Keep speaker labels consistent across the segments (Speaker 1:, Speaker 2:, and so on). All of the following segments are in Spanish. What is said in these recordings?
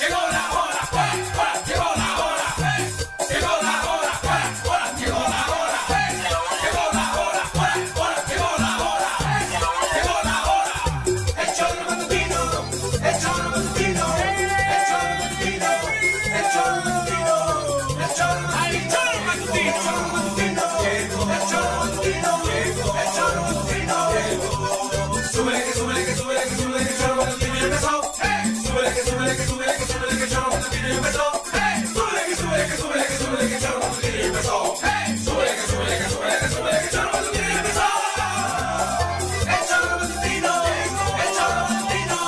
Speaker 1: Llegó la hora, pues, pues, llegó la hora, pues, llegó la hora, pues, pues, llegó la hora, pues, llegó la hora, pues, pues, llegó la hora, pues, llegó la hora. El choro matutino, el choro matutino, el choro matutino, el choro matutino, el choro matutino, el choro matutino, el choro matutino, el choro matutino. Súbele que súbele que súbele que súbele que el choro matutino ya empezó. ¡Hey! Súbele que súbele que súbele que súbele que el choro matutino ya empezó. ¡Hey! Súbele que súbele que súbele que súbele que el choro matutino ya empezó. ¡Hey! Súbele que súbele que súbele que súbele que el choro matutino ya empezó. El choro matutino, el choro matutino,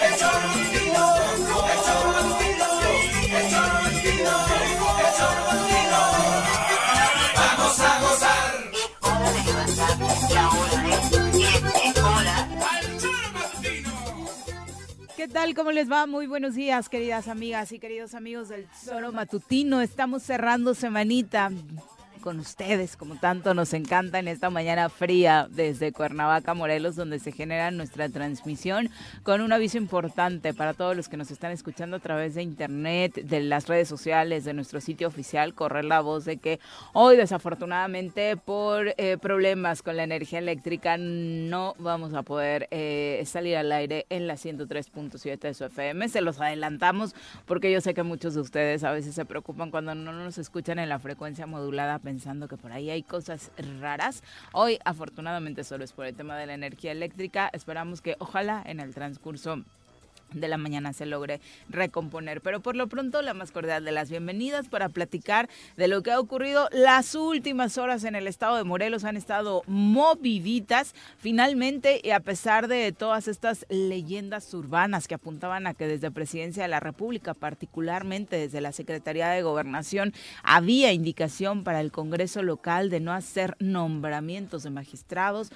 Speaker 1: el choro matutino, el choro matutino, el choro matutino, el choro matutino, el choro matutino. Vamos a gozar.
Speaker 2: ¿Qué tal? ¿Cómo les va? Muy buenos días, queridas amigas y queridos amigos del Zoro Matutino. Estamos cerrando semanita con ustedes, como tanto nos encanta en esta mañana fría desde Cuernavaca, Morelos, donde se genera nuestra transmisión, con un aviso importante para todos los que nos están escuchando a través de internet, de las redes sociales, de nuestro sitio oficial, correr la voz de que hoy desafortunadamente por eh, problemas con la energía eléctrica no vamos a poder eh, salir al aire en la 103.7 de su FM. Se los adelantamos porque yo sé que muchos de ustedes a veces se preocupan cuando no nos escuchan en la frecuencia modulada pensando que por ahí hay cosas raras. Hoy afortunadamente solo es por el tema de la energía eléctrica. Esperamos que ojalá en el transcurso de la mañana se logre recomponer. Pero por lo pronto, la más cordial de las bienvenidas para platicar de lo que ha ocurrido las últimas horas en el estado de Morelos. Han estado moviditas finalmente y a pesar de todas estas leyendas urbanas que apuntaban a que desde Presidencia de la República, particularmente desde la Secretaría de Gobernación, había indicación para el Congreso local de no hacer nombramientos de magistrados,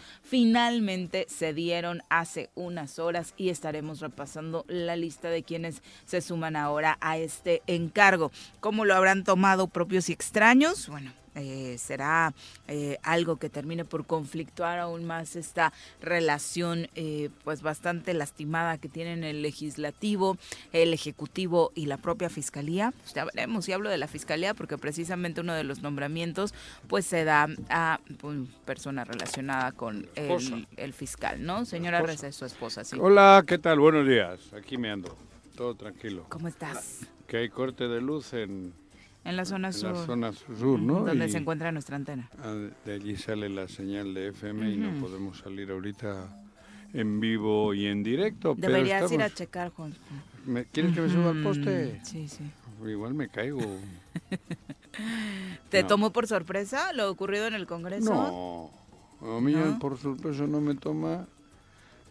Speaker 2: finalmente se dieron hace unas horas y estaremos repasando la lista de quienes se suman ahora a este encargo. ¿Cómo lo habrán tomado propios y extraños? Bueno. eh, será eh, algo que termine por conflictuar aún más esta relación eh, pues bastante lastimada que tienen el legislativo, el ejecutivo y la propia fiscalía. Pues ya veremos, y hablo de la fiscalía porque precisamente uno de los nombramientos pues se da a pues, persona relacionada con el,
Speaker 3: Esposa.
Speaker 2: el fiscal, ¿no? Señora
Speaker 3: Esposa.
Speaker 2: Reza, es su esposa, sí.
Speaker 3: Hola, ¿qué tal? Buenos días. Aquí me ando. Todo tranquilo.
Speaker 2: ¿Cómo estás?
Speaker 3: Que hay corte de luz en,
Speaker 2: En la zona
Speaker 3: en
Speaker 2: sur.
Speaker 3: la zona sur,
Speaker 2: Ujú,
Speaker 3: ¿no?
Speaker 2: Donde
Speaker 3: Y
Speaker 2: se encuentra nuestra antena.
Speaker 3: a- ah, De allí sale la señal de FM y no
Speaker 2: Ujú.
Speaker 3: podemos salir ahorita en vivo y en directo. pero
Speaker 2: Deberías ir a
Speaker 3: estamos-
Speaker 2: checar, Juan.
Speaker 3: ¿Me- ¿Quieres que me suba al
Speaker 2: Ujú,
Speaker 3: poste?
Speaker 2: Sí, sí.
Speaker 3: Igual me caigo.
Speaker 2: ¿Te
Speaker 3: No.
Speaker 2: tomó por sorpresa lo ocurrido en el Congreso?
Speaker 3: No. A mí
Speaker 2: ¿No?
Speaker 3: por sorpresa no me toma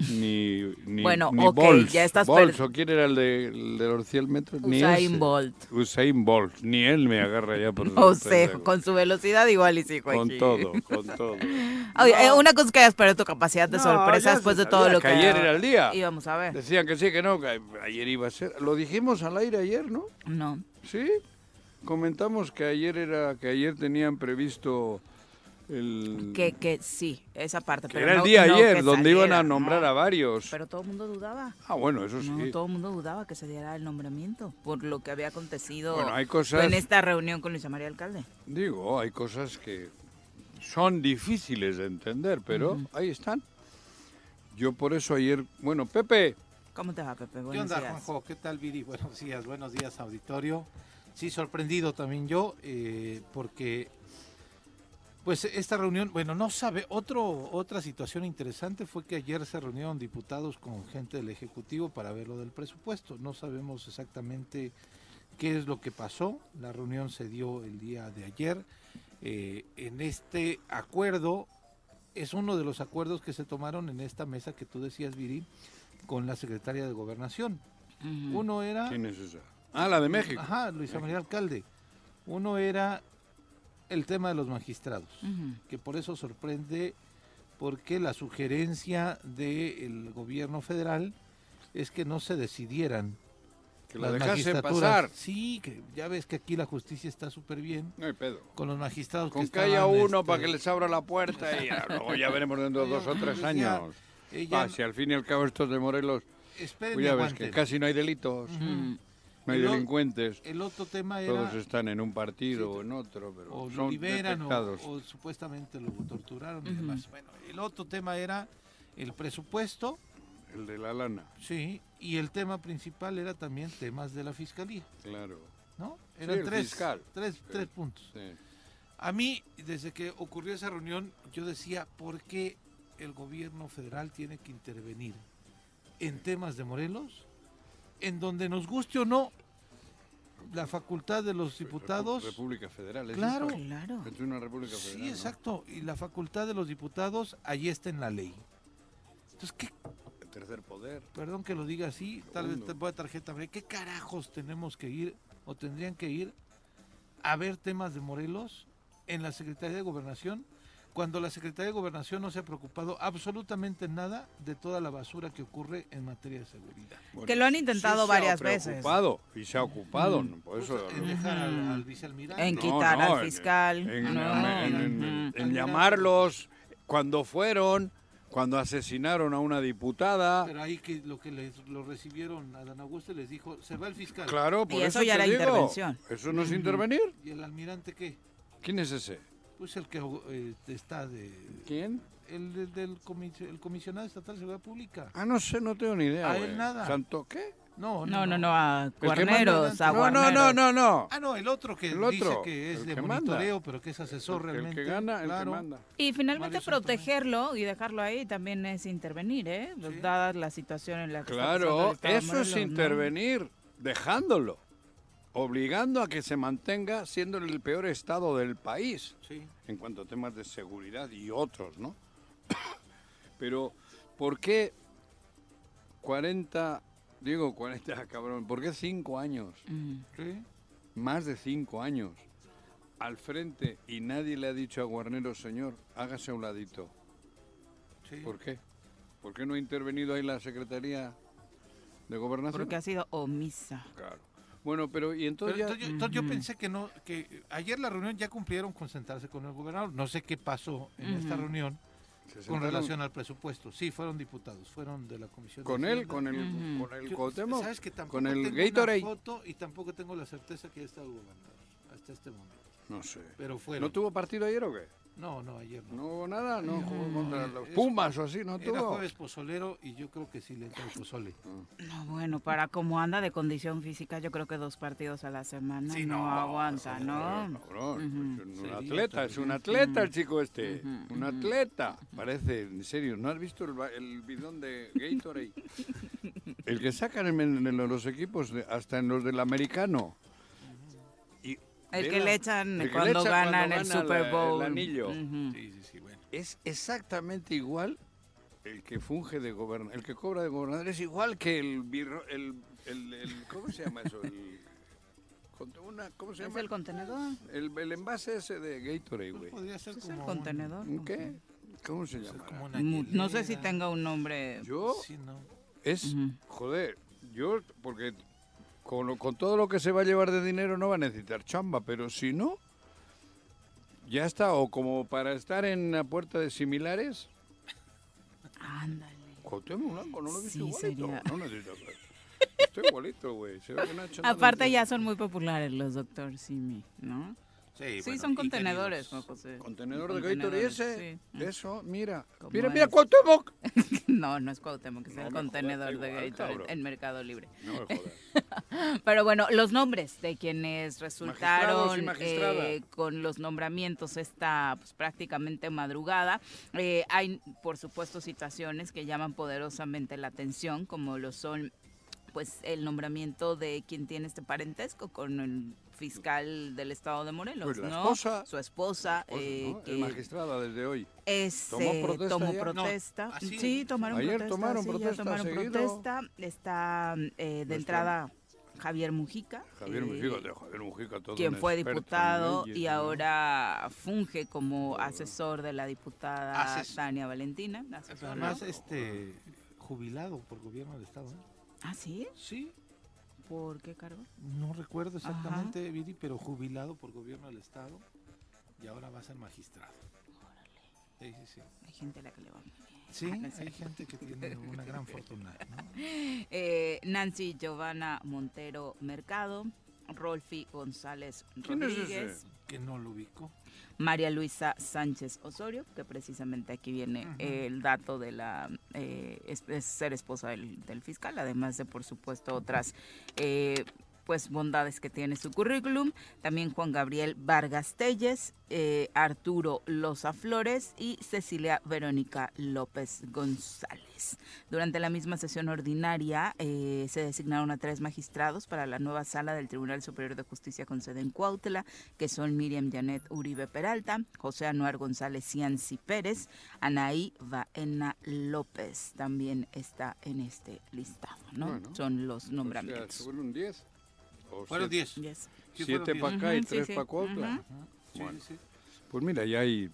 Speaker 3: ni, ni,
Speaker 2: Bueno,
Speaker 3: ni
Speaker 2: ok,
Speaker 3: Bols.
Speaker 2: ya estás per-
Speaker 3: Bols, ¿o quién era el de, el de los 100 metros? Ni
Speaker 2: Usain
Speaker 3: ese.
Speaker 2: Bolt.
Speaker 3: Usain Bolt. Ni él me agarra ya por
Speaker 2: O
Speaker 3: sorpresa,
Speaker 2: sea,
Speaker 3: güey.
Speaker 2: con su velocidad igual y sí, güey.
Speaker 3: Mm, pues, eh, Con todo, con todo.
Speaker 2: Oye, eh, una cosa es que hayas perdido tu capacidad de
Speaker 3: No,
Speaker 2: sorpresa
Speaker 3: ya se
Speaker 2: después de
Speaker 3: sabía
Speaker 2: todo lo
Speaker 3: que
Speaker 2: que...
Speaker 3: ayer era el día.
Speaker 2: Íbamos a ver.
Speaker 3: Decían que sí, que no, que ayer iba a ser. Lo dijimos al aire ayer, ¿no?
Speaker 2: No.
Speaker 3: Sí. Comentamos que ayer era, que ayer tenían previsto el
Speaker 2: Que, que sí, esa parte.
Speaker 3: que
Speaker 2: pero
Speaker 3: era el
Speaker 2: no-
Speaker 3: día
Speaker 2: no
Speaker 3: ayer,
Speaker 2: que
Speaker 3: donde iban a
Speaker 2: saliera,
Speaker 3: nombrar
Speaker 2: no.
Speaker 3: a varios.
Speaker 2: Pero todo el mundo dudaba.
Speaker 3: Ah, bueno, eso sí.
Speaker 2: No, todo el mundo dudaba que se diera el nombramiento por lo que había acontecido
Speaker 3: Bueno, hay cosas-
Speaker 2: en esta reunión con Luisa María Alcalde.
Speaker 3: Digo, hay cosas que son difíciles de entender, pero ahí están. Yo por eso ayer, bueno, Pepe,
Speaker 2: ¿Cómo te va, Pepe?
Speaker 4: ¿Qué
Speaker 2: Buenos
Speaker 4: onda,
Speaker 2: días.
Speaker 4: Juanjo? ¿Qué tal, Viri? Buenos días, buenos días, auditorio. Sí, sorprendido también yo, eh, porque Pues esta reunión, bueno, no sabe, otro, otra situación interesante fue que ayer se reunieron diputados con gente del Ejecutivo para ver lo del presupuesto. No sabemos exactamente qué es lo que pasó. La reunión se dio el día de ayer. Eh, en este acuerdo, es uno de los acuerdos que se tomaron en esta mesa que tú decías, Viri, con la secretaria de Gobernación. Uno era...
Speaker 3: ¿Quién es esa? Ah, la de México.
Speaker 4: Ajá, Luisa María Alcalde. Uno era el tema de los magistrados, que por eso sorprende porque la sugerencia del gobierno federal es que no se decidieran.
Speaker 3: Que la
Speaker 4: las
Speaker 3: dejase
Speaker 4: magistraturas.
Speaker 3: pasar.
Speaker 4: Sí, que ya ves que aquí la justicia está súper bien
Speaker 3: No hay pedo.
Speaker 4: con los magistrados.
Speaker 3: Con
Speaker 4: que,
Speaker 3: que haya
Speaker 4: estaban,
Speaker 3: uno
Speaker 4: este,
Speaker 3: para que les abra la puerta y ya, luego ya veremos dentro de dos o tres
Speaker 4: Pues ya,
Speaker 3: años.
Speaker 4: eh, ya-
Speaker 3: Ah, si al fin y al cabo estos de Morelos,
Speaker 4: esperen
Speaker 3: pues
Speaker 4: y
Speaker 3: ya ves que
Speaker 4: aguanten.
Speaker 3: casi no hay delitos, no hay
Speaker 4: Y luego-
Speaker 3: delincuentes,
Speaker 4: El otro tema era
Speaker 3: todos están en un partido o en otro, pero
Speaker 4: o lo
Speaker 3: son
Speaker 4: liberan o,
Speaker 3: detectados.
Speaker 4: o supuestamente lo torturaron y demás. Bueno, el otro tema era el presupuesto,
Speaker 3: El de la lana,
Speaker 4: sí, y el tema principal era también temas de la fiscalía,
Speaker 3: claro.
Speaker 4: ¿no? Eran
Speaker 3: el
Speaker 4: tres,
Speaker 3: fiscal.
Speaker 4: tres-
Speaker 3: Sí.
Speaker 4: tres puntos.
Speaker 3: sí.
Speaker 4: A mí, desde que ocurrió esa reunión, yo decía, ¿por qué el gobierno federal tiene que intervenir en temas de Morelos? En donde nos guste o no, la facultad de los diputados...
Speaker 3: Repu- República Federal, ¿es
Speaker 4: Claro.
Speaker 3: esto?
Speaker 5: Claro.
Speaker 3: Es una república federal.
Speaker 4: Sí,
Speaker 3: ¿no?
Speaker 4: exacto. Y la facultad de los diputados, ahí está en la ley. Entonces, ¿qué,
Speaker 3: El tercer poder.
Speaker 4: perdón que lo diga así, tal vez
Speaker 3: Segundo.
Speaker 4: te voy a tarjeta, amarilla, ¿qué carajos tenemos que ir o tendrían que ir a ver temas de Morelos en la Secretaría de Gobernación? Cuando la Secretaría de Gobernación no se ha preocupado absolutamente nada de toda la basura que ocurre en materia de seguridad.
Speaker 3: Bueno,
Speaker 5: Que lo han intentado
Speaker 3: sí
Speaker 5: varias
Speaker 3: se ha
Speaker 5: veces.
Speaker 3: preocupado, y se ha ocupado, ¿no? por eso...
Speaker 4: En eh, dejar al, al vicealmirante.
Speaker 5: En
Speaker 3: No,
Speaker 5: quitar
Speaker 3: no,
Speaker 5: al
Speaker 3: en-
Speaker 5: fiscal. Ah,
Speaker 3: en,
Speaker 5: No,
Speaker 3: en- en-
Speaker 5: ujú.
Speaker 3: en llamarlos cuando fueron, cuando asesinaron a una diputada.
Speaker 4: Ah, Pero ahí que lo que les, lo recibieron a Dan Augusto y les dijo, se va el fiscal.
Speaker 3: Claro, por
Speaker 5: Y eso
Speaker 3: eso
Speaker 5: ya
Speaker 3: te
Speaker 5: era
Speaker 3: digo,
Speaker 5: intervención.
Speaker 3: Eso no es intervenir.
Speaker 4: ¿Y el almirante qué?
Speaker 3: ¿Quién es ese?
Speaker 4: Pues el que eh, está de...
Speaker 3: ¿Quién?
Speaker 4: El, del- del comisio- el comisionado estatal de seguridad pública.
Speaker 3: Ah, no sé, no tengo ni idea.
Speaker 4: A él
Speaker 3: güey.
Speaker 4: nada.
Speaker 3: ¿Santo qué?
Speaker 4: No,
Speaker 5: Ah, No, no, no, a cuerneros,
Speaker 3: No,
Speaker 5: a
Speaker 3: no, no,
Speaker 5: guarneros.
Speaker 3: no, no.
Speaker 4: Ah, no, el otro que
Speaker 3: El
Speaker 4: dice
Speaker 3: otro,
Speaker 4: que es
Speaker 3: el
Speaker 4: de
Speaker 3: que
Speaker 4: monitoreo,
Speaker 3: manda.
Speaker 4: pero que es asesor
Speaker 3: El-
Speaker 4: realmente.
Speaker 3: El que gana, el
Speaker 4: claro.
Speaker 3: que manda.
Speaker 5: Y finalmente
Speaker 4: Mario Santo Domingo.
Speaker 5: protegerlo y dejarlo ahí también es intervenir, ¿eh? Pues, Dada la situación en la que está pasando el
Speaker 3: Claro,
Speaker 5: Estado de
Speaker 3: eso es
Speaker 5: Morelos, ¿no?
Speaker 3: intervenir, dejándolo, obligando a que se mantenga siendo el peor estado del país
Speaker 4: Sí.
Speaker 3: en cuanto a temas de seguridad y otros, ¿no? Pero, ¿por qué 40, digo 40, cabrón, ¿por qué 5 años,
Speaker 5: Mm.
Speaker 4: sí.
Speaker 3: más de 5 años, al frente y nadie le ha dicho a Guarnero, señor, hágase a un ladito?
Speaker 4: sí.
Speaker 3: ¿Por qué? ¿Por qué no ha intervenido ahí la Secretaría de Gobernación?
Speaker 5: Porque ha sido omisa.
Speaker 3: Claro. Bueno, pero y
Speaker 4: Pero
Speaker 3: entonces ya-
Speaker 4: entonces yo, entonces yo pensé que no, que ayer la reunión ya cumplieron con sentarse con el gobernador. No sé qué pasó en esta reunión
Speaker 3: se
Speaker 4: con
Speaker 3: sentaron
Speaker 4: relación al presupuesto. Sí, fueron diputados, fueron de la comisión. de
Speaker 3: con él,
Speaker 4: Hacienda.
Speaker 3: con el, con el
Speaker 4: Yo-
Speaker 3: Cuauhtémoc,
Speaker 4: ¿Sabes que tampoco
Speaker 3: con el
Speaker 4: tengo
Speaker 3: Gatorade.
Speaker 4: una foto y tampoco tengo la certeza que haya estado el gobernador hasta este momento.
Speaker 3: No sé.
Speaker 4: Pero fueron.
Speaker 3: ¿No tuvo partido ayer o qué?
Speaker 4: No, no, ayer no.
Speaker 3: No hubo nada, no jugó contra los
Speaker 4: es-
Speaker 3: Pumas o así, no
Speaker 4: Era
Speaker 3: tuvo.
Speaker 4: jueves pozolero y yo creo que sí le entra el pozole.
Speaker 3: Ah.
Speaker 5: No, Ah, bueno, para como anda de condición física, yo creo que dos partidos a la semana
Speaker 4: Sí,
Speaker 5: no,
Speaker 4: no,
Speaker 5: aguanta, ¿no?
Speaker 3: Cabrón, cabrón, es un
Speaker 4: Sería
Speaker 3: atleta, es un atleta el chico este, un atleta, parece, en serio, ¿no has visto el, ba- el bidón de Gatorade? el que sacan en, en- en los equipos, de- hasta en los del americano. Y
Speaker 5: El
Speaker 3: de
Speaker 5: que
Speaker 3: la-
Speaker 5: le echan
Speaker 3: el que le
Speaker 5: cuando
Speaker 3: echan
Speaker 5: ganan el
Speaker 3: gana
Speaker 5: Super
Speaker 3: la-
Speaker 5: Bowl.
Speaker 3: el anillo.
Speaker 5: Ujú.
Speaker 4: Sí, sí, sí, bueno.
Speaker 3: es exactamente igual el que funge de gobernador, el que cobra de gobernador es igual que el birro- el, el- el- ¿cómo se llama eso? El, con- una- ¿Cómo se
Speaker 5: ¿Es
Speaker 3: llama?
Speaker 5: el contenedor?
Speaker 3: El, el envase ese de Gatorade, güey.
Speaker 4: Podría ser
Speaker 5: ¿Es
Speaker 4: como
Speaker 5: el
Speaker 4: un-
Speaker 5: contenedor?
Speaker 3: ¿Un ¿Qué? ¿Cómo se
Speaker 4: como
Speaker 3: llama?
Speaker 4: una
Speaker 5: Mu- No sé si
Speaker 4: hielera.
Speaker 5: tenga un nombre.
Speaker 3: Yo
Speaker 4: Sí, no.
Speaker 3: es, joder, yo porque con, lo- con todo lo que se va a llevar de dinero no va a necesitar chamba, pero si no, ya está, o como para estar en la puerta de similares,
Speaker 5: Ándale.
Speaker 3: Cuauhtémoc Blanco, no lo he visto
Speaker 5: Sí,
Speaker 3: igualito.
Speaker 5: sería.
Speaker 3: No necesito hablar. Estoy igualito, güey. Se ve que no ha hecho nada.
Speaker 5: Aparte ya son muy populares los Doctor Simi, ¿no?
Speaker 4: Sí,
Speaker 5: Sí,
Speaker 4: bueno,
Speaker 5: son
Speaker 4: y
Speaker 5: contenedores, Juan
Speaker 4: queridos.
Speaker 5: José.
Speaker 3: Contenedor de Gatorade
Speaker 5: Contenedores,
Speaker 3: ese.
Speaker 5: sí.
Speaker 3: Eso, mira.
Speaker 5: Como
Speaker 3: Mira,
Speaker 5: es.
Speaker 3: mira, Cuauhtémoc.
Speaker 5: No, no es Cuauhtémoc, es
Speaker 3: No
Speaker 5: el
Speaker 3: me jodas,
Speaker 5: contenedor
Speaker 3: igual,
Speaker 5: de Gatorade
Speaker 3: cabrón.
Speaker 5: en Mercado Libre.
Speaker 3: No me jodas.
Speaker 2: Pero bueno, los nombres de quienes resultaron
Speaker 3: Magistrados y magistrada.
Speaker 2: eh, con los nombramientos esta pues, prácticamente madrugada. Eh, hay, por supuesto, situaciones que llaman poderosamente la atención, como lo son pues el nombramiento de quien tiene este parentesco con el fiscal del estado de Morelos,
Speaker 3: Pues la
Speaker 2: ¿no?
Speaker 3: esposa.
Speaker 2: Su esposa,
Speaker 3: Pues,
Speaker 2: eh,
Speaker 3: ¿no? Es
Speaker 2: que
Speaker 3: magistrada desde hoy.
Speaker 2: es,
Speaker 3: ¿Tomó
Speaker 2: eh,
Speaker 3: protesta
Speaker 2: tomó
Speaker 3: ya?
Speaker 2: protesta.
Speaker 4: No, así-
Speaker 2: sí, tomaron
Speaker 3: Ayer
Speaker 2: protesta.
Speaker 3: tomaron
Speaker 2: sí, ya
Speaker 3: protesta,
Speaker 2: tomaron
Speaker 3: seguido.
Speaker 2: protesta. Está eh, de
Speaker 3: Nuestro-
Speaker 2: entrada Javier Mujica.
Speaker 3: Javier
Speaker 2: eh,
Speaker 3: Mujica, de Javier Mujica, todo
Speaker 2: quien
Speaker 3: un
Speaker 2: fue
Speaker 3: experto en
Speaker 2: diputado
Speaker 3: leyes,
Speaker 2: y
Speaker 3: ¿no?
Speaker 2: ahora funge como asesor de la diputada
Speaker 4: Ases-
Speaker 2: Tania Valentina.
Speaker 4: Es
Speaker 2: asesor,
Speaker 4: Además,
Speaker 2: ¿no?
Speaker 4: este, jubilado por gobierno del Estado. ¿eh?
Speaker 2: ¿Ah, sí?
Speaker 4: Sí,
Speaker 2: ¿Por qué cargo?
Speaker 4: no recuerdo exactamente, Viri, pero jubilado por gobierno del Estado y ahora va a ser magistrado. Sí, sí, sí.
Speaker 2: Hay gente a la que le va muy bien.
Speaker 4: Sí,
Speaker 2: Ah, no es
Speaker 4: hay
Speaker 2: cierto.
Speaker 4: gente que tiene una gran fortuna. ¿no?
Speaker 2: Eh, Nancy Giovanna Montero Mercado, Rolfi González
Speaker 3: ¿Quién es ese?
Speaker 2: Rodríguez,
Speaker 4: Que no lo ubico.
Speaker 2: María Luisa Sánchez Osorio, que precisamente aquí viene el dato de la eh, es- es ser esposa del, del fiscal, además de por supuesto otras eh, pues bondades que tiene su currículum. También Juan Gabriel Vargas Telles, eh, Arturo Loza Flores y Cecilia Verónica López González. Durante la misma sesión ordinaria eh, se designaron a tres magistrados para la nueva sala del Tribunal Superior de Justicia con sede en Cuautla, que son Miriam Janet Uribe Peralta, José Anuar González Cianci Pérez, Anaí Baena López. También está en este listado, ¿no?
Speaker 3: Bueno.
Speaker 2: Son los
Speaker 3: O sea,
Speaker 2: nombramientos.
Speaker 3: fueron 10. o
Speaker 4: Fueron
Speaker 3: siete-
Speaker 4: 10. Sí,
Speaker 2: Yes.
Speaker 4: Sí, fueron
Speaker 3: Siete
Speaker 4: diez.
Speaker 3: para acá y
Speaker 2: Ujú, sí,
Speaker 3: tres
Speaker 2: sí.
Speaker 3: para Cuautla.
Speaker 4: Sí,
Speaker 3: Bueno.
Speaker 4: sí.
Speaker 3: Pues mira, ya hay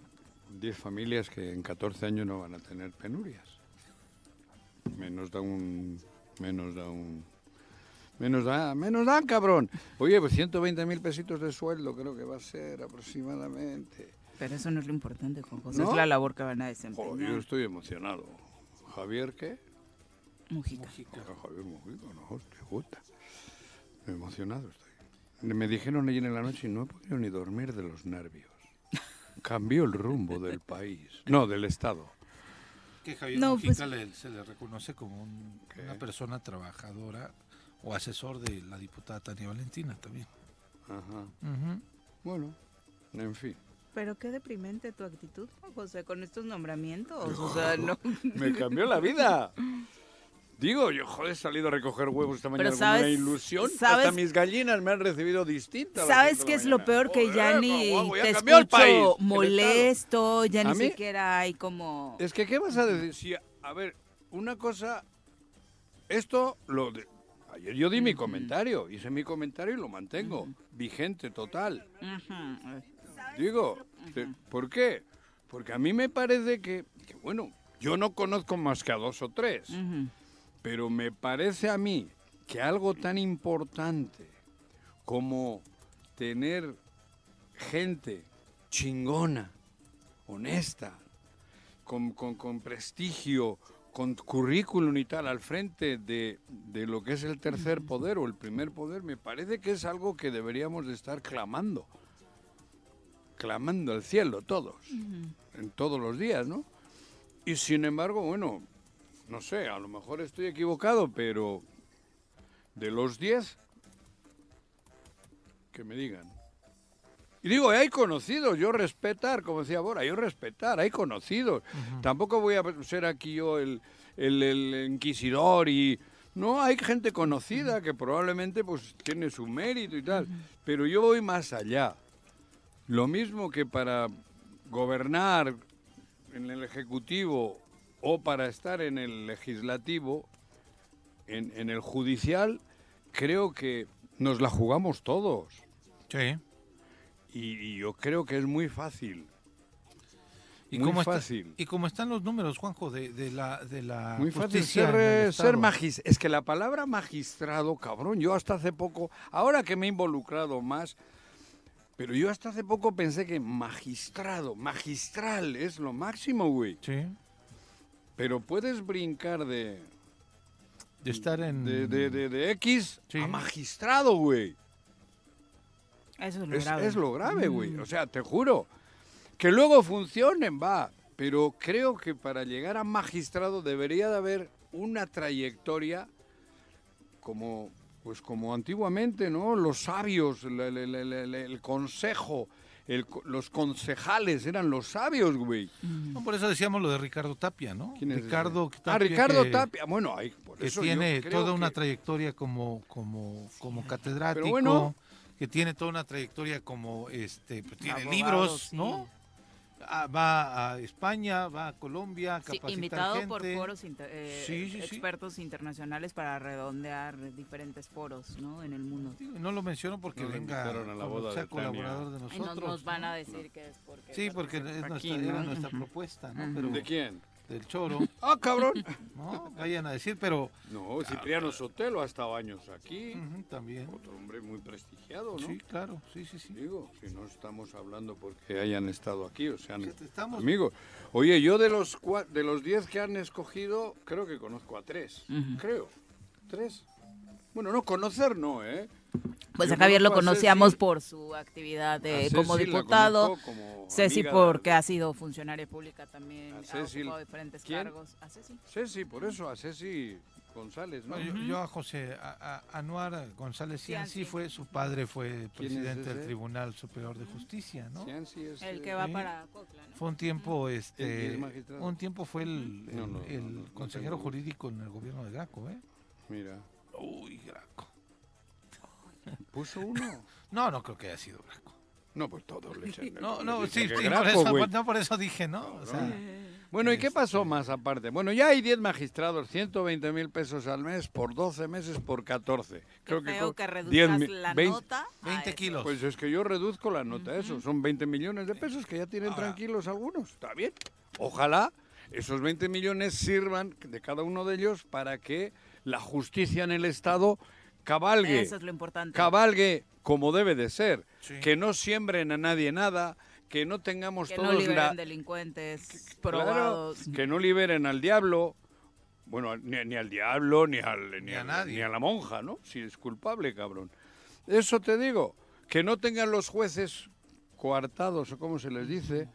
Speaker 3: 10 familias que en 14 años no van a tener penurias. Menos da un. Menos da un. Menos da, menos da, cabrón. Oye, pues 120 mil pesitos de sueldo creo que va a ser aproximadamente.
Speaker 2: Pero eso no es lo importante, Juan José.
Speaker 3: ¿No?
Speaker 2: Es la labor que van a
Speaker 3: Joder, yo
Speaker 2: desempeñar.
Speaker 3: estoy emocionado. ¿Javier qué?
Speaker 2: Mujica.
Speaker 4: Mujica.
Speaker 3: Ah, Javier Mujica, no, hostia puta. Emocionado estoy. Me dijeron ayer en la noche y no he podido ni dormir de los nervios. Cambió el rumbo del país. No, del Estado.
Speaker 4: Que Javier
Speaker 2: No,
Speaker 4: Mujica
Speaker 2: pues-
Speaker 4: le- se le reconoce como un-
Speaker 3: ¿Qué?
Speaker 4: una persona trabajadora o asesor de la diputada Tania Valentina también.
Speaker 3: Ajá.
Speaker 4: Ujú.
Speaker 3: Bueno, en fin.
Speaker 2: Pero qué deprimente tu actitud, Juan José, con estos nombramientos. Pues, O sea, no.
Speaker 3: Me cambió la vida. Digo, yo joder, he salido a recoger huevos esta mañana
Speaker 2: Pero
Speaker 3: con una
Speaker 2: sabes-
Speaker 3: ilusión.
Speaker 2: sabes-
Speaker 3: Hasta mis gallinas me han recibido distintas.
Speaker 2: ¿Sabes qué es lo peor? Que ya ni te escucho molesto, ya
Speaker 3: A
Speaker 2: ni
Speaker 3: mí-
Speaker 2: siquiera hay como...
Speaker 3: Es que, ¿qué vas a decir? Si, a ver, una cosa, esto lo... de- ayer yo di mi comentario, hice mi comentario y lo mantengo, vigente total.
Speaker 2: Ujú.
Speaker 3: Digo, te- ¿por qué? Porque a mí me parece que, que, bueno, yo no conozco más que a dos o tres,
Speaker 2: Ujú.
Speaker 3: pero me parece a mí que algo tan importante como tener gente chingona, honesta, con, con- con prestigio, con currículum y tal al frente de, de lo que es el tercer poder o el primer poder, me parece que es algo que deberíamos de estar clamando, clamando al cielo todos, en todos los días, ¿no? Y sin embargo, bueno, no sé, a lo mejor estoy equivocado, pero de los 10, que me digan. Y digo, hay conocidos, yo respetar, como decía Bora, yo respetar, hay conocidos. Tampoco voy a ser aquí yo el, el- el inquisidor y... No, hay gente conocida que probablemente pues tiene su mérito y tal, pero yo voy más allá. Lo mismo que para gobernar en el Ejecutivo o para estar en el Legislativo, en, en el Judicial, creo que nos la jugamos todos.
Speaker 4: Sí.
Speaker 3: Y, y yo creo que es muy fácil.
Speaker 4: ¿Y
Speaker 3: muy
Speaker 4: cómo está-
Speaker 3: fácil.
Speaker 4: y cómo están los números, Juanjo, de, de la, de la
Speaker 3: Muy fácil
Speaker 4: justicia
Speaker 3: ser,
Speaker 4: en el
Speaker 3: eh, ser
Speaker 4: Estado?
Speaker 3: magis- Es que la palabra magistrado, cabrón, yo hasta hace poco, ahora que me he involucrado más, pero yo hasta hace poco pensé que magistrado, magistral es lo máximo, güey.
Speaker 4: Sí.
Speaker 3: Pero puedes brincar de,
Speaker 4: De estar en...
Speaker 3: de, de- de- de X
Speaker 4: Sí.
Speaker 3: a magistrado, güey.
Speaker 2: Eso es lo
Speaker 3: Es,
Speaker 2: grave. Mm.
Speaker 3: es lo grave, güey. O sea, te juro. Que luego funcionen, va. Pero creo que para llegar a magistrado debería de haber una trayectoria como Pues como antiguamente, ¿no? Los sabios, la- la- la- la- la- el consejo, el co- los concejales eran los sabios, güey.
Speaker 4: No, por eso decíamos lo de Ricardo Tapia, ¿no?
Speaker 3: ¿Quién es ese?
Speaker 4: Ricardo Tapia.
Speaker 3: Ah, Ricardo
Speaker 4: que-
Speaker 3: Tapia. Bueno, ahí, por
Speaker 4: que
Speaker 3: eso yo
Speaker 4: tiene
Speaker 3: creo
Speaker 4: toda una
Speaker 3: que-
Speaker 4: trayectoria como como como catedrático,
Speaker 3: Pero bueno.
Speaker 4: que tiene toda una trayectoria como este, pues, tiene
Speaker 2: Abogado,
Speaker 4: libros,
Speaker 2: sí.
Speaker 4: ¿no? Ah, Va a España, va a Colombia,
Speaker 2: Sí,
Speaker 4: capacita
Speaker 2: invitado
Speaker 4: gente.
Speaker 2: por foros inter- eh,
Speaker 4: Sí, sí, sí.
Speaker 2: expertos internacionales para redondear diferentes foros ¿no? en el mundo.
Speaker 4: Digo, No lo menciono porque
Speaker 3: No lo
Speaker 4: venga
Speaker 3: invitaron a la
Speaker 4: como
Speaker 3: boda
Speaker 4: sea
Speaker 3: de Tania.
Speaker 4: colaborador de
Speaker 2: Ay, no
Speaker 4: nosotros.
Speaker 2: nos van
Speaker 4: ¿no?
Speaker 2: a decir que es porque...
Speaker 4: Sí, porque es nuestra,
Speaker 2: Aquí,
Speaker 4: era
Speaker 2: ¿no?
Speaker 4: nuestra
Speaker 2: Ujú.
Speaker 4: propuesta, ¿no?
Speaker 2: Ujú.
Speaker 4: Pero
Speaker 3: ¿De quién?
Speaker 4: del choro,
Speaker 3: ¡Ah, cabrón!
Speaker 4: ¿no? Vayan a decir, pero
Speaker 3: No, Cipriano Sotelo ha estado años aquí.
Speaker 4: ujú, también.
Speaker 3: Otro hombre muy prestigiado, ¿no?
Speaker 4: Sí, claro, sí, sí, sí.
Speaker 3: Digo, si no estamos hablando porque hayan estado aquí, o sea,
Speaker 4: Fíjate, estamos-
Speaker 3: amigos. Oye, yo de los cua- de los 10 que han escogido, creo que conozco a tres. Creo. ¿Tres? Bueno, no, conocer no, ¿eh?
Speaker 2: Pues
Speaker 3: Yo
Speaker 2: a Javier lo
Speaker 3: conozco a
Speaker 2: conocíamos
Speaker 3: Ceci.
Speaker 2: por su actividad de-
Speaker 3: A
Speaker 2: como
Speaker 3: Ah, Ceci la
Speaker 2: diputado,
Speaker 3: conozco como
Speaker 2: Ceci
Speaker 3: amiga de-
Speaker 2: porque ha sido funcionaria pública también,
Speaker 3: A
Speaker 2: ha
Speaker 3: Ceci-
Speaker 2: ocupado diferentes
Speaker 3: ¿Quién?
Speaker 2: cargos. A Ceci.
Speaker 3: Ceci, por eso, a Ceci González, ¿no?
Speaker 4: No, yo, yo a José a, a- Anuar González
Speaker 2: Cianci.
Speaker 4: Cianci fue su padre fue
Speaker 3: ¿Quién es
Speaker 4: presidente del
Speaker 3: ese?
Speaker 4: Tribunal Superior de Justicia, ¿no?
Speaker 3: Cianci es,
Speaker 2: El
Speaker 3: eh,
Speaker 2: que va
Speaker 4: Sí.
Speaker 2: para Cocla, ¿no?
Speaker 4: Fue un tiempo
Speaker 3: que es
Speaker 4: este
Speaker 3: magistrado.
Speaker 4: un tiempo fue el,
Speaker 3: No, no, no,
Speaker 4: el- el
Speaker 3: no, no
Speaker 4: consejero
Speaker 3: tengo-
Speaker 4: jurídico en el gobierno de Graco, ¿eh?
Speaker 3: Mira,
Speaker 4: Uy, Graco.
Speaker 3: puso uno.
Speaker 4: No, no creo que haya sido Graco.
Speaker 3: No, pues todo le echan la
Speaker 4: No,
Speaker 3: culpa,
Speaker 4: no,
Speaker 3: le
Speaker 4: sí,
Speaker 3: dicen
Speaker 4: sí,
Speaker 3: que
Speaker 4: por
Speaker 3: Graco,
Speaker 4: eso,
Speaker 3: güey.
Speaker 4: no por eso dije, ¿no? O sea, eh, este,
Speaker 3: Bueno, ¿y qué pasó más aparte? Bueno, ya hay 10 magistrados, 120 mil pesos al mes por 12 meses por 14.
Speaker 2: Creo que,
Speaker 3: co-
Speaker 2: que
Speaker 3: 10
Speaker 2: reduzcas
Speaker 3: mi-
Speaker 2: la
Speaker 3: 20
Speaker 2: nota. a
Speaker 4: 20
Speaker 2: eso.
Speaker 4: kilos.
Speaker 3: Pues es que yo reduzco la nota, eso. Son 20 millones de pesos que ya tienen
Speaker 4: Ahora-
Speaker 3: tranquilos algunos. Está bien. Ojalá esos 20 millones sirvan de cada uno de ellos para que la justicia en el Estado cabalgue.
Speaker 2: Eso es lo importante.
Speaker 3: cabalgue como debe de ser.
Speaker 4: Sí.
Speaker 3: Que no siembren a nadie nada, que no tengamos
Speaker 2: que no
Speaker 3: todos
Speaker 2: liberen
Speaker 3: la,
Speaker 2: delincuentes
Speaker 3: Claro,
Speaker 2: probados.
Speaker 3: que no liberen al diablo. Bueno, ni, ni al diablo, ni, al, ni,
Speaker 4: Ni a
Speaker 3: al-
Speaker 4: nadie.
Speaker 3: ni a la monja, ¿no? Si es culpable, cabrón. Eso te digo, que no tengan los jueces coartados, o como se les dice.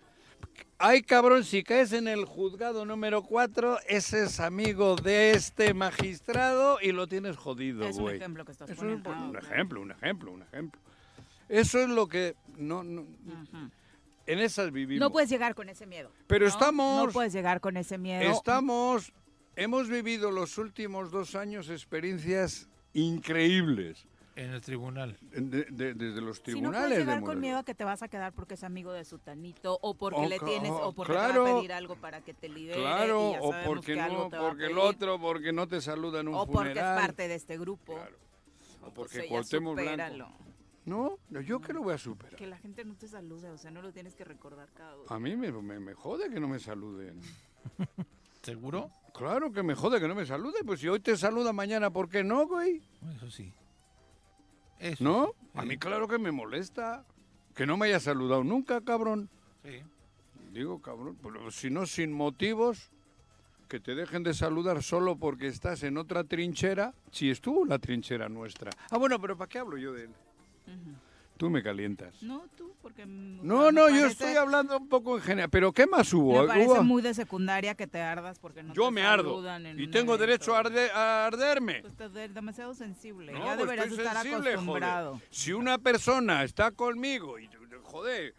Speaker 3: Ay, cabrón, si caes en el juzgado número 4, ese es amigo de este magistrado y lo tienes jodido,
Speaker 2: es un
Speaker 3: güey.
Speaker 2: ejemplo que estás
Speaker 3: Eso es
Speaker 2: poniendo.
Speaker 3: un,
Speaker 2: Ah,
Speaker 3: un
Speaker 2: ok.
Speaker 3: ejemplo, un ejemplo, un ejemplo. Eso es lo que... No, no-
Speaker 2: Ujú.
Speaker 3: en esas vivimos.
Speaker 2: No puedes llegar con ese miedo.
Speaker 3: Pero
Speaker 2: ¿no?
Speaker 3: estamos...
Speaker 2: No puedes llegar con ese miedo.
Speaker 3: Estamos, hemos vivido los últimos dos años experiencias increíbles
Speaker 4: en el tribunal.
Speaker 3: de- de- desde los
Speaker 2: si no puedes
Speaker 3: tribunales de
Speaker 2: llegar con
Speaker 3: Morelos.
Speaker 2: miedo a que te vas a quedar porque es amigo de Sutanito o porque
Speaker 3: O
Speaker 2: le
Speaker 3: ca- oh,
Speaker 2: tienes o porque te va
Speaker 3: claro.
Speaker 2: a pedir algo para que te libere.
Speaker 3: Claro,
Speaker 2: eh, y ya
Speaker 3: o
Speaker 2: sabemos
Speaker 3: porque
Speaker 2: que algo
Speaker 3: no,
Speaker 2: te va a
Speaker 3: porque el
Speaker 2: pedir,
Speaker 3: otro, porque no te saluda en un
Speaker 2: O porque
Speaker 3: funeral.
Speaker 2: es parte de este grupo.
Speaker 3: Claro. O
Speaker 2: o sea,
Speaker 3: porque
Speaker 2: ya
Speaker 3: Cuauhtémoc
Speaker 2: supéralo.
Speaker 3: Blanco. No, no, yo que lo voy a superar.
Speaker 2: Que la gente no te salude, o sea, no lo tienes que recordar cada vez.
Speaker 3: A mí me, me- me jode que no me saluden.
Speaker 4: ¿Seguro?
Speaker 3: Claro que me jode que no me saluden. Pues si hoy te saluda, mañana, ¿por qué no, güey?
Speaker 4: Eso sí. Eso
Speaker 3: ¿No?
Speaker 4: sí.
Speaker 3: A mí
Speaker 4: Sí,
Speaker 3: claro que me molesta. Que no me haya saludado nunca, cabrón.
Speaker 4: sí.
Speaker 3: Digo, cabrón, pero si no sin motivos, que te dejen de saludar solo porque estás en otra trinchera, si estuvo la trinchera nuestra. Ah, bueno, pero ¿para qué hablo yo de él? Tú me calientas.
Speaker 2: No, tú, porque. mm, o
Speaker 3: No,
Speaker 2: sea, me
Speaker 3: no, yo
Speaker 2: parece-
Speaker 3: estoy hablando un poco en general. ¿Pero qué más hubo?
Speaker 2: Me parece
Speaker 3: ¿Hubo?
Speaker 2: muy de secundaria que te ardas porque no
Speaker 3: yo
Speaker 2: te
Speaker 3: me ardo.
Speaker 2: saludan en
Speaker 3: Y
Speaker 2: un
Speaker 3: tengo derecho a,
Speaker 2: evento.
Speaker 3: arde- a arderme.
Speaker 2: Tú estás de- demasiado sensible.
Speaker 3: No,
Speaker 2: ya
Speaker 3: pues
Speaker 2: deberías
Speaker 3: estoy
Speaker 2: estar
Speaker 3: sensible, joder.
Speaker 2: acostumbrado.
Speaker 3: Si una persona está conmigo y, joder,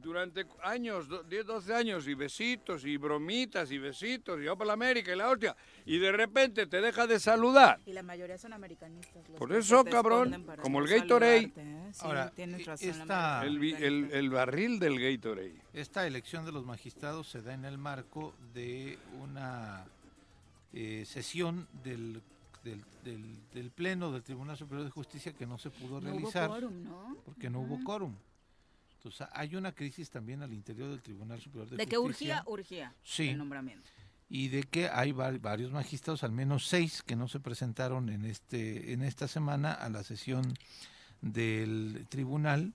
Speaker 3: durante años, do- 10, 12 años, y besitos, y bromitas, y besitos, y va para la América, y la hostia, y de repente te deja de saludar.
Speaker 2: Y la mayoría son americanistas. los
Speaker 3: Por
Speaker 2: que
Speaker 3: eso,
Speaker 2: te
Speaker 3: cabrón,
Speaker 2: esconden para
Speaker 3: como
Speaker 2: no
Speaker 3: el Gatorade.
Speaker 2: saludarte, ¿eh? Sí,
Speaker 4: Ahora,
Speaker 2: tienes
Speaker 4: e-
Speaker 2: razón, la
Speaker 4: esta-
Speaker 2: mayoría
Speaker 3: El, vi- el- el barril del Gatorade.
Speaker 4: Esta elección de los magistrados se da en el marco de una eh, sesión del, del, del- del Pleno del Tribunal Superior de Justicia que no se pudo realizar porque no hubo quórum. Entonces hay una crisis también al interior del Tribunal Superior de,
Speaker 2: De que
Speaker 4: Justicia.
Speaker 2: urgía, urgía
Speaker 4: Sí.
Speaker 2: el nombramiento.
Speaker 4: y de que hay var- varios magistrados, al menos seis, que no se presentaron en este en esta semana a la sesión del tribunal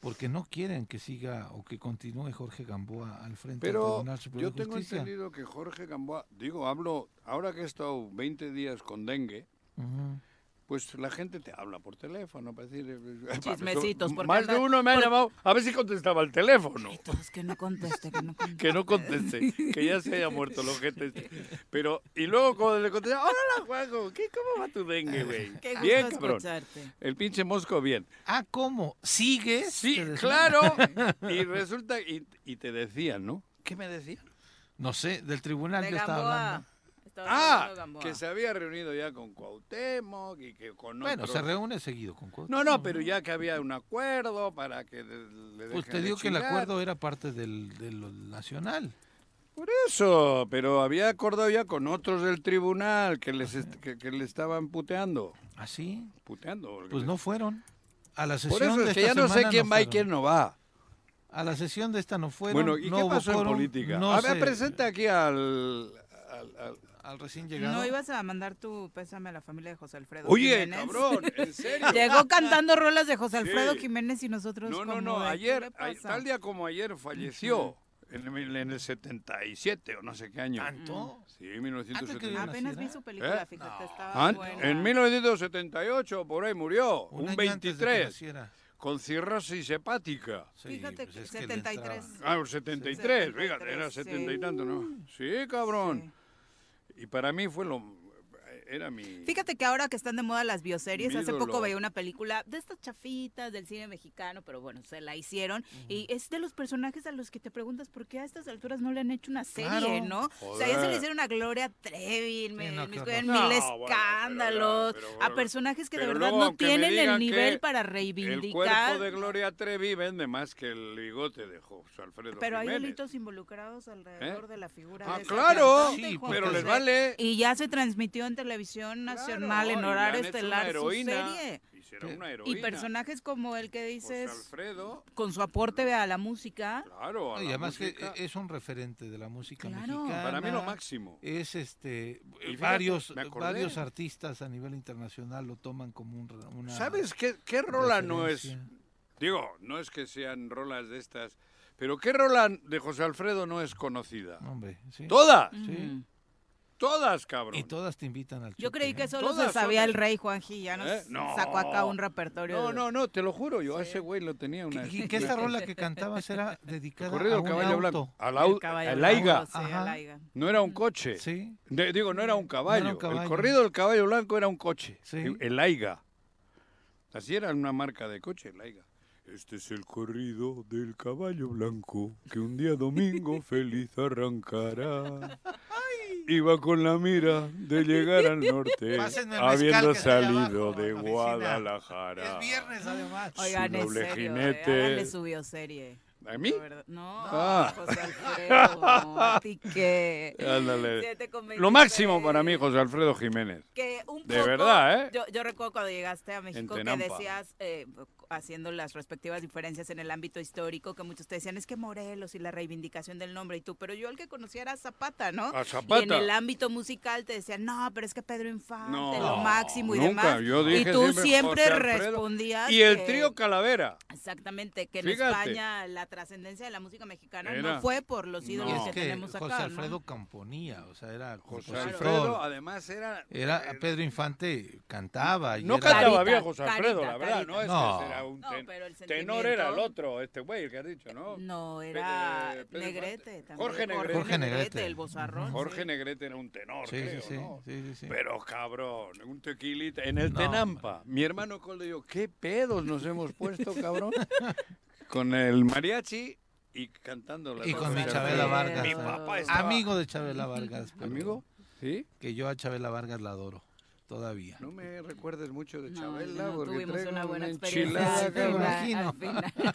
Speaker 4: porque no quieren que siga o que continúe Jorge Gamboa al frente del
Speaker 3: Pero
Speaker 4: Tribunal Superior
Speaker 3: yo
Speaker 4: de
Speaker 3: tengo
Speaker 4: Justicia.
Speaker 3: entendido que Jorge Gamboa, digo, hablo, ahora que he estado 20 días con dengue,
Speaker 4: Ujú.
Speaker 3: pues la gente te habla por teléfono para decir... eh,
Speaker 2: Chismecitos, porque
Speaker 3: Más de
Speaker 2: anda-
Speaker 3: uno me ha
Speaker 2: por-
Speaker 3: llamado a ver si contestaba el teléfono.
Speaker 2: Todos que no conteste, que no conteste.
Speaker 3: Que no conteste, que ya se haya muerto el ojete. este. Pero, y luego cuando le contesté, hola Juanjo, ¿qué, ¿cómo va tu dengue, güey?
Speaker 2: Qué gusto
Speaker 3: Bien, cabrón.
Speaker 2: escucharte.
Speaker 3: El pinche mosco, bien.
Speaker 4: Ah, ¿cómo? ¿Sigues?
Speaker 3: Sí,
Speaker 4: Te decía.
Speaker 3: claro. Y resulta, y, y te decían, ¿no? ¿Qué me decían?
Speaker 4: No sé, del tribunal
Speaker 2: De
Speaker 4: yo estaba
Speaker 2: Gamboa.
Speaker 4: hablando.
Speaker 2: Estaba hablando de
Speaker 3: Ah,
Speaker 2: Gamboa.
Speaker 3: que se había reunido ya con Cuauhtémoc y que con
Speaker 4: Bueno,
Speaker 3: otro-
Speaker 4: se reúne seguido con Cuauhtémoc.
Speaker 3: No, no, pero ya que había un acuerdo para que le le
Speaker 4: Pues
Speaker 3: dejen
Speaker 4: te
Speaker 3: de
Speaker 4: digo que el
Speaker 3: chingar.
Speaker 4: acuerdo era parte del, de lo nacional.
Speaker 3: Por eso, pero había acordado ya con otros del tribunal que les est- que, que le estaban puteando.
Speaker 4: Así,
Speaker 3: Puteando. porque
Speaker 4: ¿Ah, pues
Speaker 3: les-
Speaker 4: no fueron. A la sesión
Speaker 3: Por eso
Speaker 4: de
Speaker 3: es que ya
Speaker 4: esta
Speaker 3: no sé
Speaker 4: semana
Speaker 3: quién va y
Speaker 4: fueron.
Speaker 3: quién no va.
Speaker 4: A la sesión de esta no fueron.
Speaker 3: Bueno, ¿y
Speaker 4: no
Speaker 3: qué
Speaker 4: hubo
Speaker 3: pasó en
Speaker 4: quórum,
Speaker 3: política?
Speaker 4: no
Speaker 3: a ver,
Speaker 4: sé,
Speaker 3: presenta aquí al. al- al-
Speaker 4: Al recién llegado.
Speaker 2: No ibas a mandar tu pésame a la familia de José Alfredo.
Speaker 3: Oye,
Speaker 2: Jiménez?
Speaker 3: cabrón, en serio.
Speaker 2: Llegó cantando rolas de José Alfredo
Speaker 3: Sí.
Speaker 2: Jiménez y nosotros.
Speaker 3: No, no,
Speaker 2: como
Speaker 3: no,
Speaker 2: de, ¿qué
Speaker 3: ayer,
Speaker 2: le
Speaker 3: a-
Speaker 2: pasa?
Speaker 3: tal día como ayer falleció, en, el- en el 77 o no sé qué año.
Speaker 4: ¿Tanto?
Speaker 3: Sí, 1978.
Speaker 4: Antes
Speaker 2: Apenas vi
Speaker 4: ¿Nacida?
Speaker 2: su película,
Speaker 3: ¿Eh?
Speaker 2: fíjate,
Speaker 4: No.
Speaker 2: estaba
Speaker 3: An-
Speaker 2: buena.
Speaker 3: en 1978 por ahí murió,
Speaker 4: Un
Speaker 3: un,
Speaker 4: año antes de que
Speaker 3: 23,
Speaker 4: naciera.
Speaker 3: con cirrosis hepática.
Speaker 4: Sí,
Speaker 2: Fíjate
Speaker 4: pues
Speaker 2: que
Speaker 4: es le
Speaker 2: 73.
Speaker 4: entraba.
Speaker 3: Ah, el 73,
Speaker 2: 73,
Speaker 3: fíjate, era
Speaker 2: sí.
Speaker 3: 70 y tanto, ¿no? Sí, cabrón. Y para mí fue lo... Era mi...
Speaker 2: Fíjate que ahora que están de moda las bioseries,
Speaker 3: Mi
Speaker 2: hace
Speaker 3: ídolo.
Speaker 2: poco veía una película de estas chafitas del cine mexicano, pero bueno, se la hicieron. Y es de los personajes a los que te preguntas por qué a estas alturas no le han hecho una serie,
Speaker 4: Claro.
Speaker 2: ¿no? O sea, ya se
Speaker 3: Joder.
Speaker 2: le hicieron a Gloria Trevi, en
Speaker 4: no, qué horror.
Speaker 2: mil
Speaker 3: No, bueno,
Speaker 2: escándalos,
Speaker 3: pero- pero-
Speaker 2: a personajes que de
Speaker 3: pero
Speaker 2: verdad
Speaker 3: luego,
Speaker 2: no
Speaker 3: aunque me
Speaker 2: tienen
Speaker 3: digan
Speaker 2: el nivel
Speaker 3: que
Speaker 2: para
Speaker 3: El cuerpo
Speaker 2: reivindicar.
Speaker 3: de Gloria Trevi vende más que el bigote de José Alfredo
Speaker 2: Pero hay
Speaker 3: Jiménez.
Speaker 2: delitos involucrados alrededor
Speaker 3: ¿Eh?
Speaker 2: de la figura
Speaker 3: Ah,
Speaker 2: de esa
Speaker 3: claro,
Speaker 2: cantante,
Speaker 4: Sí,
Speaker 2: Juan
Speaker 3: pero les
Speaker 2: José.
Speaker 3: vale.
Speaker 2: Y ya se transmitió en televisión nacional
Speaker 3: Claro, y
Speaker 2: en
Speaker 3: le
Speaker 2: horario
Speaker 3: han hecho una
Speaker 2: estelar su
Speaker 3: heroína.
Speaker 2: serie.
Speaker 3: Hicieron una
Speaker 2: Y
Speaker 3: heroína.
Speaker 2: personajes como el que
Speaker 3: José
Speaker 2: dices,
Speaker 3: Alfredo,
Speaker 2: con su aporte a la música,
Speaker 3: claro, a
Speaker 4: No, y
Speaker 3: la
Speaker 4: además que
Speaker 3: música.
Speaker 6: eh,
Speaker 4: e- es un referente de la música
Speaker 2: Claro.
Speaker 4: mexicana.
Speaker 3: Para mí lo máximo.
Speaker 4: Es este
Speaker 3: fíjate,
Speaker 4: varios
Speaker 3: me acordé.
Speaker 4: varios artistas a nivel internacional lo toman como un, re- una
Speaker 3: ¿Sabes qué, qué rola no es?
Speaker 4: referencia.
Speaker 3: Digo, no es que sean rolas de estas, pero ¿qué rola de José Alfredo no es conocida?
Speaker 4: Hombre, sí.
Speaker 3: Todas,
Speaker 4: Sí.
Speaker 3: todas, cabrón.
Speaker 4: Y todas te invitan al
Speaker 2: yo
Speaker 4: chute,
Speaker 2: creí que
Speaker 4: ¿eh?
Speaker 2: solo
Speaker 3: Todas
Speaker 2: se sabía
Speaker 3: son-
Speaker 2: el rey Juanji, ya nos
Speaker 3: ¿Eh? No.
Speaker 2: sacó acá un repertorio.
Speaker 3: No,
Speaker 2: de-
Speaker 3: no, no, te lo juro, yo a ese güey lo tenía una...
Speaker 4: Que, que esta rola que cantabas era dedicada
Speaker 3: Corrido
Speaker 4: a
Speaker 3: del
Speaker 4: un
Speaker 3: caballo
Speaker 4: auto.
Speaker 3: blanco. Al
Speaker 2: del
Speaker 3: au-
Speaker 2: caballo
Speaker 3: al
Speaker 2: blanco,
Speaker 3: Aiga.
Speaker 2: sí, al
Speaker 4: Ajá.
Speaker 2: Aiga.
Speaker 3: No era un coche.
Speaker 4: Sí.
Speaker 3: De- digo, no era un caballo. El
Speaker 4: caballo.
Speaker 3: corrido del caballo blanco era un coche.
Speaker 4: Sí.
Speaker 3: El- El Aiga. Así era una marca de coche, el Aiga. Este es el corrido del caballo blanco que un día domingo feliz arrancará. Iba con la mira de llegar al norte,
Speaker 4: Pásenme el mezcal
Speaker 3: habiendo
Speaker 4: que está allá
Speaker 3: salido
Speaker 4: abajo,
Speaker 3: de
Speaker 4: en la oficina.
Speaker 3: Guadalajara.
Speaker 4: Es viernes además.
Speaker 2: Oigan, es
Speaker 3: noble
Speaker 2: serio, eh,
Speaker 3: jinete.
Speaker 2: háganle su bioserie.
Speaker 3: ¿A mí?
Speaker 2: de verdad. No,
Speaker 3: Ah.
Speaker 2: José Alfredo, a ti que-
Speaker 3: Ándale.
Speaker 2: Siete con
Speaker 3: Lo
Speaker 2: 23.
Speaker 3: máximo para mí, José Alfredo Jiménez.
Speaker 2: que un
Speaker 3: De
Speaker 2: poco-
Speaker 3: verdad, ¿eh?
Speaker 2: Yo, yo recuerdo cuando llegaste a México que
Speaker 3: Tenampa.
Speaker 2: decías, eh, haciendo las respectivas diferencias en el ámbito histórico, que muchos te decían, es que Morelos y la reivindicación del nombre y tú, pero yo el que conocía era Zapata, ¿no?
Speaker 3: A Zapata.
Speaker 2: Y en el ámbito musical te decían, no, pero es que Pedro Infante,
Speaker 3: No,
Speaker 2: lo máximo y
Speaker 3: nunca,
Speaker 2: demás.
Speaker 3: yo dije
Speaker 2: y tú
Speaker 3: siempre
Speaker 2: siempre,
Speaker 3: José Alfredo.
Speaker 2: respondías.
Speaker 3: Y el
Speaker 2: que-
Speaker 3: trío Calavera.
Speaker 2: Exactamente, que en
Speaker 3: Fíjate.
Speaker 2: España la trascendencia de la música mexicana
Speaker 3: Era-
Speaker 2: no fue por los ídolos
Speaker 4: Y
Speaker 3: No.
Speaker 4: es
Speaker 2: que,
Speaker 4: que
Speaker 2: tenemos acá.
Speaker 4: José
Speaker 2: ¿no?
Speaker 4: Alfredo componía, o sea, era
Speaker 3: José
Speaker 4: compositor.
Speaker 3: Alfredo, además era.
Speaker 4: Era
Speaker 3: eh,
Speaker 4: Pedro Infante cantaba. y
Speaker 3: No
Speaker 4: era-
Speaker 3: cantaba
Speaker 2: Carita,
Speaker 3: bien José Alfredo,
Speaker 2: carita,
Speaker 3: la verdad,
Speaker 2: carita.
Speaker 3: no es
Speaker 4: No.
Speaker 3: que era un
Speaker 2: No,
Speaker 3: ten-
Speaker 2: pero el
Speaker 3: tenor era el
Speaker 2: sentimiento-
Speaker 3: otro, este güey, el que has dicho, ¿no?
Speaker 2: No,
Speaker 3: Pe-
Speaker 2: era
Speaker 3: eh, Pedro
Speaker 2: Negrete
Speaker 3: Infante.
Speaker 2: también.
Speaker 3: Jorge Negrete.
Speaker 4: Jorge Negrete.
Speaker 2: el bozarrón.
Speaker 3: Jorge
Speaker 2: sí.
Speaker 3: Negrete era un tenor,
Speaker 4: Sí, sí,
Speaker 3: creo,
Speaker 4: sí,
Speaker 3: ¿no?
Speaker 4: sí, sí, sí.
Speaker 3: Pero cabrón, un tequilita en el
Speaker 4: No,
Speaker 3: Tenampa. Mi hermano Coldo y yo, ¿qué pedos nos hemos puesto, cabrón? Con el mariachi y cantando la
Speaker 4: Y con mi
Speaker 2: José
Speaker 4: Chabela
Speaker 2: Alfredo.
Speaker 4: Vargas.
Speaker 3: Mi
Speaker 4: ¿no?
Speaker 3: papá estaba...
Speaker 4: Amigo de Chabela Vargas. pero
Speaker 3: ¿Amigo? ¿Sí?
Speaker 4: Que yo a Chabela Vargas la adoro. Todavía.
Speaker 3: No me recuerdes mucho de
Speaker 2: No,
Speaker 3: Chabela
Speaker 2: no
Speaker 3: porque
Speaker 2: tuvimos
Speaker 3: traigo
Speaker 2: una buena
Speaker 4: enchilada,
Speaker 2: experiencia. al
Speaker 4: cabrón.
Speaker 2: final,
Speaker 4: Imagino.
Speaker 2: al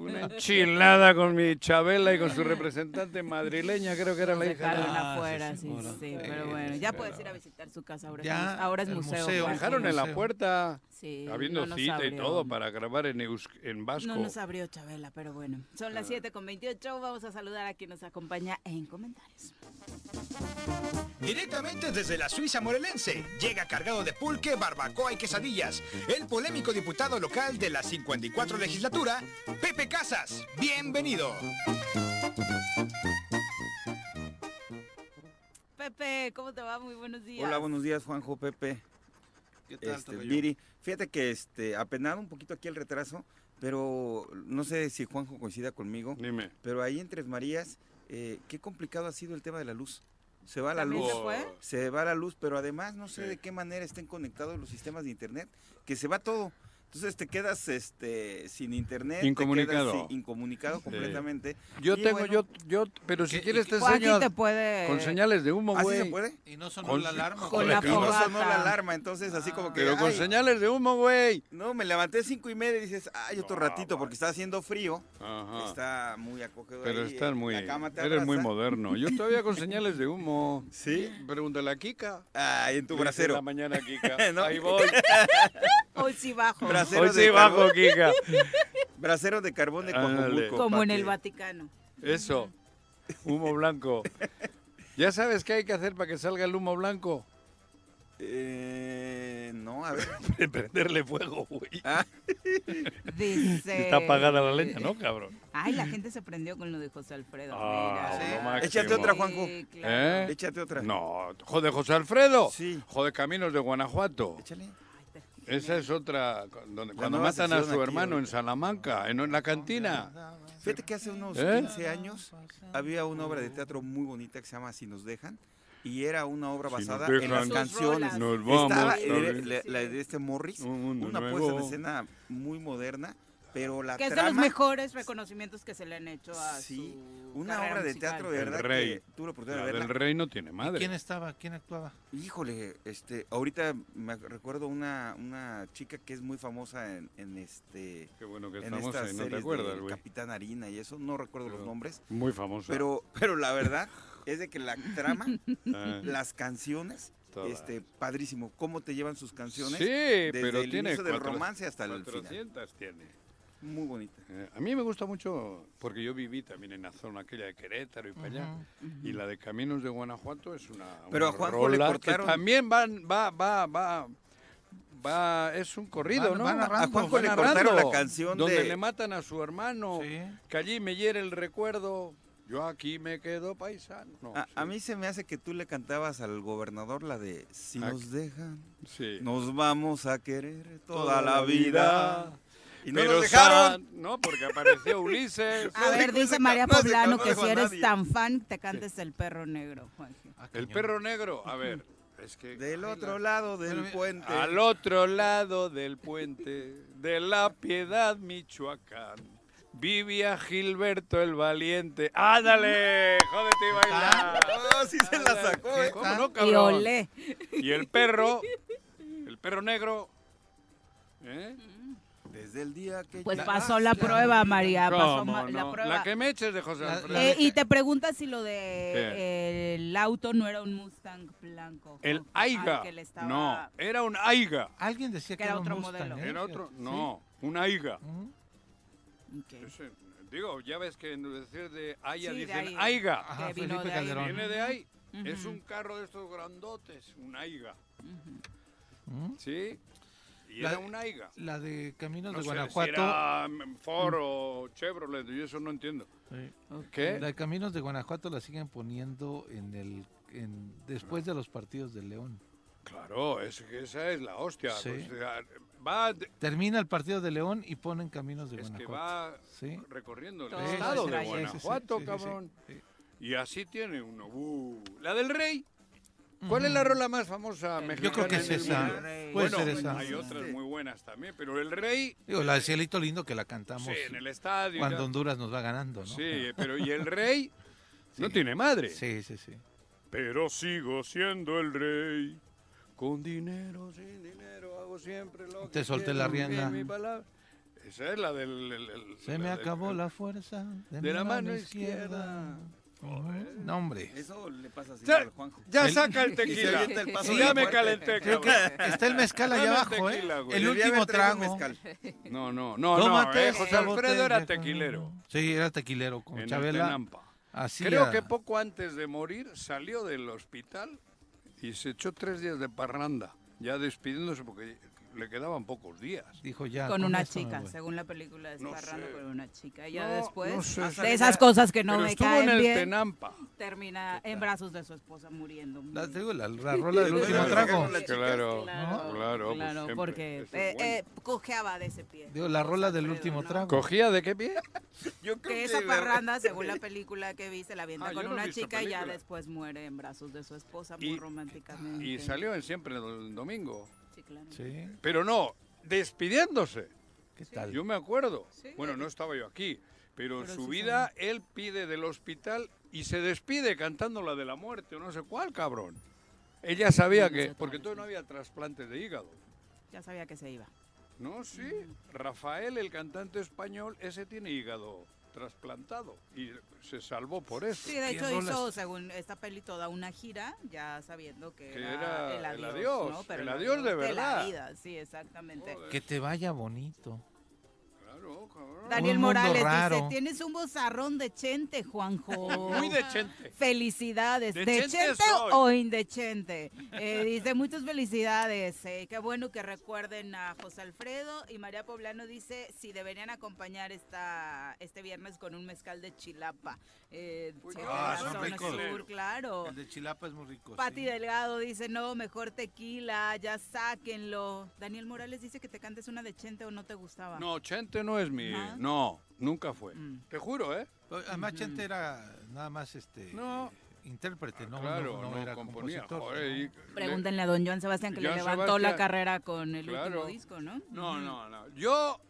Speaker 3: Una enchilada con mi Chabela y con su representante madrileña, creo que era la
Speaker 2: Se
Speaker 3: hija.
Speaker 2: dejaron
Speaker 3: de-
Speaker 4: Ah, sí,
Speaker 2: afuera, sí,
Speaker 4: seguro.
Speaker 2: sí, sí,
Speaker 4: Sí,
Speaker 2: Pero bueno,
Speaker 4: sí,
Speaker 2: ya
Speaker 4: pero-
Speaker 2: puedes ir a visitar su casa. Ahora,
Speaker 4: Ya,
Speaker 2: es, muse- ahora es
Speaker 4: el
Speaker 2: museo.
Speaker 4: museo.
Speaker 2: Juanji.
Speaker 3: Dejaron en la
Speaker 4: museo.
Speaker 3: puerta,
Speaker 2: Sí,
Speaker 3: habiendo
Speaker 2: no nos
Speaker 3: cita y
Speaker 2: abrió.
Speaker 3: todo para grabar en, eus- en vasco.
Speaker 2: No nos abrió Chabela, pero bueno. Son las 7 con 28. Vamos a saludar a quien nos acompaña en comentarios.
Speaker 7: Directamente desde la Suiza morelense, llega cargado de pulque, barbacoa y quesadillas, el polémico diputado local de la 54 legislatura, Pepe Casas. Bienvenido.
Speaker 2: Pepe, ¿cómo te va? Muy buenos días.
Speaker 8: Hola, buenos días, Juanjo Pepe.
Speaker 4: ¿Qué tal,
Speaker 8: este,
Speaker 4: Tocayo?
Speaker 8: Viri, fíjate que este, apenado un poquito aquí el retraso, pero no sé si Juanjo coincida conmigo,
Speaker 3: Dime.
Speaker 8: pero ahí en Tres Marías, eh, qué complicado ha sido el tema de la luz. Se va la
Speaker 2: ¿También
Speaker 8: luz.
Speaker 2: se fue?
Speaker 8: se va la luz, pero además no sé
Speaker 3: Sí.
Speaker 8: de qué manera estén conectados los sistemas de internet, que se va todo. Entonces te quedas este sin internet, te quedas,
Speaker 3: Incomunicado.
Speaker 8: sí, incomunicado completamente.
Speaker 3: Yo
Speaker 8: Y
Speaker 3: tengo,
Speaker 8: bueno,
Speaker 3: yo, yo, pero si
Speaker 4: ¿Qué-
Speaker 3: quieres
Speaker 4: y
Speaker 3: te
Speaker 4: qué-
Speaker 2: Joaquín
Speaker 3: enseño
Speaker 2: Pues te puede...
Speaker 3: con señales de humo,
Speaker 8: ¿Así
Speaker 3: güey.
Speaker 8: se puede?
Speaker 4: Y no sonó
Speaker 3: Con-
Speaker 4: la alarma.
Speaker 5: con
Speaker 8: Porque
Speaker 5: la
Speaker 8: no sonó
Speaker 5: fogata.
Speaker 8: la alarma, entonces así como que
Speaker 3: Pero con
Speaker 8: ay,
Speaker 3: señales de humo, güey.
Speaker 8: no, me levanté cinco y media y dices, ay, otro
Speaker 3: No,
Speaker 8: ratito,
Speaker 3: va.
Speaker 8: porque está haciendo frío,
Speaker 3: Ajá.
Speaker 8: está muy acogedor.
Speaker 3: Pero
Speaker 8: ahí,
Speaker 3: estás
Speaker 8: eh,
Speaker 3: muy.
Speaker 8: la cama te
Speaker 3: Eres muy
Speaker 8: abraza.
Speaker 3: moderno. Yo todavía con señales de humo.
Speaker 8: Sí.
Speaker 3: Pregúntale a Kika.
Speaker 8: Ay, en tu
Speaker 3: Le hice
Speaker 8: brasero.
Speaker 3: La mañana, Kika.
Speaker 8: No.
Speaker 3: Ahí voy.
Speaker 2: Hoy sí bajo.
Speaker 8: Brasero
Speaker 3: Hoy
Speaker 8: de
Speaker 3: sí bajo,
Speaker 8: carbón-
Speaker 3: Kika.
Speaker 8: Brasero de carbón de
Speaker 3: Ándale.
Speaker 8: Coacomulco,
Speaker 2: Como
Speaker 8: pa'
Speaker 2: en el
Speaker 8: que-
Speaker 2: Vaticano.
Speaker 3: Eso. Humo blanco. ¿Ya sabes qué hay que hacer para que salga el humo blanco?
Speaker 8: Eh, no, a ver. Ah.
Speaker 3: Prenderle fuego, güey.
Speaker 2: Dice...
Speaker 3: Está apagada la leña, ¿no, cabrón?
Speaker 2: Ay, la gente se prendió con lo de José Alfredo.
Speaker 3: Ah,
Speaker 2: mira. ¿eh?
Speaker 3: lo máximo.
Speaker 8: Échate otra, Juanjo.
Speaker 2: Sí, claro.
Speaker 3: ¿Eh?
Speaker 8: Échate otra.
Speaker 3: No, joder, José Alfredo.
Speaker 8: Sí.
Speaker 3: Joder, Caminos de Guanajuato.
Speaker 8: Échale.
Speaker 3: Esa es otra, cu- donde,
Speaker 8: La
Speaker 3: cuando
Speaker 8: nueva
Speaker 3: matan a
Speaker 8: sección
Speaker 3: su
Speaker 8: aquí,
Speaker 3: hermano en
Speaker 8: ahorita.
Speaker 3: Salamanca, en, en la cantina.
Speaker 8: Fíjate que hace unos
Speaker 3: ¿Eh?
Speaker 8: 15 años había una obra de teatro muy bonita que se llama Si nos dejan y era una obra
Speaker 3: Si nos
Speaker 8: basada en
Speaker 3: dejan.
Speaker 8: las
Speaker 2: Sus
Speaker 8: canciones.
Speaker 2: rolas.
Speaker 3: Nos vamos.
Speaker 8: Estaba
Speaker 3: ¿sabes?
Speaker 8: la, la- la de este Morris,
Speaker 3: Un mundo
Speaker 8: una puesta
Speaker 3: nuevo.
Speaker 8: en escena muy moderna, pero la
Speaker 2: Que es de
Speaker 8: trama
Speaker 2: los mejores reconocimientos que se le han hecho a
Speaker 8: Sí,
Speaker 2: su
Speaker 8: una
Speaker 2: carrera
Speaker 8: obra de
Speaker 2: musical.
Speaker 8: teatro de
Speaker 3: El
Speaker 8: verdad
Speaker 3: Rey.
Speaker 8: que tuve la oportunidad
Speaker 3: La
Speaker 8: de
Speaker 3: del
Speaker 8: verla.
Speaker 3: rey no tiene
Speaker 4: ¿Y ¿Quién
Speaker 3: madre.
Speaker 4: estaba? ¿Quién actuaba?
Speaker 8: Híjole, este, ahorita me ac- recuerdo una una chica que es muy famosa en, en este
Speaker 3: Qué bueno que
Speaker 8: en
Speaker 3: estamos
Speaker 8: estas
Speaker 3: ahí, no te
Speaker 8: series
Speaker 3: acuerdas,
Speaker 8: del
Speaker 3: güey.
Speaker 8: Capitán Harina y eso, no recuerdo
Speaker 3: Pero-
Speaker 8: los nombres.
Speaker 3: Muy famoso.
Speaker 8: Pero, pero la verdad es de que la trama,
Speaker 3: Eh,
Speaker 8: las canciones,
Speaker 3: toda.
Speaker 8: este, padrísimo, cómo te llevan sus canciones.
Speaker 3: Sí,
Speaker 8: desde
Speaker 3: pero
Speaker 8: el
Speaker 3: tiene
Speaker 8: inicio del
Speaker 3: cuatro-
Speaker 8: romance hasta el final.
Speaker 3: 400 tiene.
Speaker 8: Muy bonita.
Speaker 3: Eh, a mí me gusta mucho, porque yo viví también en la zona aquella de Querétaro y para allá, y la de Caminos de Guanajuato es una,
Speaker 8: Pero
Speaker 3: una
Speaker 8: a Juanjo le
Speaker 3: rola que
Speaker 8: cortaron-
Speaker 3: también va, va, va, va, va- es un corrido,
Speaker 4: Va-
Speaker 3: ¿no?
Speaker 4: va narrando,
Speaker 8: A Juanjo le
Speaker 3: narrando,
Speaker 8: cortaron la canción
Speaker 3: Donde
Speaker 8: de-
Speaker 3: le matan a su hermano,
Speaker 4: Sí.
Speaker 3: que allí me hiere el recuerdo, yo aquí me quedo paisano. No,
Speaker 8: A,
Speaker 3: sí,
Speaker 8: a mí se me hace que tú le cantabas al gobernador la de Si
Speaker 3: Ah,
Speaker 8: nos dejan,
Speaker 3: sí.
Speaker 8: nos vamos a querer toda la vida. Y no
Speaker 3: Pero
Speaker 8: nos dejaron.
Speaker 3: San- No, porque apareció Ulises.
Speaker 2: A ver,
Speaker 8: No
Speaker 2: dice
Speaker 8: se
Speaker 2: María
Speaker 8: ca- no se
Speaker 2: Poblano
Speaker 8: casó
Speaker 2: que
Speaker 8: con
Speaker 2: si eres
Speaker 8: nadie.
Speaker 2: tan fan, te cantes el perro negro, Juanji.
Speaker 4: Ah,
Speaker 3: El
Speaker 4: cañón.
Speaker 3: perro negro, a ver, es que...
Speaker 8: Del otro lado del
Speaker 4: Pero-
Speaker 8: puente.
Speaker 3: Al otro lado del puente de la Piedad, Michoacán, vivía Gilberto el Valiente. ¡Ándale! ¡Jódete y baila!
Speaker 8: Ah, sí se la sacó, ¿eh?
Speaker 3: ¿Cómo no,
Speaker 2: Y
Speaker 3: cabrón?
Speaker 2: olé.
Speaker 3: Y el perro, el perro negro. ¿eh?
Speaker 8: Desde el día que
Speaker 2: Pues
Speaker 8: yo-
Speaker 2: pasó la prueba, María, pasó
Speaker 3: ¿Cómo
Speaker 2: ma- la
Speaker 3: no?
Speaker 2: prueba.
Speaker 3: que me eches de José
Speaker 4: La-
Speaker 3: Alfredo.
Speaker 4: la-
Speaker 2: Eh, y te preguntas si lo
Speaker 3: ¿Qué?
Speaker 2: de el auto no era un Mustang blanco.
Speaker 3: El
Speaker 2: Juanjo, al
Speaker 3: Aiga.
Speaker 2: que le estaba-
Speaker 3: No, era un Aiga.
Speaker 4: Alguien decía que
Speaker 2: Que era
Speaker 4: era un
Speaker 2: otro
Speaker 4: Mustang,
Speaker 2: modelo.
Speaker 4: ¿eh?
Speaker 3: Era otro, no, un Aiga.
Speaker 4: Ujú.
Speaker 2: Ok.
Speaker 3: Ese- Digo, ya ves que en decir de Aya
Speaker 2: Sí, de
Speaker 3: dicen
Speaker 2: ahí.
Speaker 3: Aiga.
Speaker 4: Ajá,
Speaker 2: Que vino
Speaker 4: Felipe
Speaker 2: de ahí.
Speaker 4: Calderón.
Speaker 3: Viene de ahí.
Speaker 2: Ujú.
Speaker 3: Es un carro de estos grandotes, un Aiga.
Speaker 4: Ujú.
Speaker 3: ¿Sí? Y
Speaker 4: La-
Speaker 3: era un Aiga.
Speaker 4: La de Caminos
Speaker 3: No
Speaker 4: de
Speaker 3: sé si
Speaker 4: Guanajuato.
Speaker 3: era mm, Ford o Chevrolet, yo eso no entiendo.
Speaker 4: Sí.
Speaker 3: ¿Qué?
Speaker 4: La de Caminos de Guanajuato la siguen poniendo en el en- después de los partidos de León.
Speaker 3: Claro, es que esa es la hostia.
Speaker 4: Sí.
Speaker 3: pues, ah, va, de-
Speaker 4: Termina el partido de León y ponen Caminos de
Speaker 3: es que
Speaker 4: Guanajuato.
Speaker 3: va
Speaker 4: Sí.
Speaker 3: recorriendo el
Speaker 2: Todo
Speaker 3: estado
Speaker 2: el
Speaker 3: de
Speaker 2: trayecto.
Speaker 3: Guanajuato,
Speaker 4: Sí, sí, sí, sí,
Speaker 3: cabrón.
Speaker 4: sí.
Speaker 3: Y así tiene uno. Uh, la del rey. ¿Cuál es la rola más famosa mexicana?
Speaker 4: Yo creo que es
Speaker 3: en el
Speaker 4: esa.
Speaker 3: mundo?
Speaker 2: Puede
Speaker 4: Puede
Speaker 3: Bueno,
Speaker 4: ser esa.
Speaker 3: hay otras muy buenas también, pero el rey,
Speaker 4: Digo, la de Cielito Lindo que la cantamos
Speaker 3: sí, en el estadio.
Speaker 4: cuando
Speaker 3: ya.
Speaker 4: Honduras nos va ganando, ¿no?
Speaker 3: Sí, pero y el rey no tiene madre.
Speaker 4: Sí, sí, sí.
Speaker 3: Pero sigo siendo el rey. Con dinero, sin dinero, hago siempre lo que
Speaker 4: Te solté la
Speaker 3: quiero,
Speaker 4: rienda.
Speaker 3: en mi palabra. Esa es la del... el- el-
Speaker 4: Se me
Speaker 3: del-
Speaker 4: acabó la fuerza de,
Speaker 3: de
Speaker 4: mi
Speaker 3: la mano izquierda.
Speaker 4: izquierda. Ujú. No, hombre.
Speaker 8: Eso le pasa así
Speaker 3: Ya-
Speaker 8: al Juanjo.
Speaker 3: Ya
Speaker 4: El-
Speaker 3: saca el
Speaker 8: Y se
Speaker 3: tequila.
Speaker 8: avienta el paso
Speaker 3: Sí,
Speaker 8: de
Speaker 3: ya
Speaker 8: la
Speaker 3: me
Speaker 8: muerte.
Speaker 3: calenté,
Speaker 4: Creo que
Speaker 3: cabrón.
Speaker 4: está el mezcal allá
Speaker 3: Dame
Speaker 4: abajo, ¿eh?
Speaker 3: tequila, güey.
Speaker 4: El
Speaker 8: Debería
Speaker 4: último
Speaker 8: haber traído un
Speaker 4: trago.
Speaker 8: mezcal.
Speaker 3: No, no, no, no.
Speaker 4: Tómate
Speaker 3: eh,
Speaker 4: esta
Speaker 3: José Alfredo era
Speaker 4: botella,
Speaker 3: tequilero.
Speaker 4: cabrón. Sí, era tequilero con
Speaker 3: En el
Speaker 4: Chabela.
Speaker 3: Tenampa.
Speaker 4: Así
Speaker 3: Creo
Speaker 4: a-
Speaker 3: que poco antes de morir salió del hospital y se echó tres días de parranda, ya despidiéndose porque le quedaban pocos días.
Speaker 4: Dijo ya.
Speaker 2: Con una
Speaker 4: esto me
Speaker 2: chica,
Speaker 4: voy.
Speaker 2: según la película de
Speaker 3: No
Speaker 2: Esparrando,
Speaker 3: sé.
Speaker 2: con una chica. Y ya
Speaker 3: No,
Speaker 2: después,
Speaker 3: no sé.
Speaker 2: de esas cosas que no
Speaker 3: Pero
Speaker 2: me
Speaker 3: estuvo en
Speaker 2: caen
Speaker 3: el
Speaker 2: bien,
Speaker 3: Tenampa.
Speaker 2: termina en brazos de su esposa muriendo.
Speaker 4: La, te digo, la, la rola del
Speaker 8: Pero
Speaker 4: último
Speaker 8: bueno,
Speaker 4: trago.
Speaker 8: la-
Speaker 3: Claro,
Speaker 2: Claro,
Speaker 3: claro, pues
Speaker 2: claro,
Speaker 3: siempre,
Speaker 2: porque
Speaker 3: eso es
Speaker 2: eh,
Speaker 3: bueno.
Speaker 2: eh, cojeaba de ese pie.
Speaker 4: Digo, la rola del
Speaker 2: Alfredo,
Speaker 4: último
Speaker 2: ¿no?
Speaker 4: trago.
Speaker 3: ¿Cogía de qué pie?
Speaker 8: Yo creo
Speaker 2: Que esa
Speaker 8: me-
Speaker 2: parranda, según la película que vi, se la avienta
Speaker 3: Ah,
Speaker 2: con
Speaker 3: yo no he
Speaker 2: una
Speaker 3: visto
Speaker 2: chica y ya
Speaker 3: película.
Speaker 2: después muere en brazos de su esposa,
Speaker 3: Y-
Speaker 2: muy románticamente.
Speaker 3: Y salió en siempre el domingo.
Speaker 2: Sí, claro.
Speaker 4: Sí,
Speaker 3: Pero no, despidiéndose.
Speaker 4: ¿qué tal?
Speaker 3: Yo me acuerdo.
Speaker 2: Sí.
Speaker 3: Bueno, no estaba yo aquí, pero,
Speaker 2: Pero
Speaker 3: su
Speaker 2: sí
Speaker 3: vida él pide del hospital y se despide cantando la de la muerte o no sé cuál, cabrón. Ella sabía
Speaker 2: No, no sé
Speaker 3: que,
Speaker 2: cuál,
Speaker 3: porque
Speaker 2: sí.
Speaker 3: todavía no había trasplantes de hígado.
Speaker 2: Ya sabía que se iba.
Speaker 3: No, sí. Rafael, el cantante español, ese tiene hígado trasplantado y se salvó por eso.
Speaker 2: Sí, de
Speaker 4: ¿Qué
Speaker 2: hecho
Speaker 4: rolas?
Speaker 2: hizo, según esta peli, toda una gira, ya sabiendo que,
Speaker 3: Que era
Speaker 2: el
Speaker 3: el
Speaker 2: adiós,
Speaker 3: adiós,
Speaker 2: ¿no? Pero
Speaker 3: el adiós de
Speaker 2: la
Speaker 3: verdad.
Speaker 2: vida, sí, exactamente.
Speaker 3: Joder,
Speaker 4: Que te vaya bonito.
Speaker 3: claro, cabrón.
Speaker 2: Daniel
Speaker 4: Un mundo
Speaker 2: Morales
Speaker 4: raro.
Speaker 2: dice, tienes un bozarrón de chente, Juanjo.
Speaker 3: Muy decente.
Speaker 2: Felicidades,
Speaker 3: De
Speaker 2: de,
Speaker 3: chente
Speaker 2: chente
Speaker 3: soy.
Speaker 2: o indechente. Eh, dice muchas felicidades. eh, qué bueno que recuerden a José Alfredo y María Poblano dice si deberían acompañar esta este viernes con un mezcal de Chilapa. Eh,
Speaker 3: Uy,
Speaker 2: sobre
Speaker 4: ah,
Speaker 2: la
Speaker 4: son
Speaker 2: zona
Speaker 4: ricos.
Speaker 2: sur, claro.
Speaker 4: de Chilapa es muy rico.
Speaker 2: Pati Delgado dice no, mejor tequila, ya sáquenlo. Daniel Morales dice que te cantes una de chente o no te gustaba.
Speaker 3: No, Chente no es mi.
Speaker 2: ¿No?
Speaker 3: No, nunca fue.
Speaker 2: Mm.
Speaker 3: Te juro, ¿eh?
Speaker 4: Pues, Además, Chente era nada más este
Speaker 3: No. Ah,
Speaker 4: eh, intérprete, no,
Speaker 3: claro,
Speaker 4: no, no era compositor.
Speaker 3: joder,
Speaker 4: ¿no?
Speaker 3: y-
Speaker 2: Pregúntenle a don Joan Sebastián que
Speaker 3: Joan
Speaker 2: le levantó
Speaker 3: Sebastián.
Speaker 2: la carrera con el
Speaker 3: Claro.
Speaker 2: último disco, ¿no?
Speaker 3: No, no, no. Yo,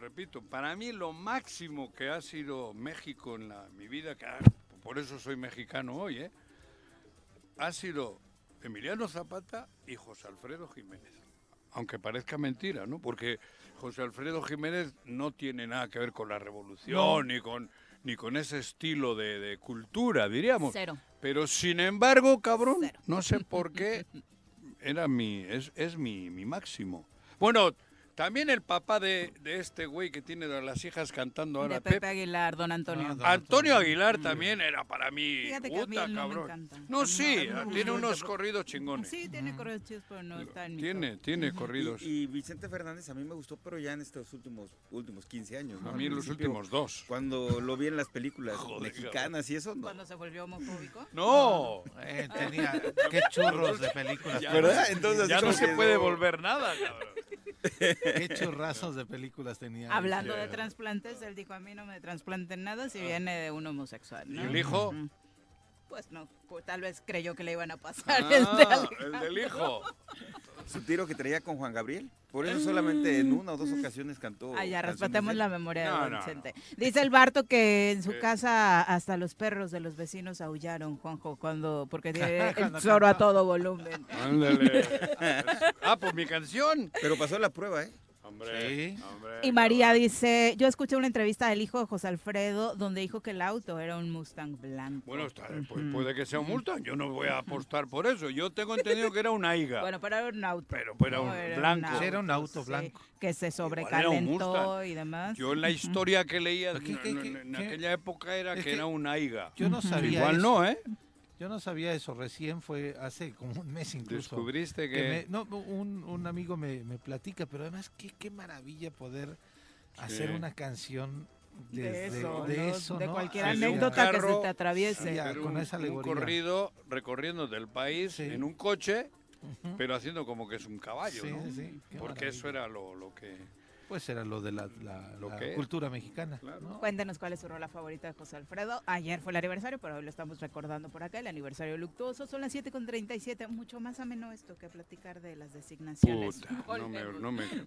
Speaker 3: repito, para mí lo máximo que ha sido México en la- mi vida, que, ah, por eso soy mexicano hoy, ¿eh? ha sido Emiliano Zapata y José Alfredo Jiménez. Aunque parezca mentira, ¿no? Porque José Alfredo Jiménez no tiene nada que ver con la revolución ni con ni con ese estilo de, de cultura, diríamos.
Speaker 2: Cero.
Speaker 3: Pero sin embargo, cabrón,
Speaker 2: Cero.
Speaker 3: no sé por qué era mi, es, es mi, mi máximo. Bueno, también el papá de, de este güey que tiene a las hijas cantando ahora,
Speaker 2: De
Speaker 3: Pepe.
Speaker 2: Pepe Aguilar, don Antonio.
Speaker 4: Ah, don-
Speaker 3: Antonio Aguilar también era para mí.
Speaker 2: Fíjate que a mí
Speaker 3: Puta,
Speaker 2: él no me
Speaker 3: cabrón.
Speaker 2: encanta.
Speaker 3: No,
Speaker 2: No,
Speaker 3: sí, ah,
Speaker 2: a mí no
Speaker 3: tiene
Speaker 2: me
Speaker 3: unos corridos chingones.
Speaker 2: Sí, tiene correos chidos, pero no está en mi.
Speaker 3: Tiene, tiene corridos.
Speaker 8: Y, y Vicente Fernández a mí me gustó, pero ya en estos últimos últimos 15 años. ¿no?
Speaker 3: a
Speaker 8: Al
Speaker 3: mí los
Speaker 8: principio,
Speaker 3: últimos dos.
Speaker 8: Cuando lo vi en las películas
Speaker 3: Joder,
Speaker 8: mexicanas y eso,
Speaker 2: top.
Speaker 8: no.
Speaker 2: Cuando se volvió homofóbico.
Speaker 3: No,
Speaker 4: Eh, tenía qué churros de películas,
Speaker 3: Ya,
Speaker 8: ¿Verdad? Entonces,
Speaker 3: ya
Speaker 8: así
Speaker 3: no
Speaker 8: como
Speaker 3: se
Speaker 8: que
Speaker 3: puede
Speaker 8: no-
Speaker 3: volver nada, cabrón.
Speaker 4: qué churrazos de películas tenía.
Speaker 2: Hablando de
Speaker 3: Yeah.
Speaker 2: trasplantes, él dijo: A mí no me trasplanten nada si viene de un homosexual.
Speaker 3: Ah. ¿Y
Speaker 2: ¿no?
Speaker 3: el hijo?
Speaker 2: Ujú. Pues no, pues tal vez creyó que le iban a pasar el de
Speaker 3: Ah,
Speaker 2: Alejandro.
Speaker 3: el del hijo.
Speaker 8: Su tiro que traía con Juan Gabriel. Por
Speaker 3: Mm.
Speaker 8: eso solamente en una o dos ocasiones cantó.
Speaker 2: Ah, ya,
Speaker 8: canciones
Speaker 2: respetemos
Speaker 8: de-
Speaker 2: la memoria
Speaker 3: No, no,
Speaker 2: de
Speaker 3: no.
Speaker 2: don Chente. Dice el Barto que en su
Speaker 3: Eh.
Speaker 2: casa hasta los perros de los vecinos aullaron, Juanjo, cuando porque tiene el
Speaker 4: Cuando
Speaker 2: zorro a
Speaker 4: cantó.
Speaker 2: todo volumen.
Speaker 3: Ándale. Ah, pues mi canción.
Speaker 8: Pero pasó la prueba, ¿eh?
Speaker 3: Hombre,
Speaker 4: Sí.
Speaker 3: hombre.
Speaker 2: Y María dice, yo escuché una entrevista del hijo de José Alfredo donde dijo que el auto era un Mustang blanco.
Speaker 3: Bueno, está, eh, pues,
Speaker 4: Mm.
Speaker 3: puede que sea
Speaker 2: Mm.
Speaker 3: un multa. Yo no voy a apostar por eso. Yo tengo entendido que era una higa.
Speaker 2: Bueno, pero era un auto.
Speaker 3: Pero era un blanco.
Speaker 4: Sí, era un auto blanco.
Speaker 2: que se
Speaker 3: era un
Speaker 2: sobrecalentó
Speaker 3: Mustang.
Speaker 2: y demás.
Speaker 3: Yo en la historia que leía
Speaker 4: ¿Qué, qué,
Speaker 3: en- en,
Speaker 4: qué,
Speaker 3: en
Speaker 4: qué?
Speaker 3: aquella época era
Speaker 4: Es
Speaker 3: que
Speaker 4: que
Speaker 3: era una higa.
Speaker 4: Yo no sabía
Speaker 3: Igual
Speaker 4: eso.
Speaker 3: no, ¿eh?
Speaker 4: Yo no sabía eso, recién fue hace como un mes incluso.
Speaker 3: Descubriste
Speaker 4: que
Speaker 3: que...
Speaker 4: me- no, un, un amigo me, me platica, pero además qué, qué maravilla poder hacer una canción
Speaker 2: de,
Speaker 4: desde, de
Speaker 2: eso,
Speaker 4: eso,
Speaker 2: ¿no? de
Speaker 4: ¿no?
Speaker 2: cualquier
Speaker 3: Sí, de un
Speaker 2: anécdota que se
Speaker 3: carro,
Speaker 2: te atraviese.
Speaker 4: sí, ya,
Speaker 3: hacer
Speaker 4: con
Speaker 3: un,
Speaker 4: esa
Speaker 3: un
Speaker 4: alegoría.
Speaker 3: corrido recorriendo del país
Speaker 4: Sí.
Speaker 3: en un coche,
Speaker 4: Ujú.
Speaker 3: pero haciendo como que es un caballo,
Speaker 4: Sí,
Speaker 3: ¿no?
Speaker 4: sí, qué
Speaker 3: Porque eso
Speaker 4: maravilla.
Speaker 3: era lo, lo que...
Speaker 4: Pues era lo de la, la-
Speaker 3: Lo
Speaker 4: la
Speaker 3: que es.
Speaker 4: cultura mexicana.
Speaker 3: Claro.
Speaker 4: ¿no?
Speaker 2: Cuéntenos cuál es su rola favorita de José Alfredo. Ayer fue el aniversario, pero hoy lo estamos recordando por acá, el aniversario luctuoso. Son las 7.37, mucho más ameno esto que platicar de las designaciones.
Speaker 3: Puta, no me, no me-
Speaker 6: eh,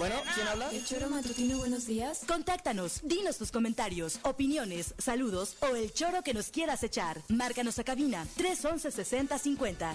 Speaker 6: Bueno, ¿quién habla?
Speaker 9: El choro matutino, buenos días.
Speaker 10: Contáctanos, dinos tus comentarios, opiniones, saludos o el choro que nos quieras echar. Márcanos a cabina 311 6050.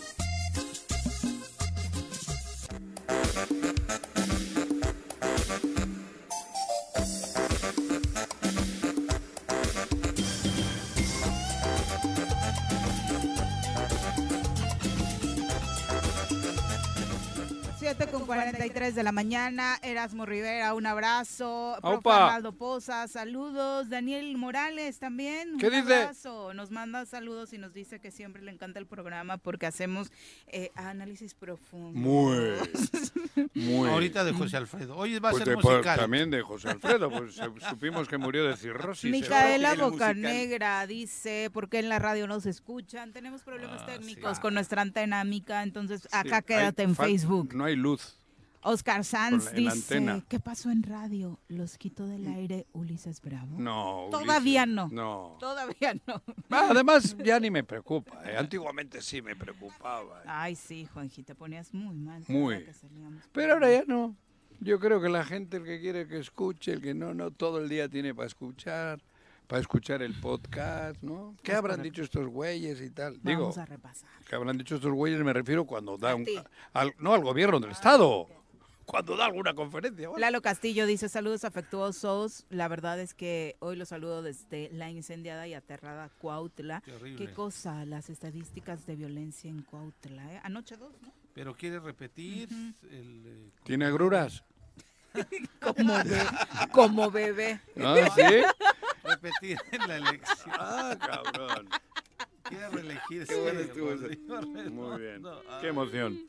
Speaker 2: 43 de la mañana. Erasmo Rivera, un abrazo. Profe
Speaker 3: Aupa.
Speaker 2: Arnaldo Poza, saludos. Daniel Morales también.
Speaker 3: ¿Qué
Speaker 2: un
Speaker 3: dice?
Speaker 2: abrazo. Nos manda saludos y nos dice que siempre le encanta el programa porque hacemos eh, análisis profundo.
Speaker 3: Muy. Muy.
Speaker 4: Ahorita de José Alfredo. Hoy va a
Speaker 3: Pues
Speaker 4: ser
Speaker 3: de- pues,
Speaker 4: musical.
Speaker 3: También de José Alfredo, pues su- supimos que murió de cirrosis. el-
Speaker 2: Micaela
Speaker 3: el musical.
Speaker 2: Bocanegra dice, ¿por qué en la radio no se escuchan? Tenemos problemas técnicos
Speaker 3: Ah.
Speaker 2: con nuestra antena mica, entonces
Speaker 3: Sí,
Speaker 2: acá
Speaker 3: hay
Speaker 2: quédate en
Speaker 3: fal-
Speaker 2: Facebook.
Speaker 3: No hay luz.
Speaker 2: Oscar Sanz
Speaker 3: Con la- en la
Speaker 2: dice,
Speaker 3: antena. Mm.
Speaker 2: ¿qué pasó en radio? ¿Los quitó del aire Ulises Bravo?
Speaker 3: No.
Speaker 2: Todavía
Speaker 3: Ulises,
Speaker 2: no.
Speaker 3: No.
Speaker 2: Todavía no.
Speaker 3: Ah, Además, ya ni me preocupa. eh. Antiguamente sí me preocupaba.
Speaker 2: Ay, sí, Juanji, te ponías muy mal. cada
Speaker 3: Muy.
Speaker 2: que salíamos.
Speaker 3: Pero ahora ya no. Yo creo que la gente, el que quiere que escuche, el que no, no, todo el día tiene para escuchar, para escuchar el podcast, ¿no? ¿Qué
Speaker 2: Es
Speaker 3: habrán
Speaker 2: correcto.
Speaker 3: dicho estos güeyes y tal?
Speaker 2: Vamos
Speaker 3: Digo,
Speaker 2: a repasar.
Speaker 3: ¿qué habrán dicho estos güeyes? Me refiero cuando da un...
Speaker 2: ti. Ah,
Speaker 3: al- no, al gobierno del Estado. Cuando da alguna conferencia. ¿vale?
Speaker 2: Lalo Castillo dice, saludos afectuosos. La verdad es que hoy los saludo desde la incendiada y aterrada Cuautla.
Speaker 4: Qué horrible.
Speaker 2: cosa, las estadísticas de violencia en Cuautla. ¿eh? Anoche dos, ¿no?
Speaker 4: Pero quiere repetir el... eh,
Speaker 3: ¿Tiene agruras?
Speaker 2: Como, be- como bebé.
Speaker 3: Ah, ¿sí?
Speaker 4: Repetir en la elección.
Speaker 3: Ah, cabrón.
Speaker 4: Quiere reelegirse.
Speaker 3: Qué bueno estuvo eso.
Speaker 4: Rodrigo Redondo.
Speaker 3: Muy bien.
Speaker 4: Ay.
Speaker 3: Qué emoción.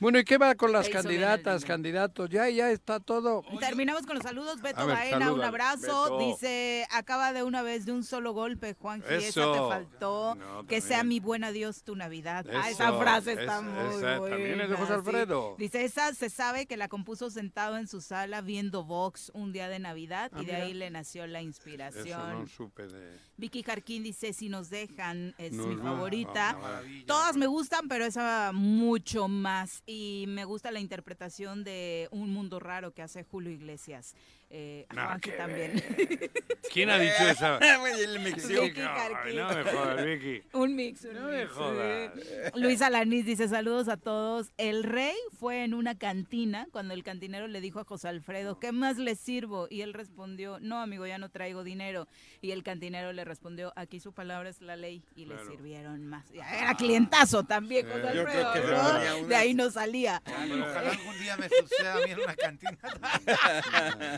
Speaker 3: Bueno, ¿y qué va con las
Speaker 2: Te hizo bien el
Speaker 3: candidatas, candidatos? Ya, ya está todo.
Speaker 2: Terminamos con los saludos. Beto
Speaker 3: A ver,
Speaker 2: Baena, un
Speaker 3: salúdalo.
Speaker 2: abrazo.
Speaker 3: Beto.
Speaker 2: Dice, acaba de una vez de un solo golpe, Juan esa te
Speaker 3: Eso.
Speaker 2: faltó.
Speaker 3: No,
Speaker 2: que
Speaker 3: también.
Speaker 2: sea mi buena Dios tu Navidad. Ah, esa
Speaker 3: Eso,
Speaker 2: frase está
Speaker 3: es-
Speaker 2: muy
Speaker 3: esa también es de José
Speaker 2: buena,
Speaker 3: Alfredo.
Speaker 2: sí. Dice, esa se sabe que la compuso sentado en su sala viendo Vox un día de Navidad
Speaker 3: Ah,
Speaker 2: y de
Speaker 3: mira.
Speaker 2: ahí le nació la
Speaker 3: Eso
Speaker 2: inspiración.
Speaker 3: no supe de...
Speaker 2: Vicky Jarquín dice, si nos dejan, es
Speaker 3: No,
Speaker 2: mi
Speaker 3: no,
Speaker 2: favorita.
Speaker 3: no, no, Ah, maravilla.
Speaker 2: Todas me gustan, pero esa mucho más. Y me gusta la interpretación de Un Mundo Raro que hace Julio Iglesias. Eh, a
Speaker 3: Nada
Speaker 2: Juanji
Speaker 3: que
Speaker 2: también.
Speaker 3: ¿Quién ha dicho esa?
Speaker 8: el
Speaker 2: Vicky Jarquín.
Speaker 3: No me jodas, Vicky.
Speaker 2: Un mix. un
Speaker 3: No me
Speaker 2: mix, sí.
Speaker 3: jodas.
Speaker 2: Luis Alanis dice saludos a todos. El rey fue en una cantina cuando el cantinero le dijo a José Alfredo, ¿qué más le sirvo? Y él respondió, no, amigo, ya no traigo dinero. Y el cantinero le respondió, aquí su palabra es la ley. Y
Speaker 3: Claro.
Speaker 2: le sirvieron más. Y Era clientazo también,
Speaker 3: Sí.
Speaker 4: Eh,
Speaker 2: José
Speaker 3: Eh, Yo creo
Speaker 2: Alfredo.
Speaker 3: que
Speaker 2: ¿no?
Speaker 3: valía
Speaker 2: De ahí no salía.
Speaker 4: Ojalá algún día me suceda a mí en una cantina.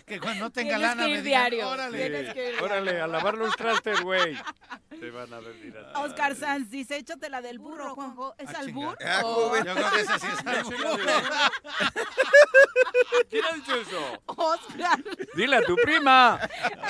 Speaker 4: que cuando no tenga
Speaker 2: Tienes
Speaker 4: lana
Speaker 2: que ir
Speaker 4: me digan,
Speaker 2: diario.
Speaker 4: órale.
Speaker 2: Tienes que ir.
Speaker 3: Órale, a lavar los trastes, güey. Te van a decir así.
Speaker 2: Oscar Sanz dice, échate la del burro, Juanjo. ¿Es
Speaker 4: Ah,
Speaker 2: albur?
Speaker 4: chinga.
Speaker 2: o-
Speaker 4: Yo creo que esa sí es algo.
Speaker 3: ¿Quién ha dicho eso?
Speaker 2: Oscar.
Speaker 3: Dile a tu prima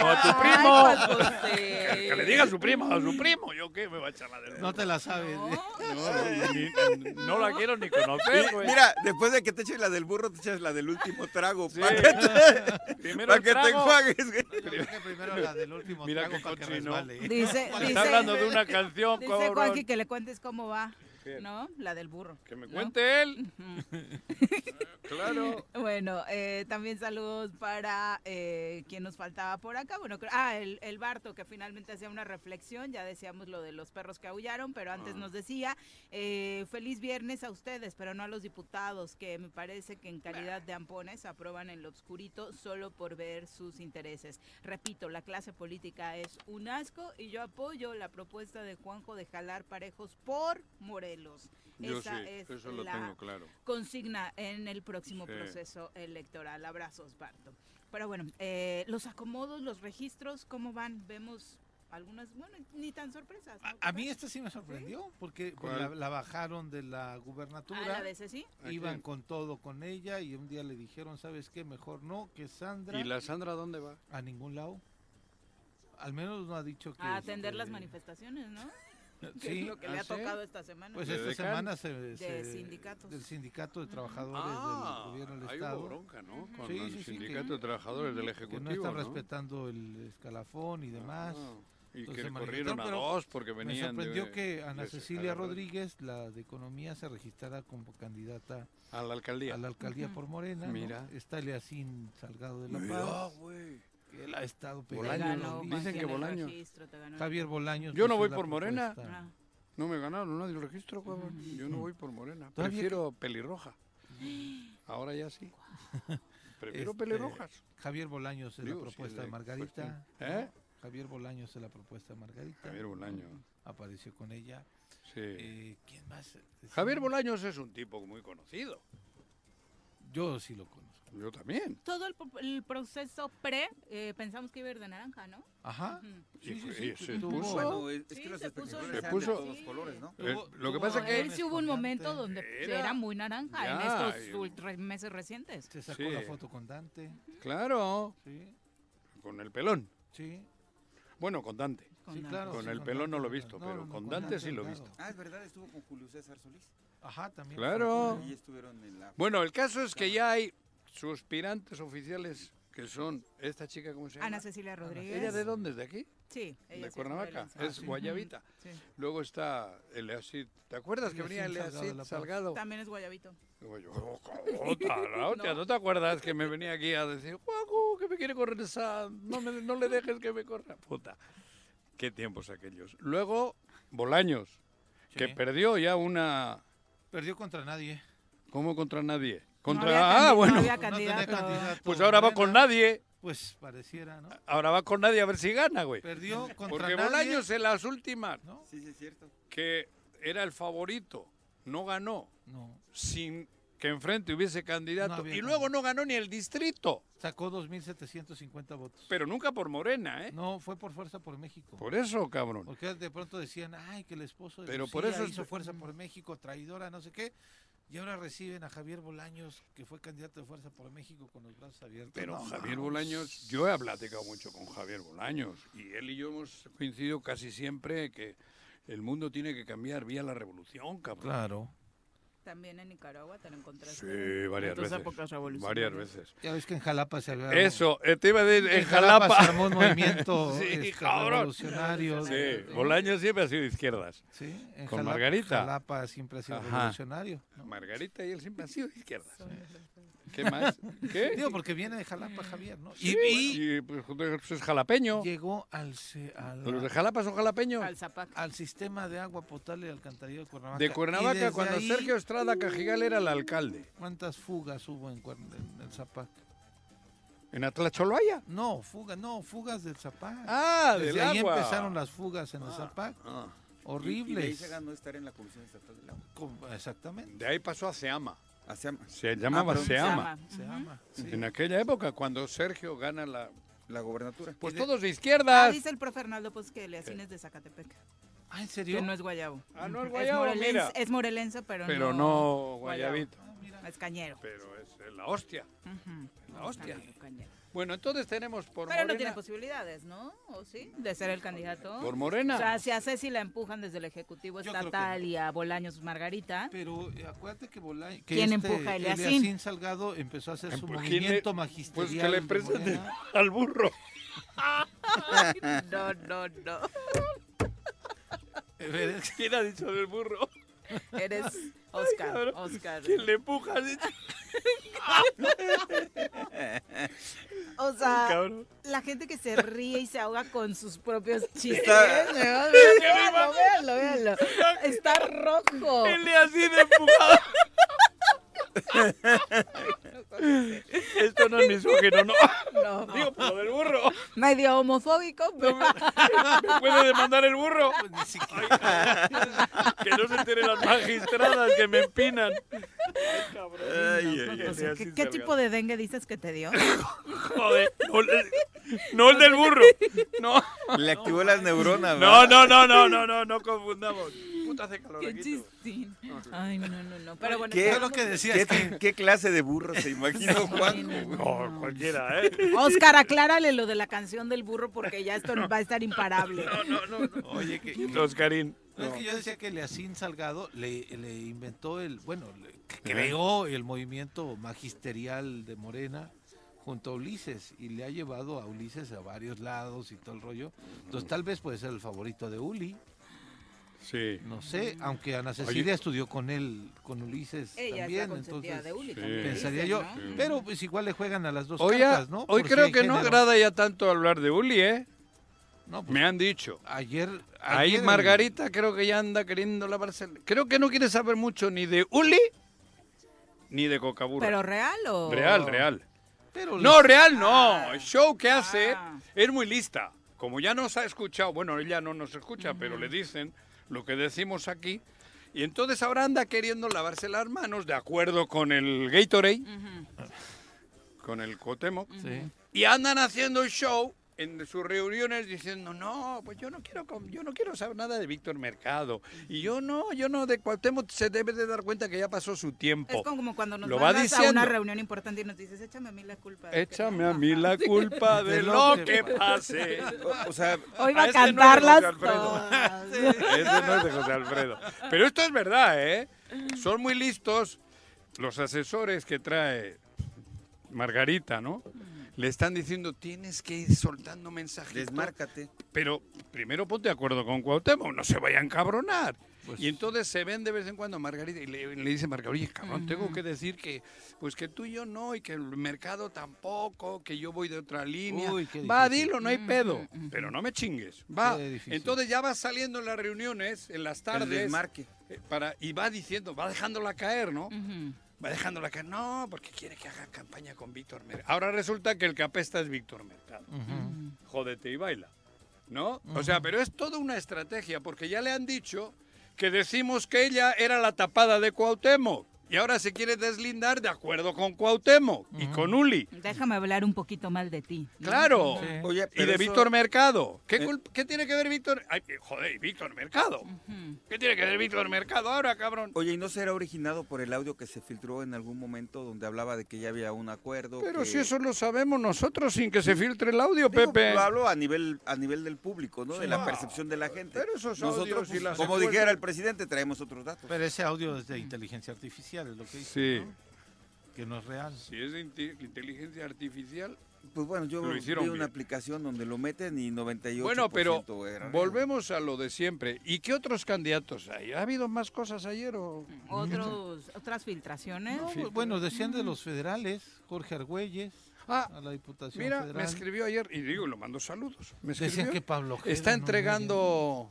Speaker 3: o a tu
Speaker 2: Ay, pues,
Speaker 3: primo.
Speaker 2: Juan
Speaker 3: que,
Speaker 2: José.
Speaker 3: que le diga a su prima o a su primo. ¿Yo qué? Me va a echar la del...
Speaker 4: No te la sabes.
Speaker 3: No, ni- no la quiero ni conocer, güey.
Speaker 8: Mira, después de que te eches la del burro, te echas la del último trago.
Speaker 3: Sí.
Speaker 8: Para que te,
Speaker 3: Primero
Speaker 8: pa'
Speaker 3: el
Speaker 8: que te
Speaker 3: trago.
Speaker 8: enjuagues, güey.
Speaker 4: Yo creo que primero la del último
Speaker 3: Mira
Speaker 4: trago
Speaker 3: qué
Speaker 4: para que
Speaker 3: cochino.
Speaker 4: resbale.
Speaker 2: Dice,
Speaker 3: Está
Speaker 2: dice,
Speaker 3: hablando de una canción,
Speaker 2: Dice
Speaker 3: cabrón.
Speaker 2: Juanji que le cuentes cómo va,
Speaker 3: ¿Qué?
Speaker 2: ¿no? La del burro.
Speaker 3: Que me
Speaker 2: ¿no?
Speaker 3: cuente él. claro.
Speaker 2: Bueno, eh, también saludos para eh, quien nos faltaba por acá. Bueno, creo- ah, el, el Barto que finalmente hacía una reflexión. Ya decíamos lo de los perros que aullaron, pero
Speaker 3: Ah.
Speaker 2: antes nos decía eh, feliz viernes a ustedes, pero no a los diputados que me parece que en calidad de ampones aprueban en lo obscurito solo por ver sus intereses. Repito, la clase política es un asco y yo apoyo la propuesta de Juanjo de jalar parejos por Morelos.
Speaker 3: Yo
Speaker 2: Esa
Speaker 3: sí,
Speaker 2: es
Speaker 3: eso lo
Speaker 2: la
Speaker 3: tengo claro.
Speaker 2: consigna en el próximo
Speaker 3: Sí.
Speaker 2: proceso electoral. Abrazos, Barto. Pero bueno, eh, los acomodos, los registros, ¿cómo van? Vemos algunas, bueno, ni tan sorpresas. ¿no?
Speaker 4: A mí esta sí me sorprendió porque pues, la,
Speaker 3: ¿Cuál?
Speaker 4: la bajaron de la
Speaker 2: Ah,
Speaker 4: gubernatura.
Speaker 2: la de ese sí.
Speaker 3: ¿A
Speaker 4: Iban
Speaker 3: quién?
Speaker 4: con todo con ella y un día le dijeron, ¿sabes qué? Mejor no, que Sandra
Speaker 3: ¿Y la Sandra dónde va?
Speaker 4: a ningún lado. Al menos no ha dicho que...
Speaker 2: A atender las
Speaker 4: este,
Speaker 2: manifestaciones, ¿no? Que
Speaker 4: Sí,
Speaker 2: es lo que le
Speaker 3: ¿ah,
Speaker 2: ha
Speaker 3: sí?
Speaker 2: tocado esta semana.
Speaker 4: Pues
Speaker 3: ¿De
Speaker 4: esta
Speaker 3: decan?
Speaker 4: semana se,
Speaker 2: De
Speaker 4: se-
Speaker 2: sindicatos.
Speaker 4: Del sindicato de trabajadores del gobierno del
Speaker 3: Ah, ahí
Speaker 4: Estado.
Speaker 3: hubo bronca, ¿no? Con
Speaker 4: Sí,
Speaker 3: el
Speaker 4: sí, sí,
Speaker 3: sindicato
Speaker 4: que-
Speaker 3: de trabajadores del
Speaker 4: que
Speaker 3: Ejecutivo,
Speaker 4: no están respetando el escalafón y demás.
Speaker 3: Ah, y que
Speaker 4: Entonces,
Speaker 3: le
Speaker 4: manifestaron,
Speaker 3: corrieron a
Speaker 4: pero
Speaker 3: dos porque venían
Speaker 4: Me sorprendió
Speaker 3: de-
Speaker 4: que Ana
Speaker 3: de-
Speaker 4: Cecilia
Speaker 3: a la-
Speaker 4: Rodríguez, la de Economía, se registrara como candidata
Speaker 3: A la alcaldía.
Speaker 4: a la alcaldía por Morena. ¿no?
Speaker 3: Mira.
Speaker 4: Está Eliasín Salgado de la
Speaker 3: Mira, Ah,
Speaker 4: Paz,
Speaker 3: güey.
Speaker 4: que él ha estado
Speaker 2: Te
Speaker 3: Bolaños,
Speaker 4: pegando
Speaker 2: ganó,
Speaker 4: los
Speaker 3: dicen
Speaker 2: Juan,
Speaker 4: días.
Speaker 3: que
Speaker 2: en el
Speaker 3: Bolaños.
Speaker 2: registro, te ganó.
Speaker 4: Javier Bolaños.
Speaker 3: Yo no
Speaker 4: puso
Speaker 3: voy
Speaker 4: la
Speaker 3: por Morena.
Speaker 4: propuesta.
Speaker 2: Ah.
Speaker 3: No me ganaron, nadie lo registro, cabrón. Yo no voy por morena.
Speaker 4: Todavía
Speaker 3: Prefiero pelirroja. Ahora ya sí. Prefiero
Speaker 4: Este,
Speaker 3: pelirrojas.
Speaker 4: Javier Bolaños es la
Speaker 3: Digo, sí,
Speaker 4: propuesta
Speaker 3: la
Speaker 4: de Margarita.
Speaker 3: cuestión. ¿Eh?
Speaker 4: ¿no? Javier Bolaños es la propuesta de Margarita.
Speaker 3: Javier Bolaños.
Speaker 4: Apareció con ella.
Speaker 3: Sí.
Speaker 4: Eh, ¿Quién más?
Speaker 3: Javier
Speaker 4: Bolaños
Speaker 3: Bolaños es un tipo muy conocido.
Speaker 4: Yo sí lo conozco.
Speaker 3: Yo también.
Speaker 2: Todo el, po- el proceso pre, eh, pensamos que iba a ir de naranja, ¿no?
Speaker 4: Ajá.
Speaker 3: Sí, sí,
Speaker 4: sí,
Speaker 3: sí,
Speaker 4: sí,
Speaker 3: tuvo-
Speaker 4: tuvo-
Speaker 8: Bueno, es, es
Speaker 2: Sí,
Speaker 8: que los
Speaker 2: se puso
Speaker 8: espectadores saben
Speaker 3: Se
Speaker 8: de
Speaker 3: puso-
Speaker 8: todos los colores, ¿no?
Speaker 3: Eh, lo que pasa
Speaker 2: Él
Speaker 3: que
Speaker 2: sí hubo un momento donde
Speaker 3: Era-
Speaker 2: era, muy naranja
Speaker 3: Ya,
Speaker 2: en
Speaker 3: yo-
Speaker 2: estos ultra- meses recientes.
Speaker 4: Se sacó
Speaker 3: Sí.
Speaker 4: la foto con Dante.
Speaker 3: Claro.
Speaker 4: Sí.
Speaker 3: Con el pelón.
Speaker 4: Sí.
Speaker 3: Bueno, con Dante.
Speaker 4: Con Sí, Dante. claro,
Speaker 3: Con
Speaker 4: sí,
Speaker 3: el
Speaker 4: con
Speaker 3: pelón no
Speaker 4: Dante,
Speaker 3: lo he
Speaker 4: con
Speaker 3: visto,
Speaker 4: Dante.
Speaker 3: pero
Speaker 4: No, no,
Speaker 3: con
Speaker 4: con
Speaker 3: Dante sí
Speaker 4: Dante,
Speaker 3: lo he
Speaker 4: claro. Ah,
Speaker 3: visto.
Speaker 8: Ah, es verdad, estuvo con Julio César Solís.
Speaker 4: Ajá, también.
Speaker 3: Claro.
Speaker 8: Ahí estuvieron en la...
Speaker 3: Bueno, el caso es que ya hay suspirantes oficiales que son esta chica, ¿cómo se llama?
Speaker 2: Ana Cecilia Rodríguez.
Speaker 3: ¿Ella de dónde? ¿De aquí?
Speaker 2: Sí, ella sí
Speaker 3: de
Speaker 2: es
Speaker 3: Cuernavaca.
Speaker 2: morelense.
Speaker 4: Ah,
Speaker 3: es guayabita.
Speaker 2: Sí.
Speaker 3: Luego está Eleacid. ¿Te acuerdas que venía
Speaker 4: Eleacid Salgado de
Speaker 3: Eleacid
Speaker 4: la Paz.
Speaker 3: Salgado?
Speaker 2: También es guayabito.
Speaker 3: Digo yo, oh, carota, la hostia, no. te acuerdas que me venía aquí a decir, Guaco, que me quiere correr esa... No, me- no le dejes que me corra. Puta. Qué tiempos aquellos. Luego, Bolaños, que perdió ya una...
Speaker 4: Perdió contra nadie.
Speaker 3: ¿Cómo contra nadie? Contra...
Speaker 4: había
Speaker 3: ah,
Speaker 4: candi-
Speaker 3: bueno.
Speaker 4: no había No tenía candidato. candidato,
Speaker 3: Pues ahora va
Speaker 4: Morena.
Speaker 3: con nadie.
Speaker 4: Pues pareciera, ¿no?
Speaker 3: Ahora va con nadie a ver si gana, güey.
Speaker 4: Perdió contra
Speaker 3: Pues, Porque
Speaker 4: nadie.
Speaker 3: Bolaños en las últimas,
Speaker 8: Sí, sí, es cierto.
Speaker 3: que era el favorito, no ganó.
Speaker 4: No.
Speaker 3: Sin que enfrente hubiese
Speaker 4: No
Speaker 3: candidato.
Speaker 4: había
Speaker 3: y luego no ganó ni el distrito.
Speaker 4: Sacó 2.750 votos.
Speaker 3: Pero nunca por Morena, ¿eh?
Speaker 4: No, fue por fuerza por México.
Speaker 3: Por eso, cabrón.
Speaker 4: Porque de pronto decían, ay, que el esposo de
Speaker 3: Pero
Speaker 4: Pero
Speaker 3: por eso es-
Speaker 4: hizo fuerza por México, traidora, no sé qué. Y ahora reciben a Javier Bolaños, que fue candidato de fuerza por México con los brazos abiertos.
Speaker 3: Pero
Speaker 4: No,
Speaker 3: Javier
Speaker 4: no.
Speaker 3: Bolaños, yo he platicado mucho con Javier Bolaños y él y yo hemos coincidido casi siempre que el mundo tiene que cambiar vía la revolución, cabrón.
Speaker 4: Claro.
Speaker 2: También en Nicaragua te lo encontraste.
Speaker 3: Sí, eh, varias
Speaker 2: En tus
Speaker 3: veces.
Speaker 2: épocas revolucionarias.
Speaker 3: Varias veces.
Speaker 4: Ya ves que en Jalapa se había...
Speaker 3: Eso, eh, te iba a decir, en,
Speaker 4: En Jalapa
Speaker 3: Jalapa.
Speaker 4: se armó un movimiento,
Speaker 3: sí,
Speaker 4: este,
Speaker 3: cabrón.
Speaker 4: revolucionario. eh,
Speaker 3: Sí, Bolaños siempre ha sido de izquierdas.
Speaker 4: Sí, en
Speaker 3: Con
Speaker 4: Jalapa-
Speaker 3: Margarita.
Speaker 4: Jalapa siempre ha sido
Speaker 3: Ajá.
Speaker 4: revolucionario.
Speaker 3: Margarita y él siempre ha sido de izquierdas. ¿Qué más? ¿Qué?
Speaker 4: Digo, porque viene de Jalapa Javier, ¿no?
Speaker 3: Sí, y, pues, pues, es jalapeño.
Speaker 4: Llegó al... se- a la-
Speaker 3: Los de Jalapa son jalapeños.
Speaker 2: Al Zapac.
Speaker 4: al sistema de agua potable y alcantarillado de Cuernavaca.
Speaker 3: De
Speaker 4: Y
Speaker 3: Cuernavaca,
Speaker 4: desde
Speaker 3: cuando
Speaker 4: ahí,
Speaker 3: Sergio Estrada Cajigal era el alcalde.
Speaker 4: ¿Cuántas fugas hubo en, Cuern- en el Zapac?
Speaker 3: ¿En Atlacholoaya?
Speaker 4: No, fugas, no, fugas del Zapac.
Speaker 3: Ah,
Speaker 4: Desde
Speaker 3: del
Speaker 4: ahí
Speaker 3: agua. Ah,
Speaker 4: empezaron las fugas en el Zapac.
Speaker 8: Y, y de ahí se
Speaker 4: Horribles.
Speaker 8: ganó estar en la Comisión Estatal del Agua.
Speaker 4: Con- Exactamente.
Speaker 3: De ahí pasó a Seama.
Speaker 8: A Seama.
Speaker 3: Se llamaba
Speaker 8: Ah, perdón.
Speaker 3: Seama.
Speaker 4: Se ama. sí.
Speaker 3: En aquella época, cuando Sergio gana la...
Speaker 8: La gobernatura.
Speaker 3: Pues
Speaker 4: Y de-
Speaker 3: todos de
Speaker 2: Ah,
Speaker 3: izquierdas.
Speaker 2: dice el profe Arnaldo pues que Leacín es de Zacatepec.
Speaker 4: Ah, ¿en
Speaker 2: Que
Speaker 4: serio?
Speaker 2: no es guayabo.
Speaker 3: Ah, no es guayabo,
Speaker 2: morelense,
Speaker 3: mira.
Speaker 2: es morelense, pero,
Speaker 3: Pero no guayabito.
Speaker 2: Es cañero.
Speaker 3: Pero es la hostia.
Speaker 2: Ujú.
Speaker 3: La hostia.
Speaker 2: Cañero, cañero.
Speaker 3: Bueno, entonces tenemos por
Speaker 2: Pero no tiene
Speaker 3: Morena...
Speaker 2: posibilidades, ¿no? ¿O sí? De ser el candidato.
Speaker 3: por
Speaker 2: O sea,
Speaker 3: Morena.
Speaker 2: si a Ceci la empujan desde el Ejecutivo
Speaker 4: creo que
Speaker 2: Estatal
Speaker 4: no.
Speaker 2: y a Bolaños Margarita.
Speaker 4: Pero eh, acuérdate que, Bola- que este
Speaker 2: ¿Quién empuja a Eliasín?
Speaker 4: Eliasín Salgado empezó a hacer su
Speaker 3: Pues, ¿quién le-
Speaker 4: movimiento magisterial.
Speaker 3: Pues que le
Speaker 4: de
Speaker 3: presenten
Speaker 4: Morena.
Speaker 3: al burro.
Speaker 2: No, no, no.
Speaker 3: ¿Quién ha dicho del burro?
Speaker 2: Eres Oscar.
Speaker 3: cabrón.
Speaker 2: Oscar.
Speaker 3: ¿Quién le empuja? Ha dicho,
Speaker 2: O sea,
Speaker 3: cabrón.
Speaker 2: la gente que se ríe y se ahoga con sus propios chistes.
Speaker 8: Está-
Speaker 2: ¿no? Véanlo, véanlo, véanlo. Está rojo.
Speaker 3: Él le así de empujado. Esto no es misógino, no.
Speaker 2: No.
Speaker 3: Digo, por lo del burro.
Speaker 2: Medio homofóbico, pero
Speaker 3: ¿Me puede demandar el burro?
Speaker 4: Pues ni siquiera.
Speaker 3: Que no se enteren las magistradas que me empinan. Ay,
Speaker 2: No,
Speaker 3: ay,
Speaker 2: o
Speaker 3: ay,
Speaker 2: sea,
Speaker 3: así
Speaker 2: ¿qué, qué
Speaker 3: salga.
Speaker 2: tipo de dengue dices que te dio?
Speaker 3: Joder, no, el- no el del burro. No,
Speaker 8: Le activó las neuronas,
Speaker 3: no, no, no, no, no, no, no confundamos. Puta hace calor
Speaker 2: Qué
Speaker 3: aquí. tú.
Speaker 2: chistín. Ay, no, no, no. Pero bueno,
Speaker 8: ¿Qué?
Speaker 4: Yo lo que decía
Speaker 8: ¿Qué,
Speaker 4: es que
Speaker 8: qué clase de burro se imaginó Juan?
Speaker 3: No, cualquiera, ¿eh?
Speaker 2: Oscar, aclárale lo de la canción del burro porque ya esto va a estar imparable.
Speaker 3: No, no, no.
Speaker 4: Oye, que,
Speaker 3: Oscarín.
Speaker 4: no, es que yo decía que Leacín Salgado le, le inventó el, bueno, le- que creó el movimiento magisterial de Morena junto a Ulises y le ha llevado a Ulises a varios lados y todo el rollo. Entonces tal vez puede ser el favorito de Uli,
Speaker 3: Sí.
Speaker 4: no sé, aunque Ana Cecilia estudió con él, con Ulises
Speaker 2: Mm. Ella es
Speaker 4: también,
Speaker 2: la consentida
Speaker 4: entonces
Speaker 2: de Uli.
Speaker 3: sí.
Speaker 2: también dicen,
Speaker 4: pensaría yo,
Speaker 2: ¿no?
Speaker 4: pero pues igual le juegan a las dos
Speaker 3: Hoy,
Speaker 4: cartas, ¿no?
Speaker 3: hoy
Speaker 4: Por si
Speaker 3: creo
Speaker 4: hay
Speaker 3: que no
Speaker 4: género.
Speaker 3: agrada ya tanto hablar de Uli, ¿eh?
Speaker 4: No, pues,
Speaker 3: Me han dicho.
Speaker 4: ayer,
Speaker 3: Ahí
Speaker 4: ayer el-
Speaker 3: Margarita creo que ya anda queriendo lavarse. el- Creo que no quiere saber mucho ni de Uli ni de Cocaburra.
Speaker 2: ¿Pero real o...?
Speaker 3: real, real.
Speaker 4: pero
Speaker 3: No, real no.
Speaker 2: Ah.
Speaker 3: El show que hace
Speaker 2: Ah.
Speaker 3: es muy lista. Como ya nos ha escuchado, bueno, ella no nos escucha, pero le dicen lo que decimos aquí. Y entonces ahora anda queriendo lavarse las manos de acuerdo con el Gatorade, con el Cotemo.
Speaker 1: Sí.
Speaker 3: Y andan haciendo el show en sus reuniones diciendo, no, pues yo no quiero com- yo no quiero saber nada de Víctor Mercado. Y yo no, yo no, de Cuauhtémoc se debe de dar cuenta que ya pasó su tiempo.
Speaker 2: Es como cuando nos
Speaker 3: Lo va
Speaker 2: mandas a una
Speaker 3: diciendo.
Speaker 2: reunión importante y nos dices, échame a mí la culpa. de que-".
Speaker 3: Échame a mí la culpa de lo que pase. O sea,
Speaker 2: Hoy va a
Speaker 3: este no es de
Speaker 2: cantarlas
Speaker 3: José Alfredo.
Speaker 2: todas.
Speaker 3: Sí, Ese no es de José Alfredo. Pero esto es verdad, ¿eh? Son muy listos los asesores que trae Margarita, ¿no? Le están diciendo, tienes que ir soltando mensajes.
Speaker 8: Desmárcate.
Speaker 3: Pero primero ponte de acuerdo con Cuauhtémoc, no se vayan a encabronar. y entonces se ven de vez en cuando a Margarita y le, le dice Margarita, oye, cabrón, tengo que decir que pues que tú y yo no, y que el mercado tampoco, que yo voy de otra línea.
Speaker 4: Uy, qué
Speaker 3: Va,
Speaker 4: difícil. Mm,
Speaker 3: dilo, no
Speaker 2: Mm,
Speaker 3: hay pedo, pero no me chingues. Va.
Speaker 4: Qué difícil.
Speaker 3: Entonces ya va saliendo en las reuniones, en las tardes.
Speaker 8: desmarque.
Speaker 3: eh, Para, y va diciendo, va dejándola caer, ¿no? Va dejándola caer, no, porque quiere que haga campaña con Víctor Mercado.
Speaker 8: Ah,
Speaker 3: Ahora resulta que el capesta es Víctor Mercado. Jódete y baila. ¿No? O sea, pero es toda una estrategia, porque ya le han dicho que decimos que ella era la tapada de Cuauhtémoc. Y ahora se quiere deslindar de acuerdo con Cuauhtémoc y con Uli.
Speaker 2: Déjame hablar un poquito mal de ti.
Speaker 3: Claro.
Speaker 8: Oye,
Speaker 3: y
Speaker 8: pero
Speaker 3: de
Speaker 8: eso-
Speaker 3: Víctor Mercado. ¿Qué,
Speaker 8: Eh.
Speaker 3: culp- qué tiene que ver Víctor? Ay, eh, joder, ¿y Víctor Mercado. ¿Qué tiene que ver Víctor Mercado ahora, cabrón?
Speaker 8: Oye, ¿y no será originado por el audio que se filtró en algún momento donde hablaba de que ya había un acuerdo?
Speaker 3: Pero
Speaker 8: que-
Speaker 3: si eso lo sabemos nosotros sin que se filtre el audio,
Speaker 8: Digo,
Speaker 3: Pepe.
Speaker 8: Lo hablo a nivel, a nivel del público, ¿no?
Speaker 3: Sí.
Speaker 8: De la
Speaker 3: Ah,
Speaker 8: percepción de la gente.
Speaker 3: pero esos audios
Speaker 8: Nosotros,
Speaker 3: y
Speaker 8: pues,
Speaker 3: las
Speaker 8: como
Speaker 3: encuestas-
Speaker 8: dijera el presidente, traemos otros datos.
Speaker 4: Pero ese audio es de inteligencia artificial, es lo que dice.
Speaker 3: Sí.
Speaker 4: ¿no? Que no es real.
Speaker 3: Si es de inte- inteligencia artificial.
Speaker 8: Pues bueno, yo
Speaker 3: Lo
Speaker 8: vi
Speaker 3: hicieron bien.
Speaker 8: una aplicación donde lo meten y 98%
Speaker 3: Bueno, pero
Speaker 8: era. ¿eh?
Speaker 3: volvemos a lo de siempre. ¿Y qué otros candidatos hay? ¿Ha habido más cosas ayer o...?
Speaker 2: Otros, otras filtraciones.
Speaker 4: No, pues, bueno, decían de los federales, Jorge Argüelles,
Speaker 3: Mm. Ah,
Speaker 4: a la Diputación
Speaker 3: Mira,
Speaker 4: Federal.
Speaker 3: me escribió ayer y digo, lo mando saludos. Me
Speaker 4: Decían
Speaker 3: escribió.
Speaker 4: que Pablo Ojeda,
Speaker 3: Está
Speaker 4: ¿no?
Speaker 3: entregando.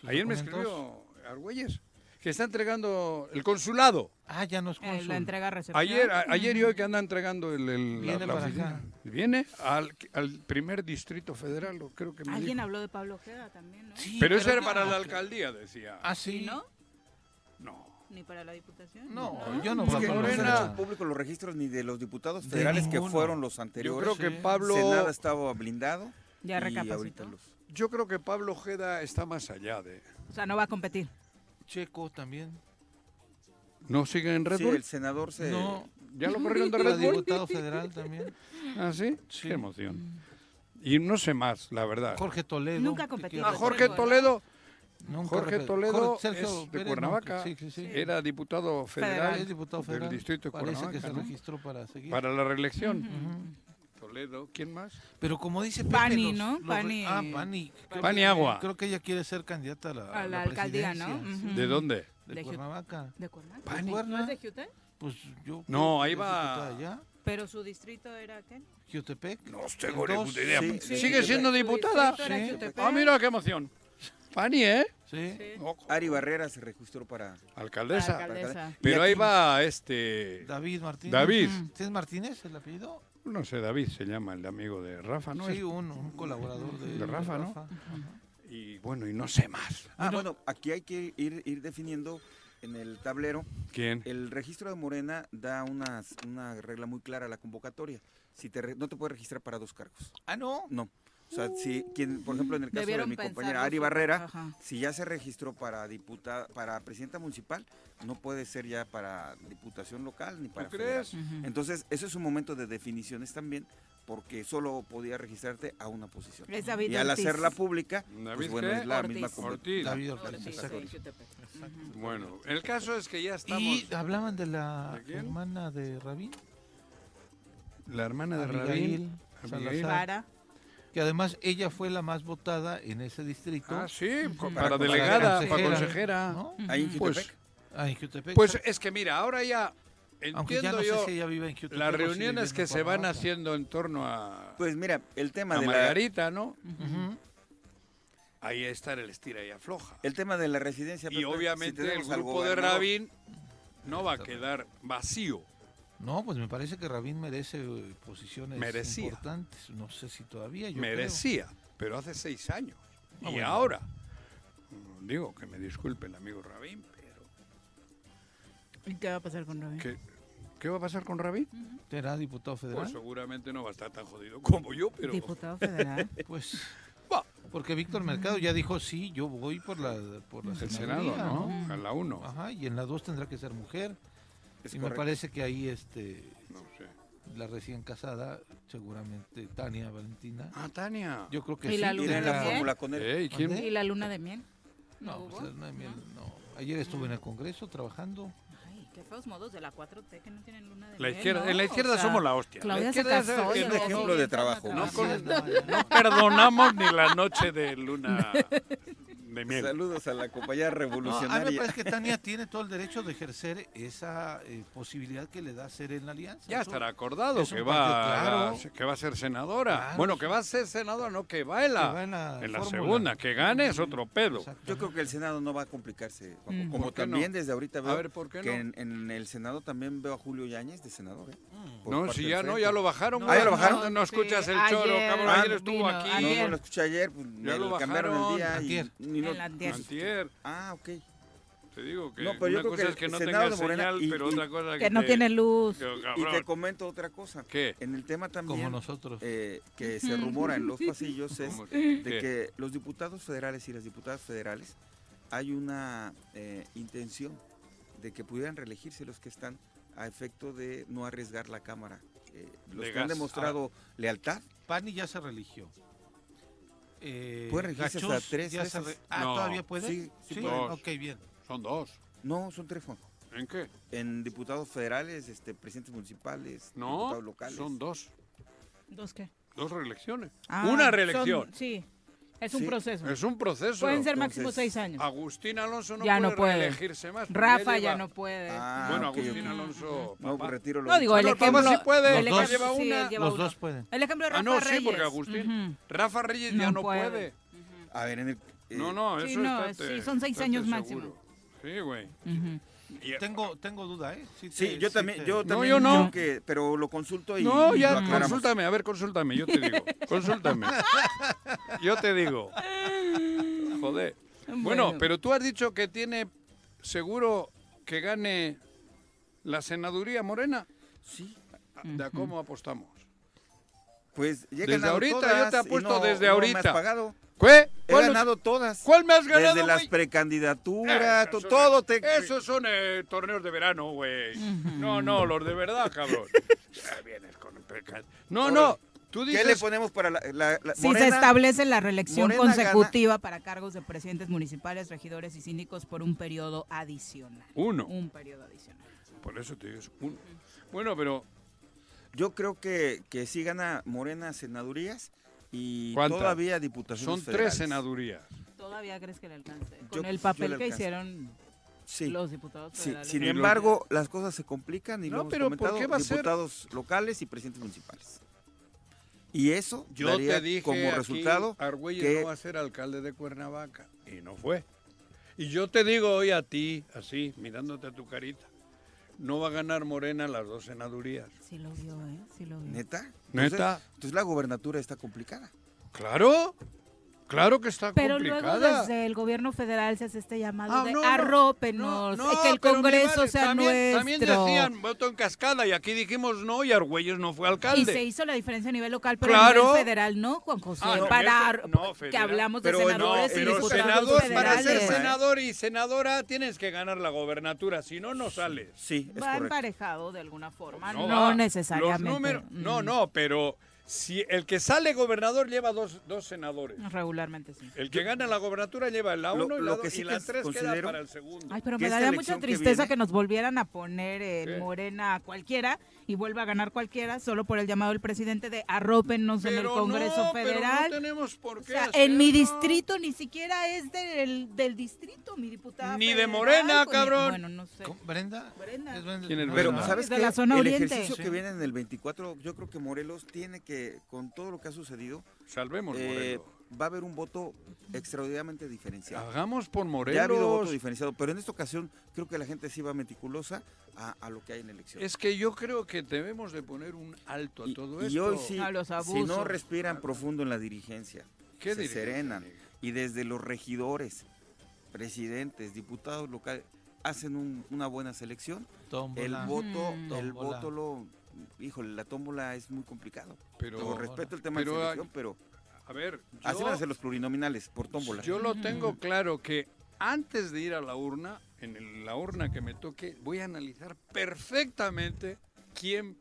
Speaker 4: Sus
Speaker 3: Ayer me
Speaker 4: documentos.
Speaker 3: escribió Argüelles que está entregando el consulado.
Speaker 4: Ah, ya no es
Speaker 2: Eh,
Speaker 4: cónsul.
Speaker 2: la entrega recepción.
Speaker 3: Ayer, a- ayer y hoy que anda entregando el. el- la-
Speaker 4: Viene
Speaker 3: la
Speaker 4: para
Speaker 3: oficina.
Speaker 4: acá.
Speaker 3: Viene al, al primer distrito federal, o creo que me
Speaker 2: Alguien
Speaker 3: dijo.
Speaker 2: habló de Pablo Ojeda también, ¿no?
Speaker 4: Sí,
Speaker 3: Pero eso era
Speaker 4: no-
Speaker 3: para la alcaldía, decía.
Speaker 4: Ah,
Speaker 2: ¿Y
Speaker 4: sí.
Speaker 2: no?
Speaker 3: No.
Speaker 2: ¿Ni para la diputación?
Speaker 4: No, yo no
Speaker 8: Es
Speaker 4: voy
Speaker 8: que
Speaker 4: a
Speaker 8: no
Speaker 4: conocer
Speaker 8: se han
Speaker 4: a-
Speaker 8: hecho público los registros ni de los diputados federales que
Speaker 4: ninguno.
Speaker 8: fueron los
Speaker 3: Yo
Speaker 8: anteriores.
Speaker 3: creo que
Speaker 4: Sí.
Speaker 3: Pablo.
Speaker 8: Senada estaba blindado.
Speaker 2: Ya
Speaker 8: y
Speaker 2: recapacitó.
Speaker 8: ahorita los-
Speaker 3: Yo creo que Pablo Ojeda está más allá de.
Speaker 2: O sea, no va a competir.
Speaker 4: Checo también.
Speaker 3: ¿No sigue en Red
Speaker 8: Sí,
Speaker 3: Bull?
Speaker 8: el senador se...
Speaker 4: No,
Speaker 3: ¿Ya lo corrieron de
Speaker 4: la
Speaker 3: Red Bull?
Speaker 4: diputado federal también.
Speaker 3: ¿Ah, sí? Qué emoción. Y no sé más, la verdad.
Speaker 4: Jorge Toledo.
Speaker 2: Nunca
Speaker 4: que
Speaker 2: competí.
Speaker 4: quiere-
Speaker 3: A Jorge
Speaker 2: Toledo.
Speaker 3: Toledo.
Speaker 4: Nunca
Speaker 3: Jorge
Speaker 4: repe-
Speaker 3: Toledo
Speaker 4: Jorge-
Speaker 3: es de
Speaker 4: Pérez, no,
Speaker 3: Cuernavaca.
Speaker 4: Sí, sí, sí.
Speaker 3: Era diputado federal,
Speaker 4: Es diputado federal.
Speaker 3: del distrito de
Speaker 4: Parece que
Speaker 3: Cuernavaca,
Speaker 4: se
Speaker 3: ¿no?
Speaker 4: registró para seguir.
Speaker 3: para la reelección. Toledo, ¿quién más?
Speaker 4: Pero como dice Pepe,
Speaker 2: Pani,
Speaker 4: los-
Speaker 2: ¿no?
Speaker 4: los re-
Speaker 2: Pani.
Speaker 4: Ah, Pani. Creo
Speaker 3: Pani
Speaker 4: que-
Speaker 3: Agua.
Speaker 4: Creo que ella quiere ser candidata a la,
Speaker 2: A la alcaldía, ¿no?
Speaker 4: presidencia,
Speaker 2: Ujú.
Speaker 3: ¿De dónde?
Speaker 4: sí, De
Speaker 2: De Jut-
Speaker 4: Cuernavaca.
Speaker 2: ¿De Cuerna?
Speaker 4: Pani.
Speaker 2: ¿No es de Jutepec?
Speaker 4: Pues yo.
Speaker 3: No, ahí
Speaker 4: es
Speaker 3: va-
Speaker 4: diputada allá,
Speaker 2: Pero su distrito era qué?
Speaker 4: Jutepec.
Speaker 3: No
Speaker 4: tengo ni puta idea.
Speaker 8: Sí, sí.
Speaker 3: ¿Sigue siendo diputada?
Speaker 2: Su distrito era
Speaker 4: Sí.
Speaker 2: Jutepec.
Speaker 3: Ah, mira qué emoción. Pani, ¿eh?
Speaker 4: Sí.
Speaker 2: Sí.
Speaker 3: No,
Speaker 8: Ari Barrera se registró para...
Speaker 3: alcaldesa.
Speaker 2: Alcalde- Alcaldesa.
Speaker 3: Pero
Speaker 8: Y
Speaker 3: ahí
Speaker 8: aquí-
Speaker 3: va este...
Speaker 4: David Martínez.
Speaker 3: David.
Speaker 4: Ujú. ¿Sí es Martínez el apellido?
Speaker 3: No sé, David se llama, el amigo de Rafa, ¿no?
Speaker 4: sí, un, un colaborador de,
Speaker 3: de Rafa, ¿no?
Speaker 4: Ajá.
Speaker 3: Y bueno, y no sé más.
Speaker 8: Ah, bueno, aquí hay que ir, ir definiendo en el tablero.
Speaker 3: ¿Quién?
Speaker 8: El registro de Morena da unas- una regla muy clara a la convocatoria. Si te re- no te puedes registrar para dos cargos.
Speaker 4: Ah, no.
Speaker 8: No. O sea, si quien, por ejemplo, en el caso de
Speaker 2: Debieron
Speaker 8: mi compañera
Speaker 2: pensarlo,
Speaker 8: Ari
Speaker 2: sí.
Speaker 8: Barrera,
Speaker 2: Ajá.
Speaker 8: si ya se registró para diputada, para presidenta municipal, no puede ser ya para diputación local ni para federal.
Speaker 3: crees?
Speaker 8: Entonces, eso es un momento de definiciones también, porque solo podía registrarte a una posición.
Speaker 2: Es David
Speaker 8: y al
Speaker 2: Ortiz.
Speaker 8: hacerla pública, pues
Speaker 3: ¿David
Speaker 8: bueno,
Speaker 3: qué?
Speaker 8: es la
Speaker 2: Ortiz.
Speaker 8: misma
Speaker 3: Ortiz.
Speaker 4: David
Speaker 2: Ahora
Speaker 4: Ortiz.
Speaker 2: sí, sí,
Speaker 4: exacto.
Speaker 2: Jutepec.
Speaker 3: Bueno, el caso es que ya estamos...
Speaker 4: Y hablaban de la
Speaker 3: ¿De quién?
Speaker 4: hermana de Rabín,
Speaker 3: La hermana de Rabín.
Speaker 4: Abigail
Speaker 3: Abigail.
Speaker 4: Salazar,
Speaker 2: Para.
Speaker 4: que además ella fue la más votada en ese distrito.
Speaker 3: Ah, sí, co- para
Speaker 8: Para
Speaker 3: delegada, para
Speaker 4: consejera,
Speaker 3: consejera.
Speaker 4: ¿no?
Speaker 8: Ahí en
Speaker 3: Pues,
Speaker 8: Jutepec.
Speaker 4: Ah, en Jutepec,
Speaker 3: Pues
Speaker 4: exacto.
Speaker 3: es que mira, ahora ya
Speaker 4: aunque ya
Speaker 3: entiendo
Speaker 4: no sé
Speaker 3: yo
Speaker 4: si ella vive en Jutepec.
Speaker 3: las
Speaker 4: o si vive
Speaker 3: reuniones
Speaker 4: en
Speaker 3: que se van
Speaker 4: Cuernavaca.
Speaker 3: haciendo en torno a,
Speaker 8: Pues mira, el tema
Speaker 3: a
Speaker 8: de la,
Speaker 3: Margarita, ¿no?
Speaker 4: Ujú.
Speaker 3: Ahí está el estira y afloja.
Speaker 8: el tema de la residencia.
Speaker 3: Y
Speaker 8: Pepe, eh, si
Speaker 3: obviamente el
Speaker 8: tenemos al
Speaker 3: grupo de
Speaker 8: gobernador,
Speaker 3: Rabin no va a quedar vacío.
Speaker 4: No, pues me parece que Rabín merece eh, posiciones
Speaker 3: Merecía.
Speaker 4: importantes. No sé si todavía. Yo creo.
Speaker 3: Merecía, pero hace seis años.
Speaker 4: Ah,
Speaker 3: y
Speaker 4: bueno.
Speaker 3: ahora Digo, que me disculpe el amigo Rabín, pero...
Speaker 2: ¿Y qué va a pasar con Rabín?
Speaker 3: ¿Qué, qué va a pasar con Rabín?
Speaker 4: ¿Será diputado federal?
Speaker 3: Pues seguramente no va a estar tan jodido como yo, pero...
Speaker 2: Diputado federal.
Speaker 4: pues... Porque Víctor Mercado ya dijo, sí, yo voy por la, por la
Speaker 3: El Senado,
Speaker 4: senaduría",
Speaker 3: ¿no? A la uno.
Speaker 4: Ajá, y en la 2 tendrá que ser mujer.
Speaker 3: Es
Speaker 4: y me
Speaker 3: correcto.
Speaker 4: parece que ahí este
Speaker 3: No sé.
Speaker 4: la recién casada, seguramente Tania Valentina.
Speaker 3: Ah, Tania.
Speaker 4: Yo creo que
Speaker 2: ¿Y
Speaker 4: sí.
Speaker 2: la luna de miel?
Speaker 3: Ey, ¿quién?
Speaker 2: ¿Y la luna de miel?
Speaker 4: No, pues,
Speaker 2: hubo?
Speaker 4: la luna de miel, no. Ayer estuve en el Congreso trabajando.
Speaker 2: Ay, qué feos modos de la 4T que no tienen luna de
Speaker 4: La
Speaker 2: miel.
Speaker 4: izquierda-
Speaker 2: ¿no?
Speaker 4: en la izquierda somos la hostia.
Speaker 2: Claudia
Speaker 4: La
Speaker 2: se
Speaker 4: izquierda
Speaker 2: casó.
Speaker 4: es-
Speaker 2: y
Speaker 4: es
Speaker 2: luego-
Speaker 3: ejemplo de trabajo. No,
Speaker 2: Así es,
Speaker 3: con-
Speaker 2: no,
Speaker 3: No perdonamos ni la noche de luna de miel.
Speaker 8: Saludos a la compañía
Speaker 4: No, a mí me
Speaker 8: revolucionaria.
Speaker 4: parece que Tania tiene todo el derecho de ejercer esa eh, posibilidad que le da ser en la alianza.
Speaker 3: Ya
Speaker 4: Eso-
Speaker 3: estará acordado
Speaker 4: es
Speaker 3: que
Speaker 4: un
Speaker 3: va,
Speaker 4: partido
Speaker 3: a- que va a ser senadora.
Speaker 4: Claro,
Speaker 3: bueno, que va a ser senadora, no, que va en la,
Speaker 4: Que va en la
Speaker 3: en la
Speaker 4: fórmula.
Speaker 3: segunda. Que gane es otro pedo.
Speaker 8: Yo creo que el Senado no va a complicarse. Juanjo.
Speaker 3: Mm.
Speaker 8: Como
Speaker 3: ¿Por qué
Speaker 8: también
Speaker 3: no?
Speaker 8: desde ahorita
Speaker 3: A
Speaker 8: veo
Speaker 3: ver, ¿por qué
Speaker 8: que
Speaker 3: no?
Speaker 8: en, en el Senado también veo a Julio Yáñez de senador. ¿eh? Por
Speaker 3: Mm. No,
Speaker 8: parte
Speaker 3: si
Speaker 8: del
Speaker 3: ya no,
Speaker 8: Frente.
Speaker 3: ya lo bajaron.
Speaker 8: Ah, ya lo bajaron.
Speaker 3: No, no escuchas el
Speaker 8: ayer,
Speaker 3: choro, cabrón.
Speaker 8: Ah,
Speaker 3: Ayer estuvo
Speaker 8: vino,
Speaker 3: aquí.
Speaker 8: ayer. No, no lo escuché ayer, pues,
Speaker 3: ya
Speaker 8: me
Speaker 3: lo
Speaker 8: lo
Speaker 3: bajaron.
Speaker 8: cambiaron el día y
Speaker 3: Antier.
Speaker 8: ni lo-
Speaker 2: El antier.
Speaker 8: Ah, ok.
Speaker 3: Te digo que
Speaker 8: No, pero yo
Speaker 3: una
Speaker 8: creo
Speaker 3: cosa
Speaker 8: que
Speaker 3: es que
Speaker 8: el
Speaker 3: no
Speaker 8: Senado
Speaker 3: tenga
Speaker 8: de Morena
Speaker 3: señal,
Speaker 8: y-
Speaker 3: pero
Speaker 8: y-
Speaker 3: otra cosa
Speaker 2: Que no
Speaker 3: te-
Speaker 2: tiene luz.
Speaker 3: que,
Speaker 8: Y
Speaker 3: cabrón,
Speaker 8: te comento otra cosa. En el tema también.
Speaker 4: Como nosotros.
Speaker 8: eh, que se rumora en los pasillos es
Speaker 4: Como-
Speaker 8: de
Speaker 4: ¿Qué?
Speaker 8: que los diputados federales y las diputadas federales hay una eh, intención de que pudieran reelegirse los que están a efecto de no arriesgar la Cámara. Eh, los
Speaker 4: De
Speaker 8: que han
Speaker 4: gas.
Speaker 8: demostrado
Speaker 3: Ah.
Speaker 8: lealtad.
Speaker 4: Pani ya se religió. Eh,
Speaker 8: Pueden registrarse hasta
Speaker 4: Gachos
Speaker 8: tres
Speaker 4: ya se
Speaker 8: veces.
Speaker 4: re- Ah,
Speaker 8: No.
Speaker 4: ¿todavía puede?
Speaker 8: Sí, sí pueden.
Speaker 4: ok, bien.
Speaker 3: Son dos.
Speaker 8: No, son tres, Juan.
Speaker 3: ¿En qué?
Speaker 8: En diputados federales, este, presidentes municipales,
Speaker 3: No,
Speaker 8: diputados locales.
Speaker 3: son dos.
Speaker 2: ¿Dos qué?
Speaker 3: dos reelecciones.
Speaker 2: Ah,
Speaker 3: una
Speaker 2: son-
Speaker 3: reelección.
Speaker 2: sí, es un
Speaker 3: Sí,
Speaker 2: proceso.
Speaker 3: Es un proceso.
Speaker 2: Pueden ser máximo seis años.
Speaker 3: Agustín Alonso no
Speaker 2: Ya
Speaker 3: puede
Speaker 2: no puede.
Speaker 3: reelegirse más. porque
Speaker 2: Rafa ya
Speaker 3: lleva- Ah,
Speaker 2: no puede.
Speaker 3: bueno,
Speaker 8: ok,
Speaker 3: Agustín
Speaker 8: ok.
Speaker 3: Alonso.
Speaker 8: No, pues retiro lo
Speaker 2: No, digo, el
Speaker 3: No, papá
Speaker 2: ejemplo...
Speaker 3: sí puede,
Speaker 2: el
Speaker 3: papá
Speaker 2: ejemplo-
Speaker 3: lleva
Speaker 2: sí, él
Speaker 3: una.
Speaker 2: lleva uno. El ejemplo de Rafa
Speaker 3: Ah, no,
Speaker 2: Reyes.
Speaker 3: sí, porque Agustín.
Speaker 2: Ujú.
Speaker 3: Rafa Reyes ya
Speaker 2: No
Speaker 3: no puede.
Speaker 2: puede.
Speaker 8: A ver, en el. eh,
Speaker 3: No, no, eso
Speaker 2: Sí, no,
Speaker 3: estate-
Speaker 2: sí, son seis
Speaker 3: estate
Speaker 2: años
Speaker 3: seguro.
Speaker 2: máximo.
Speaker 3: Sí, güey.
Speaker 4: Tengo, tengo duda, ¿eh?
Speaker 8: Sí,
Speaker 4: te-
Speaker 8: yo también,
Speaker 4: te-
Speaker 8: yo también.
Speaker 3: yo no.
Speaker 8: creo Que, pero lo consulto y.
Speaker 3: No,
Speaker 8: y lo
Speaker 3: ya,
Speaker 8: aclaramos.
Speaker 3: consúltame, a ver, consúltame, yo te digo. Consúltame. Yo te digo. Joder. Bueno,
Speaker 11: Bueno.
Speaker 3: pero tú has dicho que tiene seguro que gane la senaduría morena.
Speaker 8: Sí.
Speaker 3: ¿De cómo apostamos?
Speaker 8: Pues ya he
Speaker 3: Desde
Speaker 8: ganado
Speaker 3: ahorita, yo
Speaker 8: todas
Speaker 3: te
Speaker 8: y
Speaker 3: apuesto
Speaker 8: no-
Speaker 3: desde
Speaker 8: no me has
Speaker 3: ahorita.
Speaker 8: pagado.
Speaker 3: ¿Qué?
Speaker 8: He
Speaker 3: ¿Cuál-
Speaker 8: ganado todas.
Speaker 3: ¿Cuál me has ganado,
Speaker 8: Desde las
Speaker 3: güey? Ah,
Speaker 8: precandidaturas, to-
Speaker 3: Esos son-
Speaker 8: todo te.
Speaker 3: Esos son eh, torneos de verano, güey. No, no, los de verdad, cabrón. Ya vienes con peca- No, no. Tú dices...
Speaker 8: ¿Qué le ponemos para la. la- la-
Speaker 2: Si se
Speaker 8: Morena-
Speaker 2: establece la reelección
Speaker 8: Morena
Speaker 2: consecutiva para cargos de presidentes municipales, regidores y síndicos por un periodo adicional.
Speaker 3: Uno.
Speaker 2: Un periodo adicional.
Speaker 3: Por eso te digo, es uno. Bueno, pero.
Speaker 8: Yo creo que, que sí gana Morena senadurías y
Speaker 3: ¿Cuántas?
Speaker 8: todavía diputaciones.
Speaker 3: Son
Speaker 8: federales.
Speaker 3: tres senadurías.
Speaker 2: ¿Todavía crees que le alcance?
Speaker 8: Yo-
Speaker 2: Con el
Speaker 8: yo
Speaker 2: papel
Speaker 8: le
Speaker 2: que
Speaker 8: alcanzo.
Speaker 2: hicieron
Speaker 8: Sí.
Speaker 2: los diputados
Speaker 8: Sí,
Speaker 2: federales.
Speaker 8: Sin
Speaker 3: Y los-
Speaker 8: embargo, las cosas se complican y
Speaker 3: No,
Speaker 8: lo hemos
Speaker 3: pero ¿por
Speaker 8: comentado,
Speaker 3: qué va a ser?
Speaker 8: diputados locales y presidentes municipales. Y eso
Speaker 3: Yo
Speaker 8: daría
Speaker 3: te dije
Speaker 8: como
Speaker 3: aquí,
Speaker 8: resultado
Speaker 3: Argüelles
Speaker 8: que
Speaker 3: no va a ser alcalde de Cuernavaca. Y no fue. Y yo te digo hoy a ti, así, mirándote a tu carita, no va a ganar Morena las dos senadurías.
Speaker 2: Sí lo vio, ¿eh? Sí lo vio.
Speaker 8: neta,
Speaker 3: Neta.
Speaker 8: Entonces, entonces la gobernatura está complicada.
Speaker 3: Claro, claro que está
Speaker 2: Pero
Speaker 3: complicada.
Speaker 2: luego desde el gobierno federal se hace este llamado
Speaker 3: Ah,
Speaker 2: de
Speaker 3: no, no.
Speaker 2: arrópenos, eh,
Speaker 3: No,
Speaker 2: que el
Speaker 3: pero me
Speaker 2: Congreso
Speaker 3: vale.
Speaker 2: sea
Speaker 3: también,
Speaker 2: nuestro.
Speaker 3: También decían voto en cascada y aquí dijimos no y Argüelles no fue alcalde.
Speaker 2: Y se hizo la diferencia a nivel local, pero
Speaker 3: Claro.
Speaker 2: a nivel federal no, Juan José.
Speaker 3: Ah, no,
Speaker 2: para
Speaker 3: fe- no,
Speaker 2: que
Speaker 3: federal.
Speaker 2: hablamos
Speaker 3: Pero
Speaker 2: de
Speaker 3: no,
Speaker 2: senadores y
Speaker 3: pero
Speaker 2: diputados
Speaker 3: senador, para ser
Speaker 2: federales.
Speaker 3: senador y senadora tienes que ganar la gobernatura, si no, no sales.
Speaker 8: Sí,
Speaker 2: Va emparejado de alguna forma, no,
Speaker 3: va.
Speaker 2: necesariamente.
Speaker 3: Los números- no, no, pero si el que sale gobernador lleva dos, dos senadores.
Speaker 2: Regularmente sí.
Speaker 3: El que gana la gobernatura lleva la
Speaker 8: Lo-
Speaker 3: 1 y la
Speaker 8: lo
Speaker 3: 2
Speaker 8: que
Speaker 3: y
Speaker 8: sí
Speaker 3: la
Speaker 8: que
Speaker 3: 3 queda
Speaker 8: considero-
Speaker 3: para el segundo.
Speaker 2: Ay, pero
Speaker 8: Que
Speaker 2: me
Speaker 8: esta
Speaker 2: daría mucha
Speaker 8: elección que
Speaker 2: tristeza que,
Speaker 8: viene-
Speaker 2: nos volvieran a poner el
Speaker 3: ¿Qué?
Speaker 2: Morena a cualquiera y vuelva a ganar cualquiera solo por el llamado del presidente de arrópenos en el
Speaker 3: Pero
Speaker 2: Congreso
Speaker 3: no, pero
Speaker 2: Federal.
Speaker 3: no tenemos por qué
Speaker 2: O sea,
Speaker 3: hacerlo.
Speaker 2: en mi distrito ni siquiera es del, del distrito, mi diputada.
Speaker 3: Ni de
Speaker 2: federal,
Speaker 3: Morena,
Speaker 2: pues,
Speaker 3: cabrón.
Speaker 2: Bueno, no sé.
Speaker 4: ¿Cómo? ¿Brenda?
Speaker 2: Brenda.
Speaker 4: ¿Es Brenda?
Speaker 3: ¿Quién es
Speaker 4: No,
Speaker 8: Pero
Speaker 4: no.
Speaker 8: sabes
Speaker 2: De
Speaker 8: que
Speaker 2: la zona
Speaker 8: el
Speaker 2: oriente.
Speaker 8: ejercicio
Speaker 2: Sí.
Speaker 8: que viene en el 24, yo creo que Morelos tiene que, con todo lo que ha sucedido,
Speaker 3: Salvemos
Speaker 8: eh,
Speaker 3: Morelos.
Speaker 8: va a haber un voto extraordinariamente diferenciado.
Speaker 3: Hagamos por
Speaker 8: Ya ha habido
Speaker 3: Morelos.
Speaker 8: voto diferenciado, pero en esta ocasión creo que la gente sí va meticulosa a, a lo que hay en la elección.
Speaker 3: Es que yo creo que debemos de poner un alto a todo esto.
Speaker 8: Y hoy sí, si no respiran
Speaker 3: Ah,
Speaker 8: profundo en la dirigencia,
Speaker 3: ¿Qué
Speaker 8: se
Speaker 3: dirigencia,
Speaker 8: serenan.
Speaker 3: amigo?
Speaker 8: Y desde los regidores, presidentes, diputados locales, hacen un- una buena selección.
Speaker 4: Tómbola.
Speaker 8: El voto,
Speaker 4: Mm.
Speaker 8: el
Speaker 4: Tómbola.
Speaker 8: voto lo, híjole, la tómbola es muy complicado.
Speaker 3: Pero-
Speaker 8: Con respeto al tema
Speaker 3: pero
Speaker 8: de
Speaker 3: hay-
Speaker 8: selección, pero
Speaker 3: A ver,
Speaker 8: así
Speaker 3: yo-
Speaker 8: van a ser los plurinominales por tómbola.
Speaker 3: Yo lo tengo claro que antes de ir a la urna, en el- la urna que me toque, voy a analizar perfectamente quién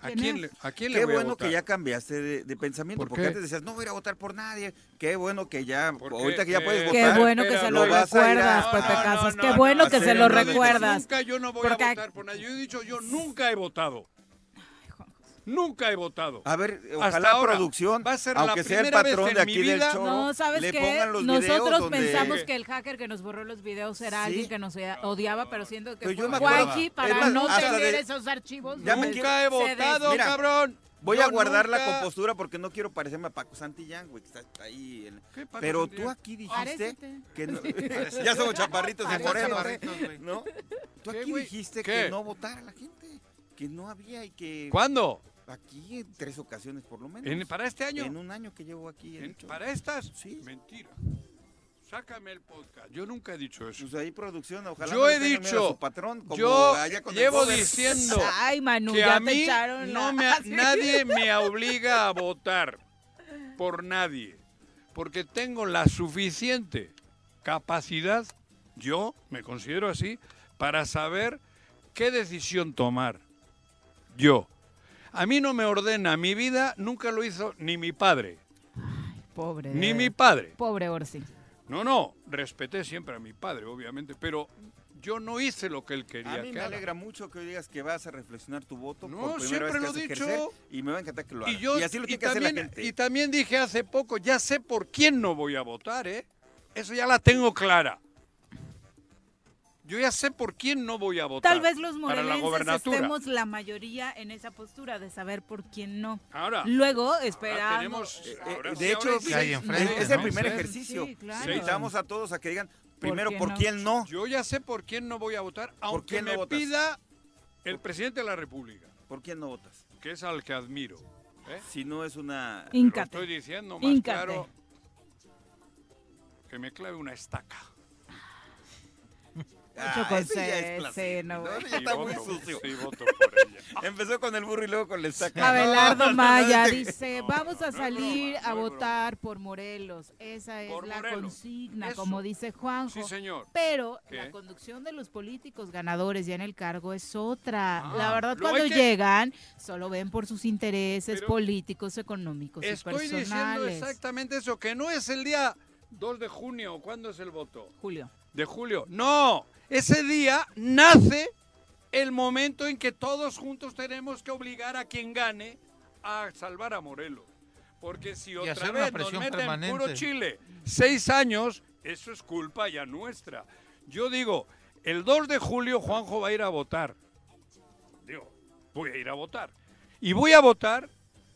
Speaker 3: a
Speaker 8: ¿Quién
Speaker 3: quién
Speaker 8: es?
Speaker 3: le, a quién
Speaker 8: Qué
Speaker 3: le voy a
Speaker 8: bueno
Speaker 3: votar.
Speaker 8: que ya cambiaste de, de pensamiento, porque
Speaker 3: qué?
Speaker 8: antes decías, no voy a ir a votar por nadie. Qué bueno que ya,
Speaker 3: qué?
Speaker 8: ahorita que ya puedes
Speaker 3: Qué
Speaker 8: votar.
Speaker 5: bueno que se lo
Speaker 8: vas a ir a-
Speaker 5: recuerdas, pues, Pepe Casas. Qué bueno que se lo
Speaker 3: no, no, no,
Speaker 5: recuerdas.
Speaker 3: Nunca yo no voy
Speaker 5: Porque
Speaker 3: a votar por nadie. Yo he dicho, yo nunca he votado. Nunca he votado.
Speaker 8: A ver,
Speaker 3: Hasta
Speaker 8: ojalá
Speaker 3: ahora.
Speaker 8: producción,
Speaker 3: Va a ser la
Speaker 8: aunque sea el
Speaker 3: primera vez
Speaker 8: patrón
Speaker 3: en
Speaker 8: de
Speaker 3: mi
Speaker 8: aquí del
Speaker 3: vida-
Speaker 8: choro,
Speaker 5: No, ¿sabes
Speaker 8: le
Speaker 5: qué?
Speaker 8: pongan los videos
Speaker 5: Nosotros
Speaker 8: donde...
Speaker 5: pensamos que el hacker que nos borró los videos era
Speaker 8: Sí.
Speaker 5: alguien que nos odia- odiaba, pero siento que
Speaker 8: Pues yo
Speaker 5: fue
Speaker 8: me
Speaker 5: guaji
Speaker 8: acordaba.
Speaker 5: para
Speaker 8: Es más,
Speaker 5: no
Speaker 8: hasta
Speaker 5: tener
Speaker 8: de-
Speaker 5: esos archivos.
Speaker 8: Ya me
Speaker 5: donde
Speaker 8: quiero-
Speaker 5: se des-
Speaker 8: Mira, Voy a
Speaker 5: Yo
Speaker 8: guardar la
Speaker 5: nunca-
Speaker 8: compostura porque no quiero parecerme a Paco Santillán, güey, que está está ahí. en-
Speaker 3: Paco
Speaker 8: Pero
Speaker 3: Santillán?
Speaker 8: tú aquí dijiste
Speaker 3: Parécete.
Speaker 8: que no...
Speaker 3: Sí.
Speaker 8: ya somos chaparritos de
Speaker 3: Parécete.
Speaker 8: Morelos,
Speaker 3: Chaparritos, güey.
Speaker 8: ¿no? Tú
Speaker 3: ¿Qué,
Speaker 8: aquí
Speaker 3: güey?
Speaker 8: dijiste
Speaker 3: ¿Qué?
Speaker 8: que no votara la gente, que no había y que...
Speaker 3: ¿Cuándo?
Speaker 8: Aquí en tres ocasiones por lo menos.
Speaker 3: ¿En- para este año?
Speaker 8: En un año que llevo aquí. en
Speaker 3: En-
Speaker 8: el show.
Speaker 3: ¿Para estas?
Speaker 8: Sí.
Speaker 3: Mentira. Sácame el podcast. Yo nunca he dicho eso.
Speaker 8: Pues ahí producción, ojalá
Speaker 3: Yo
Speaker 8: no le
Speaker 3: he
Speaker 8: tenga miedo
Speaker 3: dicho,
Speaker 8: este a su patrón, como
Speaker 3: yo
Speaker 8: allá con el
Speaker 3: llevo
Speaker 8: Robert.
Speaker 3: diciendo
Speaker 5: Ay, Manu,
Speaker 3: que
Speaker 5: ya
Speaker 3: a
Speaker 5: te
Speaker 3: mí
Speaker 5: echaron la-
Speaker 3: no me,
Speaker 5: Ah, sí.
Speaker 3: nadie me obliga a votar por nadie, porque tengo la suficiente capacidad, yo me considero así, para saber qué decisión tomar. Yo. A mí no me ordena mi vida, nunca lo hizo ni mi padre,
Speaker 5: Pobre. de-
Speaker 3: ni mi padre.
Speaker 5: Pobre Orsi.
Speaker 3: No, no, respeté siempre a mi padre, obviamente, pero yo no hice lo que él quería
Speaker 8: A mí
Speaker 3: que
Speaker 8: me
Speaker 3: haga.
Speaker 8: alegra mucho que hoy digas que vas a reflexionar tu voto.
Speaker 3: No,
Speaker 8: por primera vez
Speaker 3: siempre
Speaker 8: que
Speaker 3: lo
Speaker 8: vas a
Speaker 3: he dicho.
Speaker 8: ejercer, Y me va a encantar que lo hagas.
Speaker 3: Y,
Speaker 8: Y,
Speaker 3: yo,
Speaker 8: así lo
Speaker 3: y
Speaker 8: tiene que hacer la
Speaker 3: también,
Speaker 8: gente.
Speaker 3: y también dije hace poco, ya sé por quién no voy a votar, ¿eh? Eso ya la tengo clara. Yo ya sé por quién no voy a votar.
Speaker 2: Tal vez los
Speaker 3: para la
Speaker 2: morelenses
Speaker 3: gobernatura.
Speaker 2: estemos la mayoría en esa postura de saber por quién no.
Speaker 3: Ahora.
Speaker 2: Luego
Speaker 3: Ahora
Speaker 2: esperamos.
Speaker 3: tenemos-
Speaker 5: eh,
Speaker 3: eh, Pues, ahora sí,
Speaker 8: de hecho,
Speaker 3: ahora sí.
Speaker 8: es- es el primer ejercicio.
Speaker 2: Sí, claro.
Speaker 8: Invitamos a todos a que digan primero
Speaker 3: qué
Speaker 8: por
Speaker 3: no?
Speaker 8: quién no.
Speaker 3: Yo ya sé por quién no voy a votar, aunque
Speaker 8: quién no
Speaker 3: me
Speaker 8: votas?
Speaker 3: pida el presidente de la República,
Speaker 8: ¿Por quién no votas?
Speaker 3: que es al que admiro. ¿eh?
Speaker 8: Si no es una.
Speaker 3: Pero estoy diciendo más
Speaker 8: Híncate.
Speaker 3: claro que me clave una estaca.
Speaker 8: Ah,
Speaker 5: Mucho
Speaker 8: ese ya
Speaker 5: consejo,
Speaker 8: es placer,
Speaker 5: no,
Speaker 8: ¿no?
Speaker 5: güey.
Speaker 8: Ya está
Speaker 5: Sí,
Speaker 8: muy
Speaker 5: voto,
Speaker 8: sucio.
Speaker 3: sí, voto por ella.
Speaker 8: Empezó con el burro y luego con la estaca. No, no,
Speaker 5: Abelardo
Speaker 8: no,
Speaker 5: Maya
Speaker 8: es que-
Speaker 5: dice, vamos a salir a votar por Morelos. Esa es la consigna,
Speaker 2: Eso.
Speaker 5: como dice Juanjo.
Speaker 2: Sí,
Speaker 3: señor.
Speaker 5: Pero
Speaker 2: ¿Qué?
Speaker 5: la conducción de los políticos ganadores ya en el cargo es otra. la verdad,
Speaker 2: luego hay
Speaker 5: cuando
Speaker 2: que-
Speaker 5: llegan, solo ven por sus intereses
Speaker 3: Pero
Speaker 5: políticos, económicos y
Speaker 3: Estoy
Speaker 5: personales.
Speaker 3: diciendo exactamente eso, que no es el día 2 de junio, ¿cuándo es el voto?
Speaker 5: Julio.
Speaker 3: De julio. No, ese día nace el momento en que todos juntos tenemos que obligar a quien gane a salvar a Morelos. Porque si otra
Speaker 4: hacer una
Speaker 3: vez nos
Speaker 4: presión
Speaker 3: meten
Speaker 4: permanente.
Speaker 3: puro Chile, seis años, eso es culpa ya nuestra. Yo digo, el 2 de julio Juanjo va a ir a votar. Digo, voy a ir a votar. Y voy a votar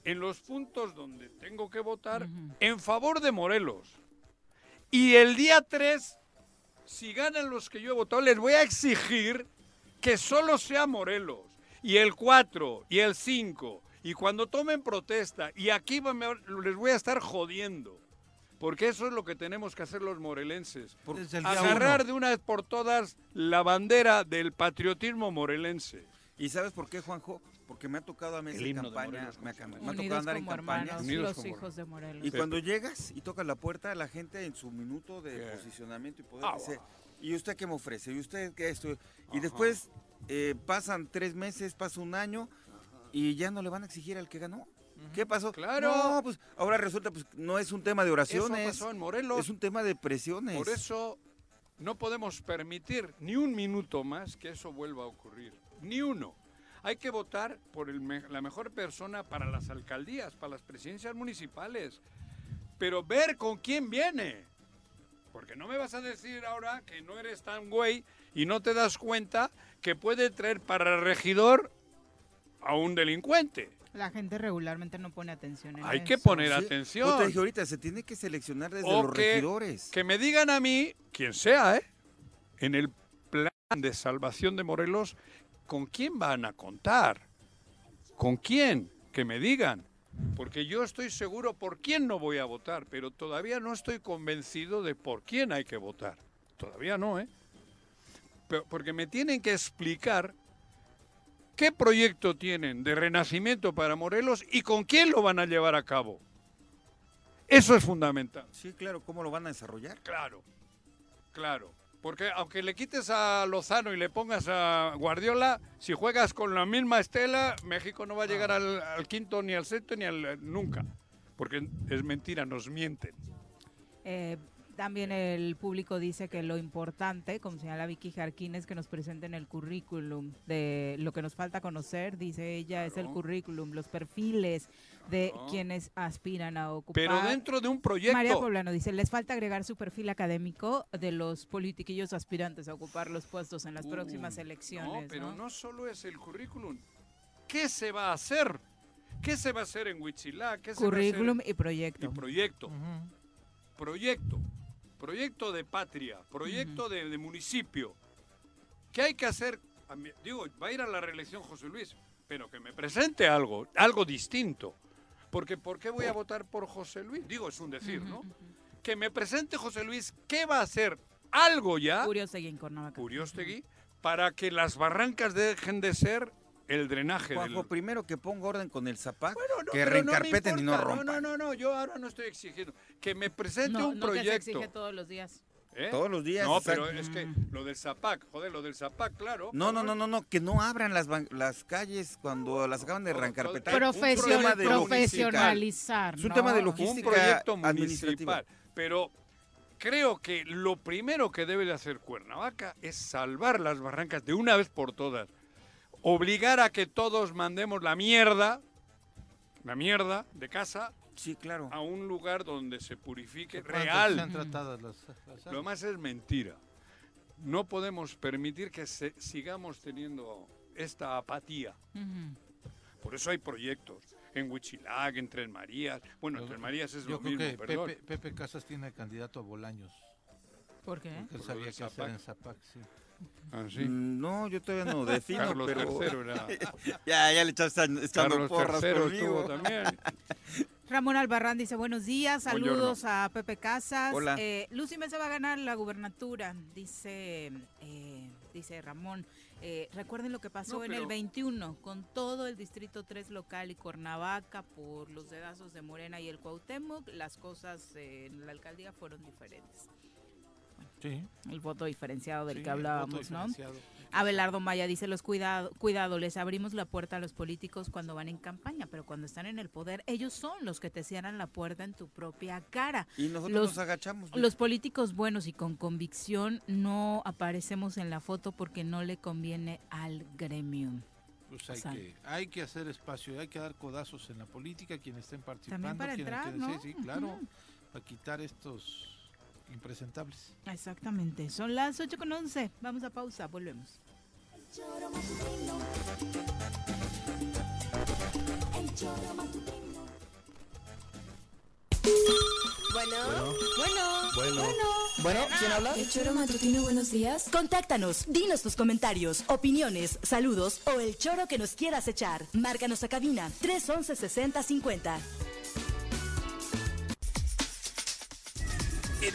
Speaker 3: en los puntos donde tengo que votar en favor de Morelos. Y el día 3, si ganan los que yo he votado, les voy a exigir que solo sea Morelos. Y el 4 y el 5. Y cuando tomen protesta, y aquí va- me- les voy a estar jodiendo. Porque eso es lo que tenemos que hacer los morelenses.
Speaker 4: Desde el día
Speaker 3: Agarrar
Speaker 4: uno.
Speaker 3: de una vez por todas la bandera del patriotismo morelense.
Speaker 8: ¿Y sabes por qué, Juanjo? Porque me ha tocado a mí
Speaker 3: El
Speaker 8: en
Speaker 3: himno de
Speaker 8: campaña,
Speaker 3: Morelos,
Speaker 8: me, ha,
Speaker 3: ¿cómo se
Speaker 8: me ha
Speaker 3: llama?
Speaker 8: tocado andar en
Speaker 3: Unidos como
Speaker 8: campaña.
Speaker 3: hermanos, Unidos los como hijos
Speaker 5: de Morelos.
Speaker 8: Y
Speaker 3: Sí.
Speaker 8: cuando llegas y tocas la puerta, la gente en su minuto de posicionamiento y poder
Speaker 3: Ah,
Speaker 8: dice, ¿y usted qué me ofrece? ¿Y usted qué esto? Y después eh, pasan tres meses, pasa un año y ya no le van a exigir al que ganó. ¿Qué pasó?
Speaker 3: Claro.
Speaker 8: No, pues ahora resulta pues no es un tema de oraciones.
Speaker 3: Eso pasó en Morelos.
Speaker 8: Es un tema de presiones.
Speaker 3: Por eso no podemos permitir ni un minuto más que eso vuelva a ocurrir. Ni uno. Hay que votar por el me- la mejor persona para las alcaldías, para las presidencias municipales. Pero ver con quién viene. Porque no me vas a decir ahora que no eres tan güey y no te das cuenta que puede traer para regidor a un delincuente.
Speaker 5: La gente regularmente no pone atención en
Speaker 3: Hay que
Speaker 5: eso.
Speaker 3: poner
Speaker 8: Sí,
Speaker 3: atención.
Speaker 8: yo te dije ahorita, se tiene que seleccionar desde
Speaker 3: O
Speaker 8: los
Speaker 3: que-
Speaker 8: regidores.
Speaker 3: Que me digan a mí, quien sea, ¿eh? en el plan de salvación de Morelos, ¿con quién van a contar? ¿Con quién? Que me digan. Porque yo estoy seguro por quién no voy a votar, pero todavía no estoy convencido de por quién hay que votar. Todavía no, ¿eh? Pero- porque me tienen que explicar qué proyecto tienen de renacimiento para Morelos y con quién lo van a llevar a cabo. Eso es fundamental.
Speaker 8: Sí, claro, ¿cómo lo van a desarrollar?
Speaker 3: Claro, claro. Porque aunque le quites a Lozano y le pongas a Guardiola, si juegas con la misma estela, México no va a llegar al, al quinto, ni al sexto, ni al eh, nunca. Porque es mentira, nos mienten.
Speaker 2: Eh, también el público dice que lo importante, como señala Vicky Jarquín, es que nos presenten el currículum de lo que nos falta conocer, dice ella, es el
Speaker 3: Claro.
Speaker 2: currículum, los perfiles de
Speaker 3: Claro.
Speaker 2: quienes aspiran a ocupar.
Speaker 3: Pero dentro de un proyecto.
Speaker 2: María Poblano dice, les falta agregar su perfil académico de los politiquillos aspirantes a ocupar los puestos en las
Speaker 3: Uh,
Speaker 2: próximas
Speaker 3: no,
Speaker 2: elecciones.
Speaker 3: No, pero
Speaker 2: ¿no?
Speaker 3: no solo es el currículum. ¿Qué se va a hacer? ¿Qué se va a hacer en Huichilá? ¿Qué se va a hacer
Speaker 2: Currículum y proyecto.
Speaker 3: Y proyecto. Proyecto. Proyecto de patria. Proyecto de, de municipio. ¿Qué hay que hacer? A mí- Digo, va a ir a la reelección José Luis, pero que me presente algo, algo distinto. Porque ¿por qué voy a votar por José Luis? Digo, es un decir, ¿no? Que me presente José Luis, ¿qué va a hacer? Algo ya.
Speaker 2: Uriostegui en Cuernavaca.
Speaker 3: Uriostegui, para que las barrancas dejen de ser el drenaje del
Speaker 8: Juanjo, primero que ponga orden con el zapato,
Speaker 3: no,
Speaker 8: que
Speaker 3: pero no me
Speaker 8: reencarpeten y no
Speaker 3: importa.
Speaker 8: rompan.
Speaker 3: No, no, no, yo ahora no estoy exigiendo. Que me presente
Speaker 2: No,
Speaker 3: un
Speaker 2: no que se
Speaker 3: proyecto.
Speaker 2: exige todos los días.
Speaker 3: ¿eh?
Speaker 8: Todos los días,
Speaker 3: No,
Speaker 8: exacto.
Speaker 3: pero es que lo del Zapac, joder, lo del Zapac, claro.
Speaker 8: No, no, no, no, no, que no abran las, ban- las calles cuando las acaban de arrancarpetar.
Speaker 3: Profesional-
Speaker 8: profesionalizar, Es un
Speaker 4: Ah,
Speaker 8: tema de ¿no? logística
Speaker 3: Un proyecto
Speaker 8: administrativa.
Speaker 3: municipal. Pero creo que lo primero que debe de hacer Cuernavaca es salvar las barrancas de una vez por todas. Obligar a que todos mandemos la mierda, la mierda de casa. A un lugar donde se purifique
Speaker 4: ¿Cuántas
Speaker 3: real.
Speaker 4: se han tratado las- las
Speaker 3: Lo más es mentira. No podemos permitir que se- sigamos teniendo esta apatía. Por eso hay proyectos en Huichilac, en Tres Marías. Bueno, en Tres Marías es
Speaker 4: Yo
Speaker 3: lo
Speaker 4: creo
Speaker 3: mismo,
Speaker 4: que
Speaker 3: perdón.
Speaker 4: Pepe, Pepe Casas tiene candidato a Bolaños.
Speaker 2: ¿Por qué?
Speaker 4: Porque él
Speaker 3: Por lo
Speaker 4: sabía
Speaker 3: del
Speaker 4: que hacer
Speaker 3: Zapac.
Speaker 4: en Zapac, sí.
Speaker 3: Ah,
Speaker 8: Mm, No, yo todavía no defino,
Speaker 3: Carlos
Speaker 8: pero...
Speaker 3: III era-
Speaker 8: ya, ya le echaste echando
Speaker 3: Carlos
Speaker 8: porras
Speaker 3: III
Speaker 8: conmigo.
Speaker 3: estuvo también.
Speaker 2: Ramón Albarrán dice buenos días,
Speaker 8: Buongiorno.
Speaker 2: saludos a Pepe Casas.
Speaker 8: Hola.
Speaker 2: Eh, Lucy Mesa va a ganar la gubernatura, dice, eh, dice Ramón. Eh, recuerden lo que pasó
Speaker 5: No,
Speaker 2: en el
Speaker 5: pero-
Speaker 2: 21 con todo el Distrito 3 local y Cuernavaca por los dedazos de Morena y el Cuauhtémoc. Las cosas eh, en la alcaldía fueron diferentes. El voto diferenciado del
Speaker 5: Sí,
Speaker 2: que
Speaker 5: el voto
Speaker 2: hablábamos, ¿no?
Speaker 5: diferenciado.
Speaker 2: Abelardo Maya dice los cuidado, cuidado, les abrimos la puerta a los políticos cuando van en campaña, pero cuando están en el poder, ellos son los que te cierran la puerta en tu propia cara.
Speaker 8: Y nosotros
Speaker 2: Los-
Speaker 8: nos agachamos.
Speaker 2: Los políticos buenos y con convicción no aparecemos en la foto porque no le conviene al gremio.
Speaker 4: Pues hay,
Speaker 2: Sal.
Speaker 4: que, hay que hacer espacio, hay que dar codazos en la política, quienes estén participando,
Speaker 2: para
Speaker 4: quienes
Speaker 2: entrar,
Speaker 4: quienes-
Speaker 2: ¿no?
Speaker 4: sí, sí, claro,
Speaker 2: Ujú.
Speaker 4: para quitar estos impresentables.
Speaker 2: Exactamente, son las 8 con 11. Vamos a pausa, volvemos.
Speaker 9: Bueno,
Speaker 10: bueno, Ah.
Speaker 9: bueno,
Speaker 10: bueno, ¿quién habla?
Speaker 9: El Choro Matutino, buenos días.
Speaker 10: Contáctanos, dinos tus comentarios, opiniones, saludos o el choro que nos quieras echar. Márcanos a cabina 311 6050.
Speaker 11: En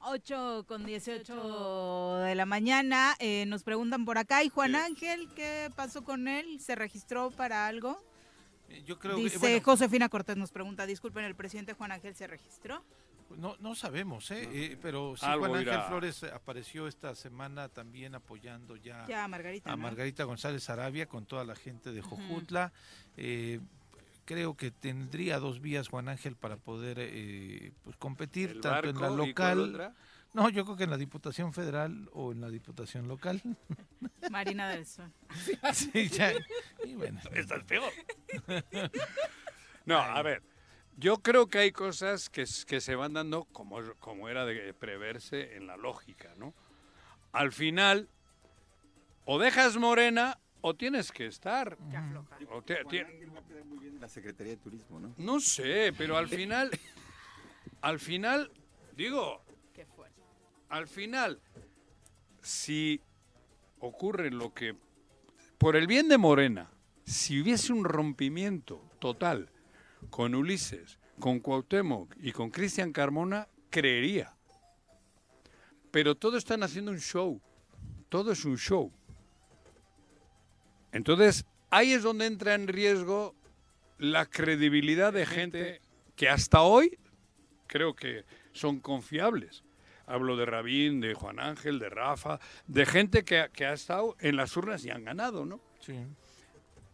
Speaker 2: Ocho con 18 de la mañana. eh, nos preguntan por acá. ¿Y Juan Ángel qué pasó con él? ¿Se registró para algo?
Speaker 4: Yo creo
Speaker 2: Dice
Speaker 4: que, bueno,
Speaker 2: Josefina Cortés nos pregunta, disculpen, ¿el presidente Juan Ángel se registró?
Speaker 4: No, no sabemos, ¿eh? Eh, pero sí,
Speaker 3: Algo
Speaker 4: Juan Ángel
Speaker 3: irá.
Speaker 4: Flores apareció esta semana también apoyando ya,
Speaker 2: Ya a Margarita,
Speaker 4: a
Speaker 2: ¿no?
Speaker 4: Margarita González Arabia con toda la gente de Jojutla. Eh, creo que tendría dos vías Juan Ángel para poder eh, pues, competir,
Speaker 3: ¿El
Speaker 4: tanto en la
Speaker 3: barco y cuál
Speaker 4: local.
Speaker 3: otra?
Speaker 4: No, yo creo que en la Diputación Federal o en la Diputación Local.
Speaker 2: Marina del Sol.
Speaker 4: Sí, ya. Y bueno.
Speaker 3: Estás peor. No, a ver, yo creo que hay cosas que, s- que se van dando como, como era de preverse en la lógica, ¿no? Al final, o dejas morena o tienes que estar. O te- ti-
Speaker 8: La Secretaría de Turismo, ¿no?
Speaker 3: no sé, pero al final, al final, digo,
Speaker 2: Qué fuerte.
Speaker 3: al final, si ocurre lo que, por el bien de Morena, si hubiese un rompimiento total con Ulises, con Cuauhtémoc y con Cristian Carmona, creería. Pero todos están haciendo un show. Todo es un show. Entonces, ahí es donde entra en riesgo la credibilidad de gente que hasta hoy creo que son confiables. Hablo de Rabín, de Juan Ángel, de Rafa, de gente que, ha- que ha estado en las urnas y han ganado, ¿no?
Speaker 4: Sí.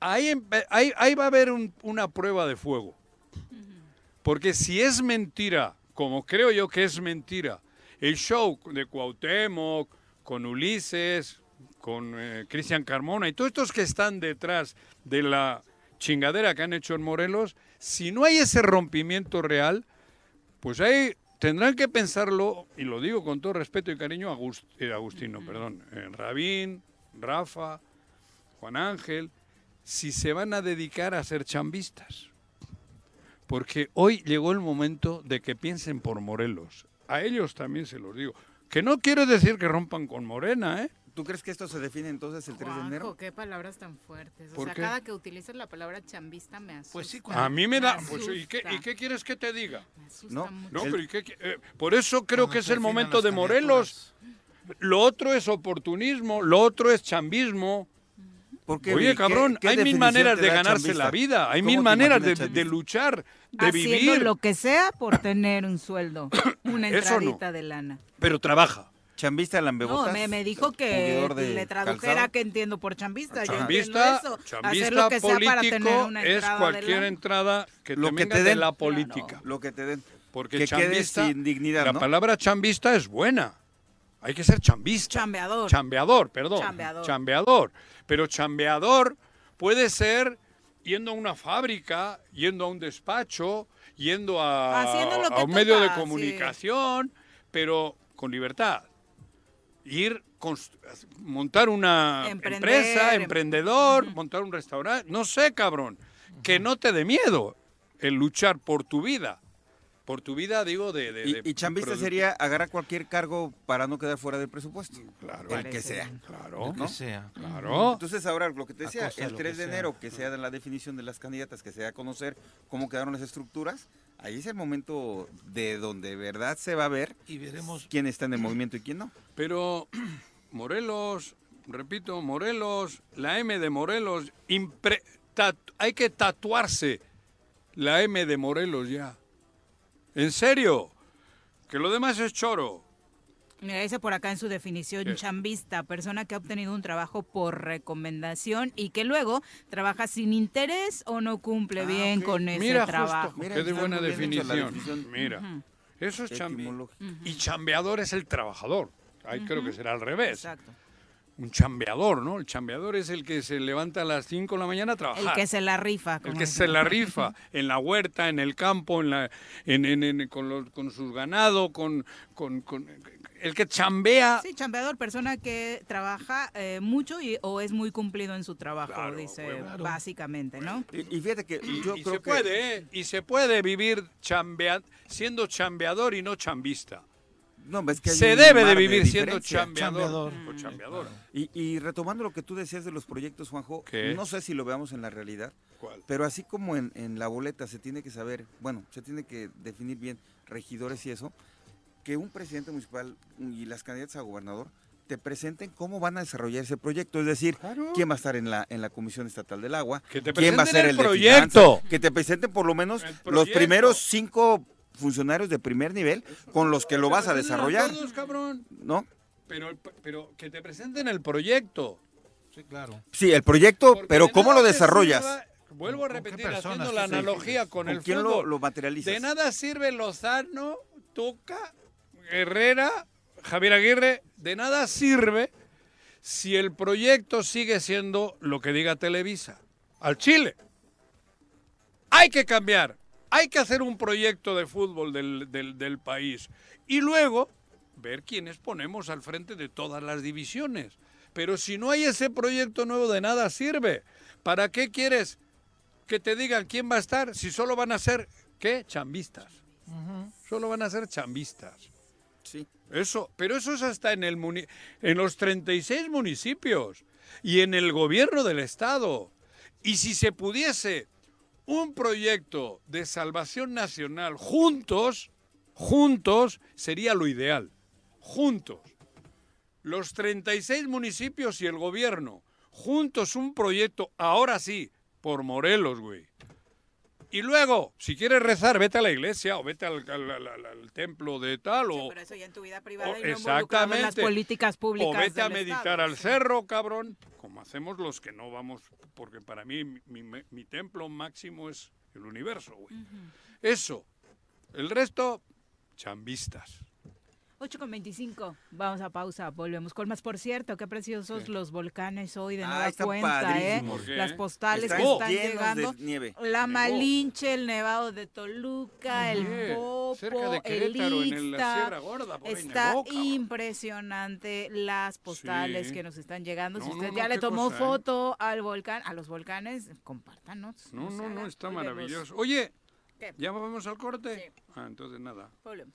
Speaker 3: Ahí, empe- ahí- ahí va a haber un- una prueba de fuego. Porque si es mentira, como creo yo que es mentira, el show de Cuauhtémoc, con Ulises, con eh, Cristian Carmona y todos estos que están detrás de la chingadera que han hecho en Morelos, si no hay ese rompimiento real, pues ahí tendrán que pensarlo, y lo digo con todo respeto y cariño, Agust- eh, Agustino, perdón, eh, Rabín, Rafa, Juan Ángel, si se van a dedicar a ser chambistas. Porque hoy llegó el momento de que piensen por Morelos. A ellos también se los digo. Que no quiero decir que rompan con Morena, ¿eh?
Speaker 8: ¿Tú crees que esto se define entonces el 3 de enero?
Speaker 2: Juanjo, qué palabras tan fuertes. O
Speaker 3: ¿Por
Speaker 2: sea,
Speaker 3: qué?
Speaker 2: cada que utilizas la palabra chambista me asusta.
Speaker 4: Pues sí,
Speaker 3: A mí me da...
Speaker 2: Me
Speaker 3: pues, ¿y, qué, y
Speaker 2: asusta.
Speaker 3: qué quieres que te diga?
Speaker 2: asusta
Speaker 3: No,
Speaker 2: mucho.
Speaker 3: pero ¿y qué qui- eh, por eso creo
Speaker 4: Cuando
Speaker 3: que es
Speaker 4: se
Speaker 3: el
Speaker 4: definan
Speaker 3: momento
Speaker 4: las
Speaker 3: de Morelos. Lo otro es oportunismo, lo otro es chambismo.
Speaker 8: qué,
Speaker 3: Oye,
Speaker 8: Vic? ¿Qué-
Speaker 3: cabrón,
Speaker 8: qué
Speaker 3: hay mil
Speaker 8: definición
Speaker 3: maneras
Speaker 8: te
Speaker 3: de
Speaker 8: da
Speaker 3: ganarse
Speaker 8: chambista?
Speaker 3: la vida, hay
Speaker 8: ¿Cómo
Speaker 3: mil
Speaker 8: te
Speaker 3: maneras de,
Speaker 8: imaginas
Speaker 3: de luchar, de
Speaker 2: Haciendo
Speaker 3: vivir.
Speaker 2: lo que sea por tener un sueldo, una
Speaker 3: Eso no.
Speaker 2: entradita de lana.
Speaker 3: Pero trabaja.
Speaker 8: Chambista
Speaker 2: No,
Speaker 8: lambebotas.
Speaker 2: me, me dijo que
Speaker 8: juguidor de
Speaker 2: le tradujera
Speaker 8: calzado.
Speaker 2: que entiendo por chambista.
Speaker 3: Chambista,
Speaker 2: yo entiendo eso. hacer
Speaker 3: chambista
Speaker 2: lo que sea para tener
Speaker 3: político
Speaker 2: una
Speaker 3: es
Speaker 2: entrada de
Speaker 3: cualquier
Speaker 2: lana.
Speaker 3: entrada que
Speaker 8: Lo
Speaker 3: te
Speaker 8: que
Speaker 3: venga
Speaker 8: te
Speaker 3: de
Speaker 8: den.
Speaker 3: la política.
Speaker 8: Lo que te den.
Speaker 3: Porque
Speaker 8: Que quede
Speaker 3: chambista,
Speaker 8: sin dignidad,
Speaker 3: la
Speaker 8: ¿no?
Speaker 3: palabra chambista es buena. Hay que ser chambista.
Speaker 2: Chambeador.
Speaker 3: Chambeador, perdón.
Speaker 2: Chambeador.
Speaker 3: Chambeador. Pero chambeador puede ser yendo a una fábrica, yendo a un despacho, yendo a,
Speaker 2: Haciendo lo
Speaker 3: a
Speaker 2: que
Speaker 3: un medio de
Speaker 2: toca, sí.
Speaker 3: comunicación, pero con libertad. Ir, constru- montar una
Speaker 2: Emprender,
Speaker 3: empresa,
Speaker 2: em-
Speaker 3: emprendedor, montar un restaurante, no sé, cabrón. Que no te dé miedo el luchar por tu vida. Por tu vida, digo, de... de- de
Speaker 8: Y, y chambista
Speaker 3: produ-
Speaker 8: sería agarrar cualquier cargo para no quedar fuera del presupuesto.
Speaker 3: Claro.
Speaker 8: El que sea.
Speaker 3: Claro.
Speaker 4: El que sea,
Speaker 3: claro.
Speaker 8: Entonces ahora lo que te
Speaker 4: A
Speaker 8: decía,
Speaker 4: costa de
Speaker 8: el
Speaker 4: lo
Speaker 8: 3
Speaker 4: que
Speaker 8: de
Speaker 4: sea.
Speaker 8: enero, que sea la definición de las candidatas, que se dé a conocer cómo quedaron las estructuras, ahí es el momento de donde de verdad se va a ver
Speaker 4: Y veremos.
Speaker 8: quién está en el movimiento y quién no.
Speaker 3: Pero Morelos, repito, Morelos, la M de Morelos, impre- tat- hay que tatuarse la M de Morelos ya. En serio, que lo demás es choro.
Speaker 2: Mira, dice por acá en su definición,
Speaker 3: ¿Qué?
Speaker 2: chambista, persona que ha obtenido un trabajo por recomendación y que luego trabaja sin interés o no cumple bien con ese
Speaker 3: Ah, Mira,
Speaker 2: trabajo.
Speaker 3: justo, qué de buena definición. Mira,
Speaker 2: Ujú.
Speaker 3: eso es chambeador. Y chambeador es el trabajador. Ahí creo que será al revés.
Speaker 2: Exacto.
Speaker 3: Un chambeador, ¿no? El chambeador es el que se levanta a las 5 de la mañana a trabajar.
Speaker 2: El que se la rifa.
Speaker 3: El
Speaker 2: como
Speaker 3: que
Speaker 2: dicen.
Speaker 3: se la rifa en la huerta, en el campo, en la, en, en- en- con, los- con sus ganado, con, con- con- el que chambea.
Speaker 2: Sí, chambeador, persona que trabaja eh, mucho y, o es muy cumplido en su trabajo,
Speaker 3: Claro,
Speaker 2: dice
Speaker 3: huevo. Claro.
Speaker 2: básicamente, ¿no?
Speaker 8: Y, fíjate que yo
Speaker 3: y
Speaker 8: creo
Speaker 3: se
Speaker 8: que-
Speaker 3: puede, ¿eh? Y se puede vivir chambea- siendo chambeador y no chambista.
Speaker 8: No, es que hay
Speaker 3: se
Speaker 8: un
Speaker 3: debe de
Speaker 8: mar
Speaker 3: vivir siendo
Speaker 8: diferencia. Mm.
Speaker 3: chambeador. o chambeadora.
Speaker 8: Y, y retomando lo que tú decías de los proyectos, Juanjo,
Speaker 3: ¿Qué?
Speaker 8: no sé si lo veamos en la realidad,
Speaker 3: ¿Cuál?
Speaker 8: pero así como en, en la boleta se tiene que saber, bueno, se tiene que definir bien regidores y eso, que un presidente municipal y las candidatas a gobernador te presenten cómo van a desarrollar ese proyecto, es decir, quién va a estar en la en la Comisión Estatal del Agua,
Speaker 3: Que te
Speaker 8: quién va a
Speaker 3: presenten
Speaker 8: ser
Speaker 3: el
Speaker 8: el, de
Speaker 3: proyecto.
Speaker 8: finanzas, que te presenten por lo menos los
Speaker 3: proyecto.
Speaker 8: primeros cinco funcionarios de primer nivel con los que lo vas a desarrollar,
Speaker 3: Todos, cabrón.
Speaker 8: ¿no?
Speaker 3: Pero, pero que te presenten el proyecto.
Speaker 4: Sí, claro.
Speaker 8: Sí, el proyecto, pero ¿cómo lo desarrollas?
Speaker 3: Vuelvo a repetir,
Speaker 4: personas?
Speaker 3: haciendo la
Speaker 4: ¿Qué se
Speaker 3: analogía
Speaker 4: define?
Speaker 3: con,
Speaker 8: ¿Con
Speaker 3: el
Speaker 8: quién lo-
Speaker 3: fútbol.
Speaker 8: lo materializas?
Speaker 3: De nada sirve Lozano, Tuca, Herrera, Javier Aguirre. De nada sirve si el proyecto sigue siendo lo que diga Televisa. Al Chile. Hay que cambiar. Hay que hacer un proyecto de fútbol del, del- del país. Y luego ver quiénes ponemos al frente de todas las divisiones. Pero si no hay ese proyecto nuevo, de nada sirve. ¿Para qué quieres que te digan quién va a estar si solo van a ser, ¿qué? Chambistas. Solo van a ser chambistas.
Speaker 8: Sí.
Speaker 3: Eso, pero eso es hasta en, el muni- en los 36 municipios y en el gobierno del Estado. Y si se pudiese un proyecto de salvación nacional juntos, juntos, sería lo ideal. Juntos. Los 36 municipios y el gobierno, juntos un proyecto, ahora sí, por Morelos, güey. Y luego, si quieres rezar, vete a la iglesia o vete al, al- al- al- al templo de tal o...
Speaker 2: Pero eso ya en tu vida privada
Speaker 3: O-
Speaker 2: y no involucrado en las
Speaker 3: Oh, exactamente.
Speaker 2: políticas públicas.
Speaker 3: O vete a
Speaker 2: del
Speaker 3: meditar
Speaker 2: Estado.
Speaker 3: al cerro, cabrón, como hacemos los que no vamos, porque para mí mi, mi- mi templo máximo es el universo,
Speaker 2: Mm.
Speaker 3: güey. Eso. El resto, chambistas.
Speaker 2: 8 con 25. Vamos a pausa, volvemos con más. Por cierto, qué preciosos los volcanes hoy de nueva
Speaker 8: Ah, están
Speaker 2: cuenta, ¿eh?
Speaker 8: padrísimos. ¿Por qué?
Speaker 2: Las postales
Speaker 8: Están
Speaker 2: que están
Speaker 8: llenos de
Speaker 2: llegando.
Speaker 8: nieve.
Speaker 2: La
Speaker 8: Nevó.
Speaker 2: Malinche, el Nevado de Toluca, el
Speaker 3: Oye,
Speaker 2: Popo,
Speaker 3: Oh. cerca de Querétaro,
Speaker 2: el
Speaker 3: en el- la
Speaker 2: Ixta.
Speaker 3: Sierra Gorda, por ahí
Speaker 2: Está
Speaker 3: nevó,
Speaker 2: impresionante las postales
Speaker 3: Sí.
Speaker 2: que nos están llegando. si
Speaker 3: No,
Speaker 2: usted
Speaker 3: no,
Speaker 2: ya
Speaker 3: no,
Speaker 2: le
Speaker 3: qué
Speaker 2: tomó
Speaker 3: cosa, ¿eh?
Speaker 2: foto al volcán, a los volcanes, compártanos.
Speaker 3: No,
Speaker 2: se
Speaker 3: no, no,
Speaker 2: hagan.
Speaker 3: está
Speaker 2: Volvemos.
Speaker 3: maravilloso. Oye,
Speaker 2: ¿Qué?
Speaker 3: ¿ya vamos al corte? Ah, entonces nada.
Speaker 2: Volvemos.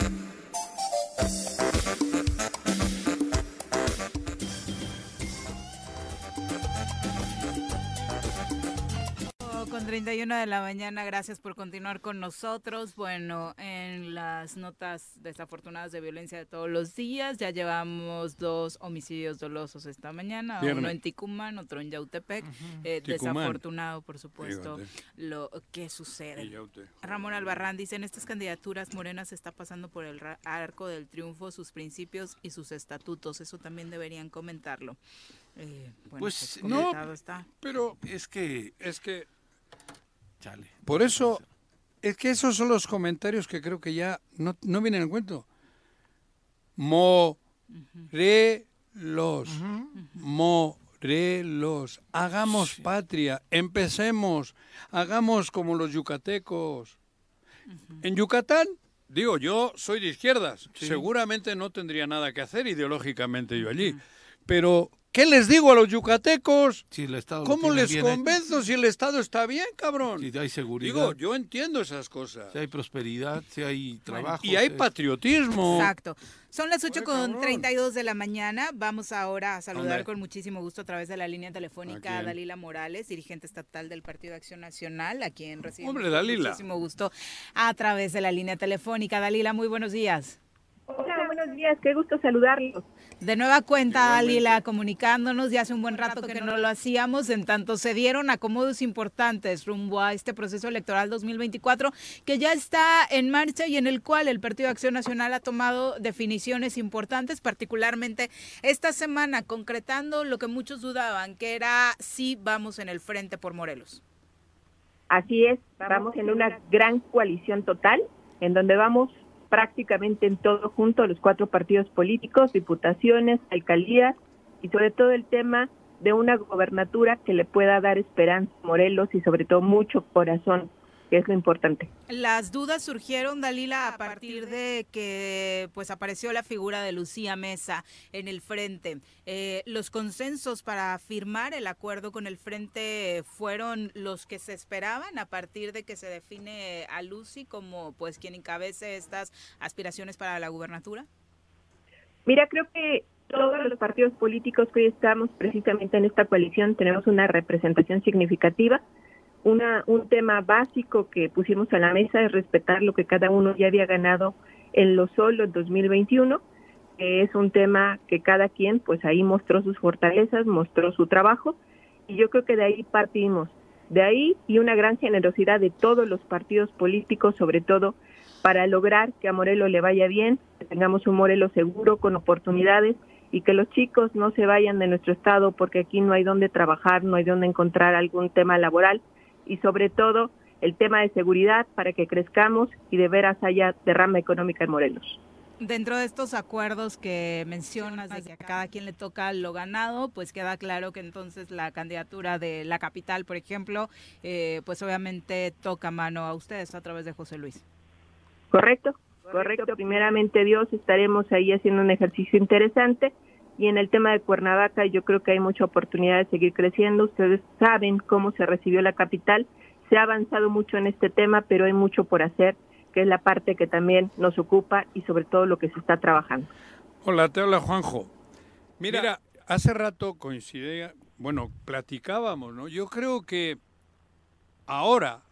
Speaker 2: Oh, Con 31 de la mañana, gracias por continuar con nosotros. Bueno, en las notas desafortunadas de violencia de todos los días, ya llevamos dos homicidios dolosos esta mañana, uno
Speaker 5: Viernes.
Speaker 2: en Ticumán, otro en Yautepec. Eh,
Speaker 5: Ticumán.
Speaker 2: desafortunado, por supuesto,
Speaker 5: Fíjate.
Speaker 2: lo que sucede.
Speaker 5: Y Yaute.
Speaker 2: Ramón Albarrán dice, en estas candidaturas Morena se está pasando por el ra- arco del triunfo, sus principios y sus estatutos. Eso también deberían comentarlo. Eh, bueno,
Speaker 4: Pues,
Speaker 2: pues,
Speaker 4: no,
Speaker 2: comentado está.
Speaker 3: pero es que... Es que...
Speaker 4: Chale.
Speaker 3: Por eso, es que esos son los comentarios que creo que ya no, no vienen al cuento. Morelos. Morelos. Hagamos patria. Empecemos. Hagamos como los yucatecos. En Yucatán, digo, yo soy de izquierdas. Seguramente no tendría nada que hacer ideológicamente yo allí. Pero, ¿qué les digo a los yucatecos?
Speaker 4: Si el Estado lo
Speaker 3: ¿Cómo
Speaker 4: tiene
Speaker 3: les
Speaker 4: bien
Speaker 3: convenzo si el Estado está bien, cabrón?
Speaker 4: hecho, Si hay seguridad,
Speaker 3: Digo, yo entiendo esas cosas.
Speaker 4: si hay prosperidad, si hay trabajo.
Speaker 3: Y hay
Speaker 4: si
Speaker 3: patriotismo.
Speaker 2: Exacto. Son las 8 con 32 de la mañana. Vamos ahora a saludar
Speaker 3: Ándale.
Speaker 2: con muchísimo gusto a través de la línea
Speaker 3: ¿A
Speaker 2: telefónica a
Speaker 3: quién?
Speaker 2: Dalila Morales, dirigente estatal del Partido de Acción Nacional, a quien recibimos
Speaker 3: Hombre,
Speaker 2: con
Speaker 3: Dalila.
Speaker 2: muchísimo gusto a través de la línea telefónica. Dalila, muy buenos días.
Speaker 12: Hola, buenos días, qué gusto saludarlos.
Speaker 2: De nueva cuenta, Dalila, comunicándonos. Ya hace un buen rato que no lo hacíamos. En tanto, se dieron acomodos importantes rumbo a este proceso electoral 2024 que ya está en marcha y en el cual el Partido de Acción Nacional ha tomado definiciones importantes, particularmente esta semana, concretando lo que muchos dudaban, que era si vamos en el frente por Morelos.
Speaker 12: Así es, vamos en una gran coalición total, en donde vamos prácticamente en todo junto, los cuatro partidos políticos, diputaciones, alcaldías y sobre todo el tema de una gobernatura que le pueda dar esperanza a Morelos y sobre todo mucho corazón, que es lo importante.
Speaker 2: Las dudas surgieron, Dalila, a partir de que pues apareció la figura de Lucía Mesa en el frente. Eh, los consensos para firmar el acuerdo con el frente fueron los que se esperaban a partir de que se define a Lucy como pues quien encabece estas aspiraciones para la gubernatura.
Speaker 12: Mira, creo que todos los partidos políticos que hoy estamos precisamente en esta coalición tenemos una representación significativa. una, un tema básico que pusimos a la mesa es respetar lo que cada uno ya había ganado en lo solo en 2021, que es un tema que cada quien pues ahí mostró sus fortalezas, mostró su trabajo y yo creo que de ahí partimos. De ahí y una gran generosidad de todos los partidos políticos, sobre todo para lograr que a Morelos le vaya bien, que tengamos un Morelos seguro, con oportunidades y que los chicos no se vayan de nuestro estado porque aquí no hay donde trabajar, no hay donde encontrar algún tema laboral y sobre todo el tema de seguridad para que crezcamos y de veras haya derrama económica en Morelos.
Speaker 2: Dentro de estos acuerdos que mencionas de que a cada quien le toca lo ganado, pues queda claro que entonces la candidatura de la capital, por ejemplo, eh, pues obviamente toca mano a ustedes a través de José Luis.
Speaker 12: Correcto, correcto. Primeramente Dios, estaremos ahí haciendo un ejercicio interesante. Y en el tema de Cuernavaca, yo creo que hay mucha oportunidad de seguir creciendo. Ustedes saben cómo se recibió la capital. Se ha avanzado mucho en este tema, pero hay mucho por hacer, que es la parte que también nos ocupa y sobre todo lo que se está trabajando.
Speaker 3: Hola, te habla Juanjo. Mira, hace rato coincidía, bueno, platicábamos, ¿no? Yo creo que ahora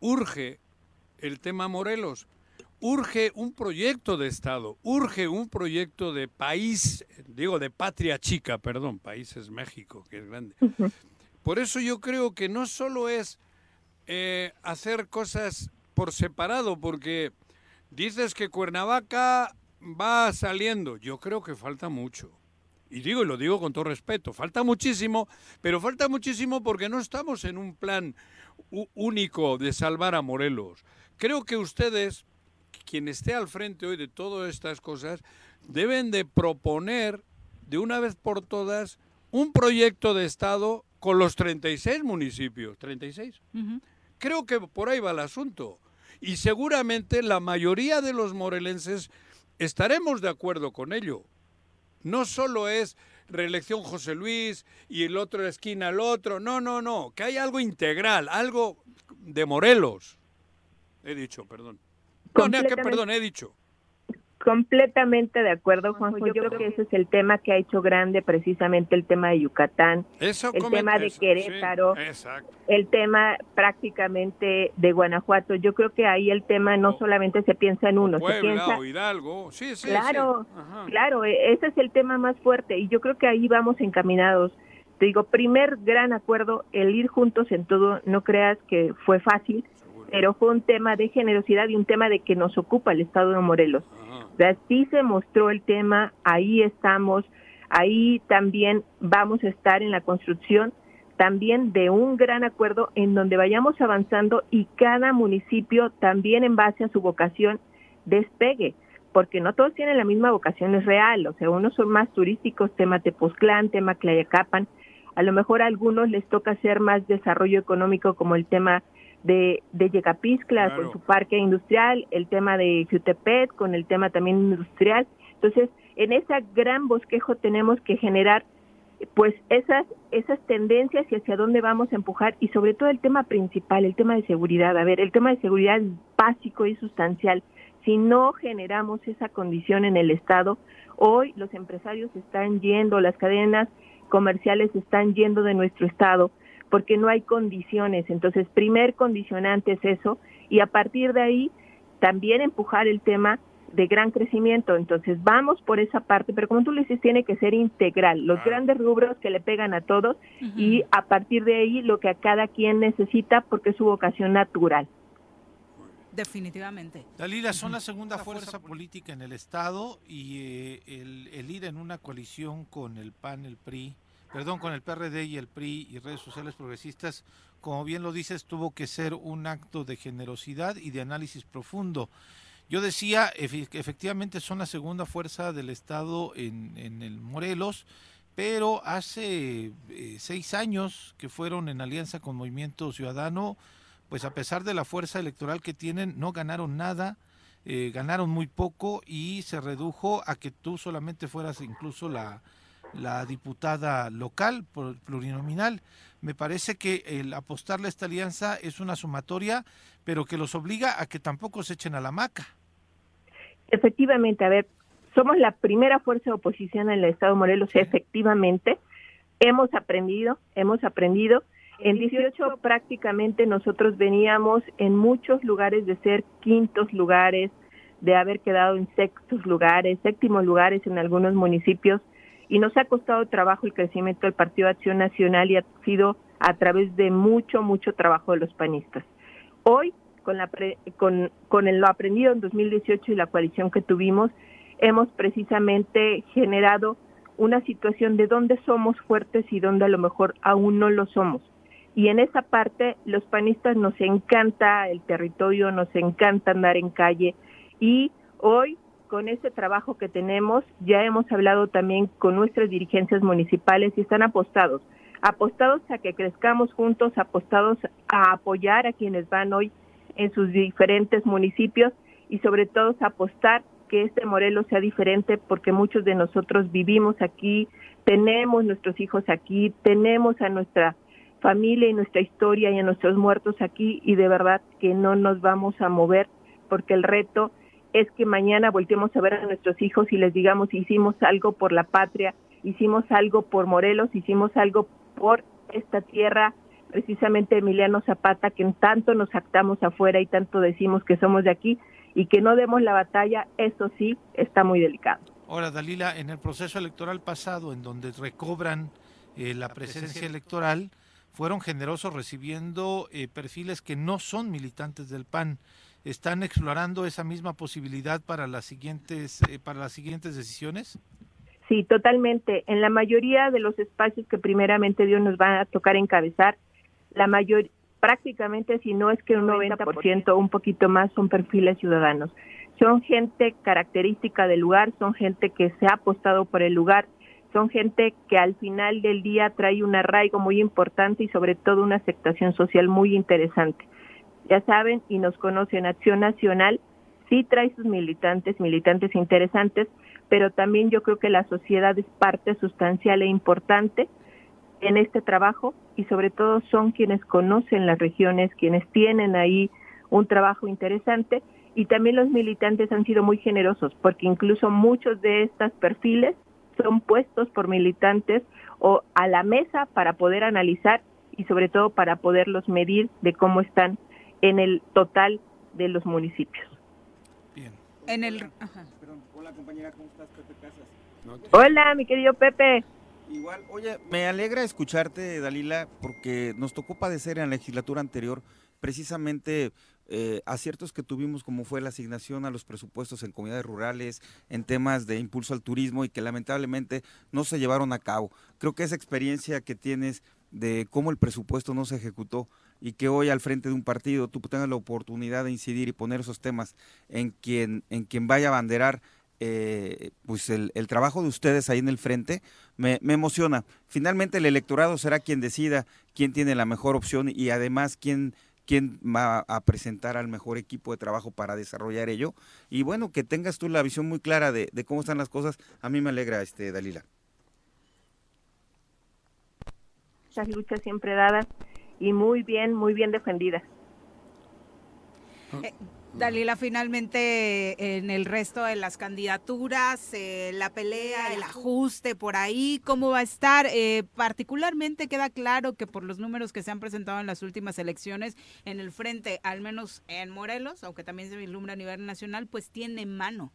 Speaker 3: urge el tema Morelos, urge un proyecto de Estado, urge un proyecto de país, digo, de patria chica, perdón, país es México, que es grande. Por eso yo creo que no solo es eh, hacer cosas por separado, porque dices que Cuernavaca va saliendo. Yo creo que falta mucho. Y digo, y lo digo con todo respeto, falta muchísimo, pero falta muchísimo porque no estamos en un plan u- único de salvar a Morelos. Creo que ustedes, quien esté al frente hoy de todas estas cosas, deben de proponer de una vez por todas un proyecto de Estado con los 36 municipios. ¿36? Creo que por ahí va el asunto. Y seguramente la mayoría de los morelenses estaremos de acuerdo con ello. No solo es reelección José Luis y el otro esquina al otro. No, no, no. Que hay algo integral, algo de Morelos. He dicho, perdón. No, no, que
Speaker 12: Completamente.
Speaker 3: perdón, he dicho.
Speaker 12: Completamente de acuerdo, Juanjo. Yo, creo, que ese es el tema que ha hecho grande precisamente el tema de Yucatán,
Speaker 3: Eso
Speaker 12: el
Speaker 3: comen-
Speaker 12: tema de
Speaker 3: eso, sí,
Speaker 12: Querétaro,
Speaker 3: exacto.
Speaker 12: el tema prácticamente de Guanajuato. Yo creo que ahí el tema no solamente se piensa en uno, se
Speaker 3: Puebla
Speaker 12: piensa
Speaker 3: o Hidalgo. Sí, sí.
Speaker 12: Claro,
Speaker 3: sí. Ajá.
Speaker 12: claro, e- ese es el tema más fuerte y yo creo que ahí vamos encaminados. Te digo, primer gran acuerdo, el ir juntos en todo, no creas que fue fácil, pero fue un tema de generosidad y un tema de que nos ocupa el Estado de Morelos. O sea, sí se mostró el tema, ahí estamos, ahí también vamos a estar en la construcción también de un gran acuerdo en donde vayamos avanzando y cada municipio también en base a su vocación despegue, porque no todos tienen la misma vocación, es real, o sea, unos son más turísticos, tema Tepoztlán, tema Clayacapan, a lo mejor a algunos les toca hacer más desarrollo económico como el tema de, de Yecapixtla
Speaker 13: Claro.
Speaker 12: con su parque industrial, el tema de Jutepet con el tema también industrial. Entonces, en ese gran bosquejo tenemos que generar pues esas esas tendencias y hacia dónde vamos a empujar y sobre todo el tema principal, el tema de seguridad. A ver, el tema de seguridad es básico y sustancial. Si no generamos esa condición en el Estado, hoy los empresarios están yendo, las cadenas comerciales están yendo de nuestro Estado porque no hay condiciones. Entonces, primer condicionante es eso y a partir de ahí también empujar el tema de gran crecimiento. Entonces, vamos por esa parte, pero como tú lo dices, tiene que ser integral,
Speaker 2: Ah,
Speaker 12: los grandes rubros que le pegan a todos y a partir de ahí lo que a cada quien necesita porque es su vocación natural.
Speaker 2: Definitivamente.
Speaker 4: Dalila, son la segunda fuerza política en el Estado y eh, el, el ir en una coalición con el PAN, el PRI, perdón, con el PRD y el PRI y redes sociales progresistas, como bien lo dices, tuvo que ser un acto de generosidad y de análisis profundo. Yo decía, efe- que efectivamente son la segunda fuerza del Estado en, en el Morelos, pero hace eh, seis años que fueron en alianza con Movimiento Ciudadano, pues a pesar de la fuerza electoral que tienen, no ganaron nada, eh, ganaron muy poco y se redujo a que tú solamente fueras incluso la, la diputada local por- plurinominal. Me parece que el apostarle a esta alianza es una sumatoria, pero que los obliga a que tampoco se echen a la maca.
Speaker 12: Efectivamente, a ver, somos la primera fuerza de oposición en el Estado de Morelos, efectivamente. Hemos aprendido, hemos aprendido. En 18 prácticamente nosotros veníamos en muchos lugares de ser quintos lugares, de haber quedado en sextos lugares, séptimos lugares en algunos municipios y nos ha costado trabajo el crecimiento del Partido de Acción Nacional y ha sido a través de mucho, mucho trabajo de los panistas. Hoy, con, la pre- con, con el- lo aprendido en 2018 y la coalición que tuvimos, hemos precisamente generado una situación de dónde somos fuertes y dónde a lo mejor aún no lo somos. Y en esa parte, los panistas nos encanta el territorio, nos encanta andar en calle y hoy, con este trabajo que tenemos, ya hemos hablado también con nuestras dirigencias municipales y están apostados, apostados a que crezcamos juntos, apostados a apoyar a quienes van hoy en sus diferentes municipios y sobre todo apostar que este Morelos sea diferente porque muchos de nosotros vivimos aquí, tenemos nuestros hijos aquí, tenemos a nuestra familia y nuestra historia y a nuestros muertos aquí y de verdad que no nos vamos a mover porque el reto es que mañana volteemos a ver a nuestros hijos y les digamos hicimos algo por la patria, hicimos algo por Morelos, hicimos algo por esta tierra, precisamente Emiliano Zapata, que en tanto nos actamos afuera y tanto decimos que somos de aquí y que no demos la batalla, eso sí está muy delicado.
Speaker 4: Ahora, Dalila, en el proceso electoral pasado, en donde recobran eh, la presencia electoral, fueron generosos recibiendo eh, perfiles que no son militantes del PAN. ¿Están explorando esa misma posibilidad para las siguientes, eh, para las siguientes decisiones?
Speaker 12: Sí, totalmente. En la mayoría de los espacios que primeramente Dios nos va a tocar encabezar, la mayor, prácticamente si no es que un 90% o un poquito más son perfiles ciudadanos. Son gente característica del lugar, son gente que se ha apostado por el lugar, son gente que al final del día trae un arraigo muy importante y sobre todo una aceptación social muy interesante. Ya saben y nos conocen, Acción Nacional sí trae sus militantes, militantes interesantes, pero también yo creo que la sociedad es parte sustancial e importante en este trabajo y sobre todo son quienes conocen las regiones, quienes tienen ahí un trabajo interesante y también los militantes han sido muy generosos porque incluso muchos de estos perfiles son puestos por militantes o a la mesa para poder analizar y sobre todo para poderlos medir de cómo están en el total de los municipios.
Speaker 2: En el... ajá.
Speaker 8: Hola compañera, ¿cómo estás? Pepe Casas.
Speaker 12: Hola, mi querido Pepe.
Speaker 8: Igual, oye, me alegra escucharte, Dalila, porque nos tocó padecer en la legislatura anterior precisamente eh, aciertos que tuvimos, como fue la asignación a los presupuestos en comunidades rurales, en temas de impulso al turismo y que lamentablemente no se llevaron a cabo. Creo que esa experiencia que tienes de cómo el presupuesto no se ejecutó y que hoy al frente de un partido tú tengas la oportunidad de incidir y poner esos temas en quien, en quien vaya a banderar eh, pues el, el trabajo de ustedes ahí en el frente me, me emociona. Finalmente el electorado será quien decida quién tiene la mejor opción y además quién, quién va a presentar al mejor equipo de trabajo para desarrollar ello. Y bueno, que tengas tú la visión muy clara de, de cómo están las cosas, a mí me alegra, este Dalila.
Speaker 12: Esas luchas siempre dadas y muy bien, muy bien defendidas.
Speaker 2: Eh, Dalila, finalmente en el resto de las candidaturas, eh, la pelea, el ajuste por ahí, ¿cómo va a estar? Eh, particularmente queda claro que por los números que se han presentado en las últimas elecciones, en el frente, al menos en Morelos, aunque también se vislumbra a nivel nacional, pues tiene mano.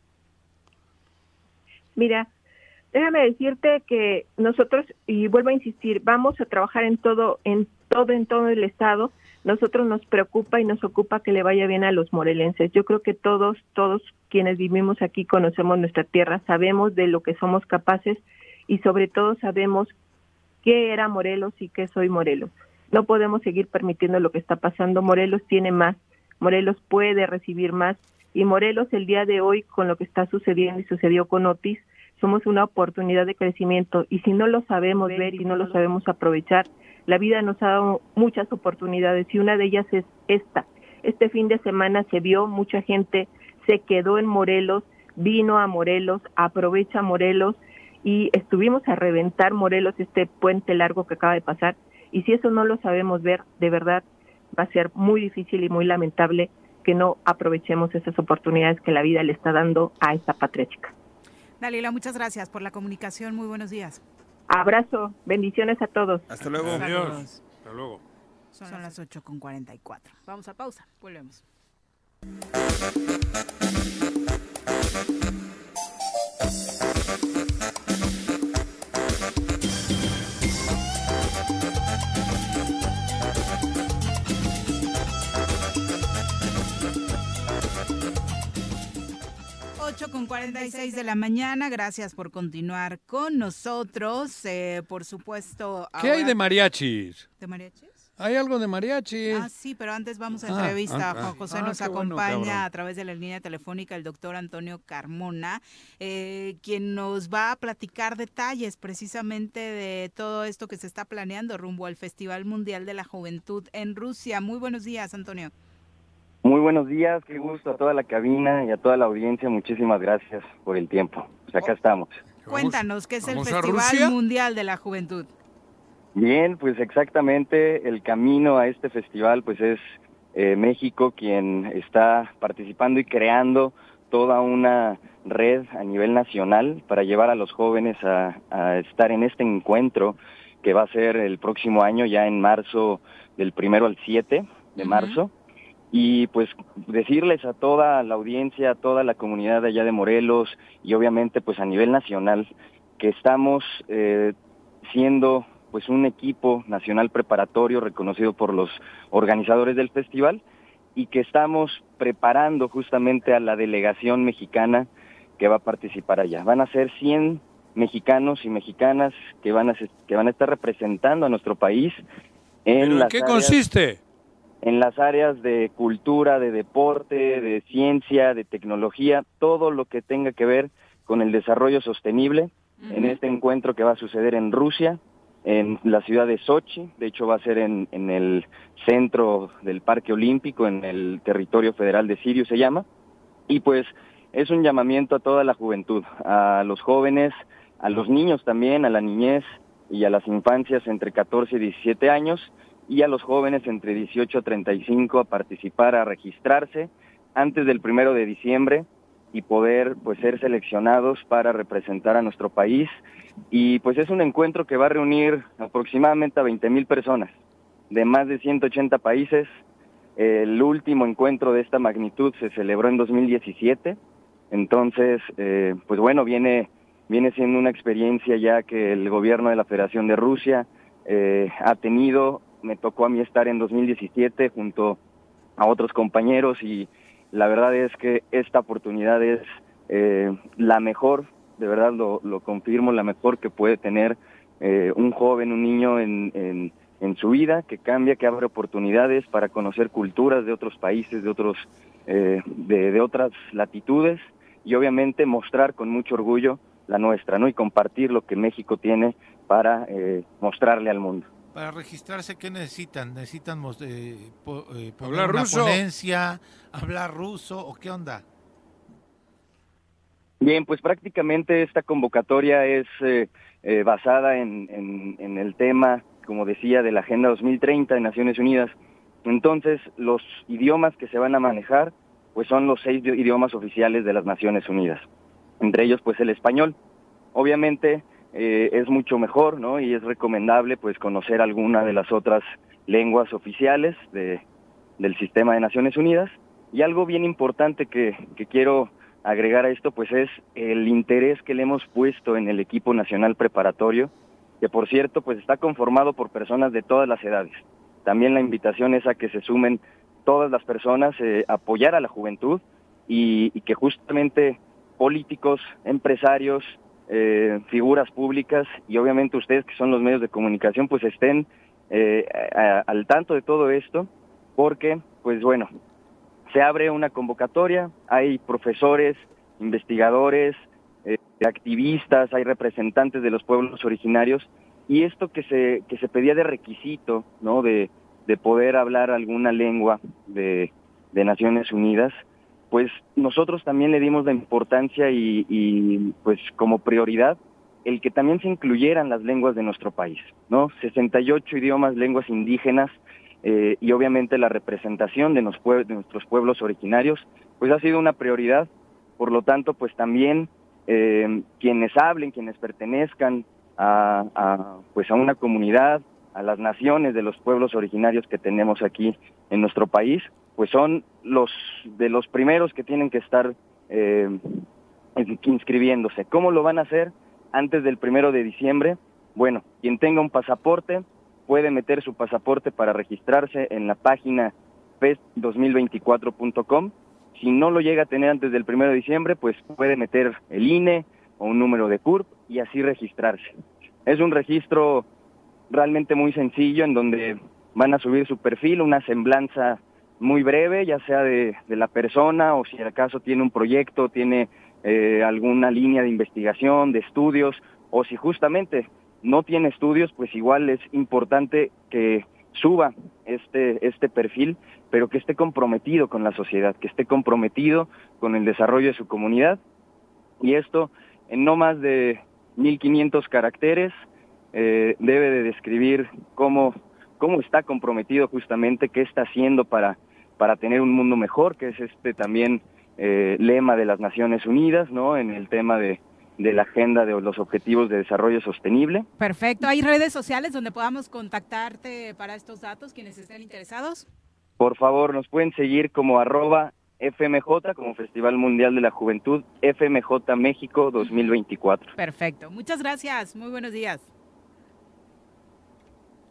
Speaker 12: Mira, déjame decirte que nosotros, y vuelvo a insistir, vamos a trabajar en todo, en todo, en todo el estado. Nosotros nos preocupa y nos ocupa que le vaya bien a los morelenses. Yo creo que todos, todos quienes vivimos aquí conocemos nuestra tierra, sabemos de lo que somos capaces y sobre todo sabemos qué era Morelos y qué soy Morelos. No podemos seguir permitiendo lo que está pasando. Morelos tiene más, Morelos puede recibir más y Morelos el día de hoy con lo que está sucediendo y sucedió con Otis, somos una oportunidad de crecimiento y si no lo sabemos ver y no lo sabemos aprovechar, la vida nos ha dado muchas oportunidades y una de ellas es esta. Este fin de semana se vio, mucha gente se quedó en Morelos, vino a Morelos, aprovecha Morelos y estuvimos a reventar Morelos este puente largo que acaba de pasar y si eso no lo sabemos ver, de verdad va a ser muy difícil y muy lamentable que no aprovechemos esas oportunidades que la vida le está dando a esta patria chica.
Speaker 2: Dalila, muchas gracias por la comunicación. Muy buenos días.
Speaker 12: Abrazo, bendiciones a todos.
Speaker 8: Hasta luego.
Speaker 2: Adiós.
Speaker 3: Hasta luego.
Speaker 5: Son, las 8 con 44. Vamos a pausa, volvemos.
Speaker 2: Ocho con 46 de la mañana, gracias por continuar con nosotros. Eh, por supuesto,
Speaker 3: ¿Qué hay
Speaker 2: ahora-
Speaker 3: de mariachis?
Speaker 2: ¿De mariachis?
Speaker 3: Hay algo de mariachis.
Speaker 2: Ah, sí, pero antes vamos a
Speaker 3: Ah,
Speaker 2: entrevista.
Speaker 3: ah,
Speaker 2: Juan
Speaker 3: ah.
Speaker 2: José
Speaker 3: Ah,
Speaker 2: nos
Speaker 3: qué bueno,
Speaker 2: acompaña
Speaker 3: cabrón.
Speaker 2: a través de la línea telefónica el doctor Antonio Carmona, eh, quien nos va a platicar detalles precisamente de todo esto que se está planeando rumbo al Festival Mundial de la Juventud en Rusia. Muy buenos días, Antonio.
Speaker 13: Muy buenos días, qué gusto a toda la cabina y a toda la audiencia. Muchísimas gracias por el tiempo. Pues acá estamos.
Speaker 2: Cuéntanos, ¿qué es el
Speaker 13: vamos a
Speaker 2: Festival
Speaker 13: Rusia?
Speaker 2: Mundial de la Juventud?
Speaker 13: Bien, pues exactamente el camino a este festival pues es eh, México quien está participando y creando toda una red a nivel nacional para llevar a los jóvenes a, a estar en este encuentro que va a ser el próximo año, ya en marzo, del primero al 7 de marzo. Y pues decirles a toda la audiencia, a toda la comunidad de allá de Morelos y obviamente pues a nivel nacional que estamos eh, siendo pues un equipo nacional preparatorio reconocido por los organizadores del festival y que estamos preparando justamente a la delegación mexicana que va a participar allá. Van a ser 100 mexicanos y mexicanas que van a, se- que van a estar representando a nuestro país. En
Speaker 3: ¿Pero en
Speaker 13: las
Speaker 3: qué
Speaker 13: áreas-
Speaker 3: consiste?
Speaker 13: en las áreas de cultura, de deporte, de ciencia, de tecnología, todo lo que tenga que ver con el desarrollo sostenible en este encuentro que va a suceder en Rusia, en la ciudad de Sochi, de hecho va a ser en, en el centro del Parque Olímpico, en el territorio federal de Sirio se llama, y pues es un llamamiento a toda la juventud, a los jóvenes, a los niños también, a la niñez y a las infancias entre 14 y 17 años, y a los jóvenes entre 18 a 35 a participar, a registrarse antes del primero de diciembre y poder pues ser seleccionados para representar a nuestro país y pues es un encuentro que va a reunir aproximadamente a 20 mil personas de más de 180 países el último encuentro de esta magnitud se celebró en 2017 entonces eh, pues bueno viene viene siendo una experiencia ya que el gobierno de la Federación de Rusia eh, ha tenido. Me tocó a mí estar en 2017 junto a otros compañeros y la verdad es que esta oportunidad es eh, la mejor, de verdad lo, lo confirmo, la mejor que puede tener eh, un joven, un niño en, en, en su vida, que cambia, que abre oportunidades para conocer culturas de otros países, de, otros, eh, de, de otras latitudes y obviamente mostrar con mucho orgullo la nuestra, ¿no? Y compartir lo que México tiene para eh, mostrarle al mundo.
Speaker 4: Para registrarse, ¿qué necesitan? ¿Necesitan mos- eh, po- eh, poner
Speaker 3: Hablar
Speaker 4: una
Speaker 3: ruso.
Speaker 4: ponencia, hablar ruso o qué onda?
Speaker 13: Bien, pues prácticamente esta convocatoria es eh, eh, basada en, en- en el tema, como decía, de la Agenda 2030 de Naciones Unidas. Entonces, los idiomas que se van a manejar, pues son los seis idiomas oficiales de las Naciones Unidas. Entre ellos, pues el español. Obviamente eh, es mucho mejor, ¿no? Y es recomendable, pues, conocer alguna de las otras lenguas oficiales de, del sistema de Naciones Unidas. Y algo bien importante que, que quiero agregar a esto, pues es el interés que le hemos puesto en el equipo nacional preparatorio, que por cierto, pues está conformado por personas de todas las edades. También la invitación es a que se sumen todas las personas, eh, apoyar a la juventud y, y que justamente políticos, empresarios, eh, figuras públicas y obviamente ustedes que son los medios de comunicación, pues estén eh, a- a- al tanto de todo esto, porque, pues bueno, se abre una convocatoria, hay profesores, investigadores, eh, activistas, hay representantes de los pueblos originarios y esto que se, que se pedía de requisito, ¿no? De, de poder hablar alguna lengua de, de Naciones Unidas, pues nosotros también le dimos la importancia y, y, pues como prioridad el que también se incluyeran las lenguas de nuestro país, ¿no? 68 idiomas, lenguas indígenas, eh, y obviamente la representación de, nos pue- de nuestros pueblos originarios, pues ha sido una prioridad. Por lo tanto, pues también eh, quienes hablen, quienes pertenezcan a, a, pues a una comunidad, a las naciones de los pueblos originarios que tenemos aquí en nuestro país, pues son los de los primeros que tienen que estar eh, inscribiéndose. ¿Cómo lo van a hacer? Antes del primero de diciembre, bueno, quien tenga un pasaporte puede meter su pasaporte para registrarse en la página fest2024.com. Si no lo llega a tener antes del primero de diciembre, pues puede meter el INE o un número de CURP y así registrarse. Es un registro realmente muy sencillo en donde van a subir su perfil, una semblanza muy breve, ya sea de, de la persona o si acaso tiene un proyecto, tiene eh, alguna línea de investigación, de estudios, o si justamente no tiene estudios, pues igual es importante que suba este, este perfil, pero que esté comprometido con la sociedad, que esté comprometido con el desarrollo de su comunidad. Y esto en no más de 1.500 caracteres eh, debe de describir cómo, cómo está comprometido justamente, qué está haciendo para, para tener un mundo mejor, que es este también eh, lema de las Naciones Unidas, ¿no? En el tema de, de la agenda de los objetivos de desarrollo sostenible.
Speaker 2: Perfecto. ¿Hay redes sociales donde podamos contactarte para estos datos, quienes estén interesados?
Speaker 13: Por favor, nos pueden seguir como arroba FMJ, como Festival Mundial de la Juventud, FMJ México 2024.
Speaker 2: Perfecto. Muchas gracias. Muy buenos días.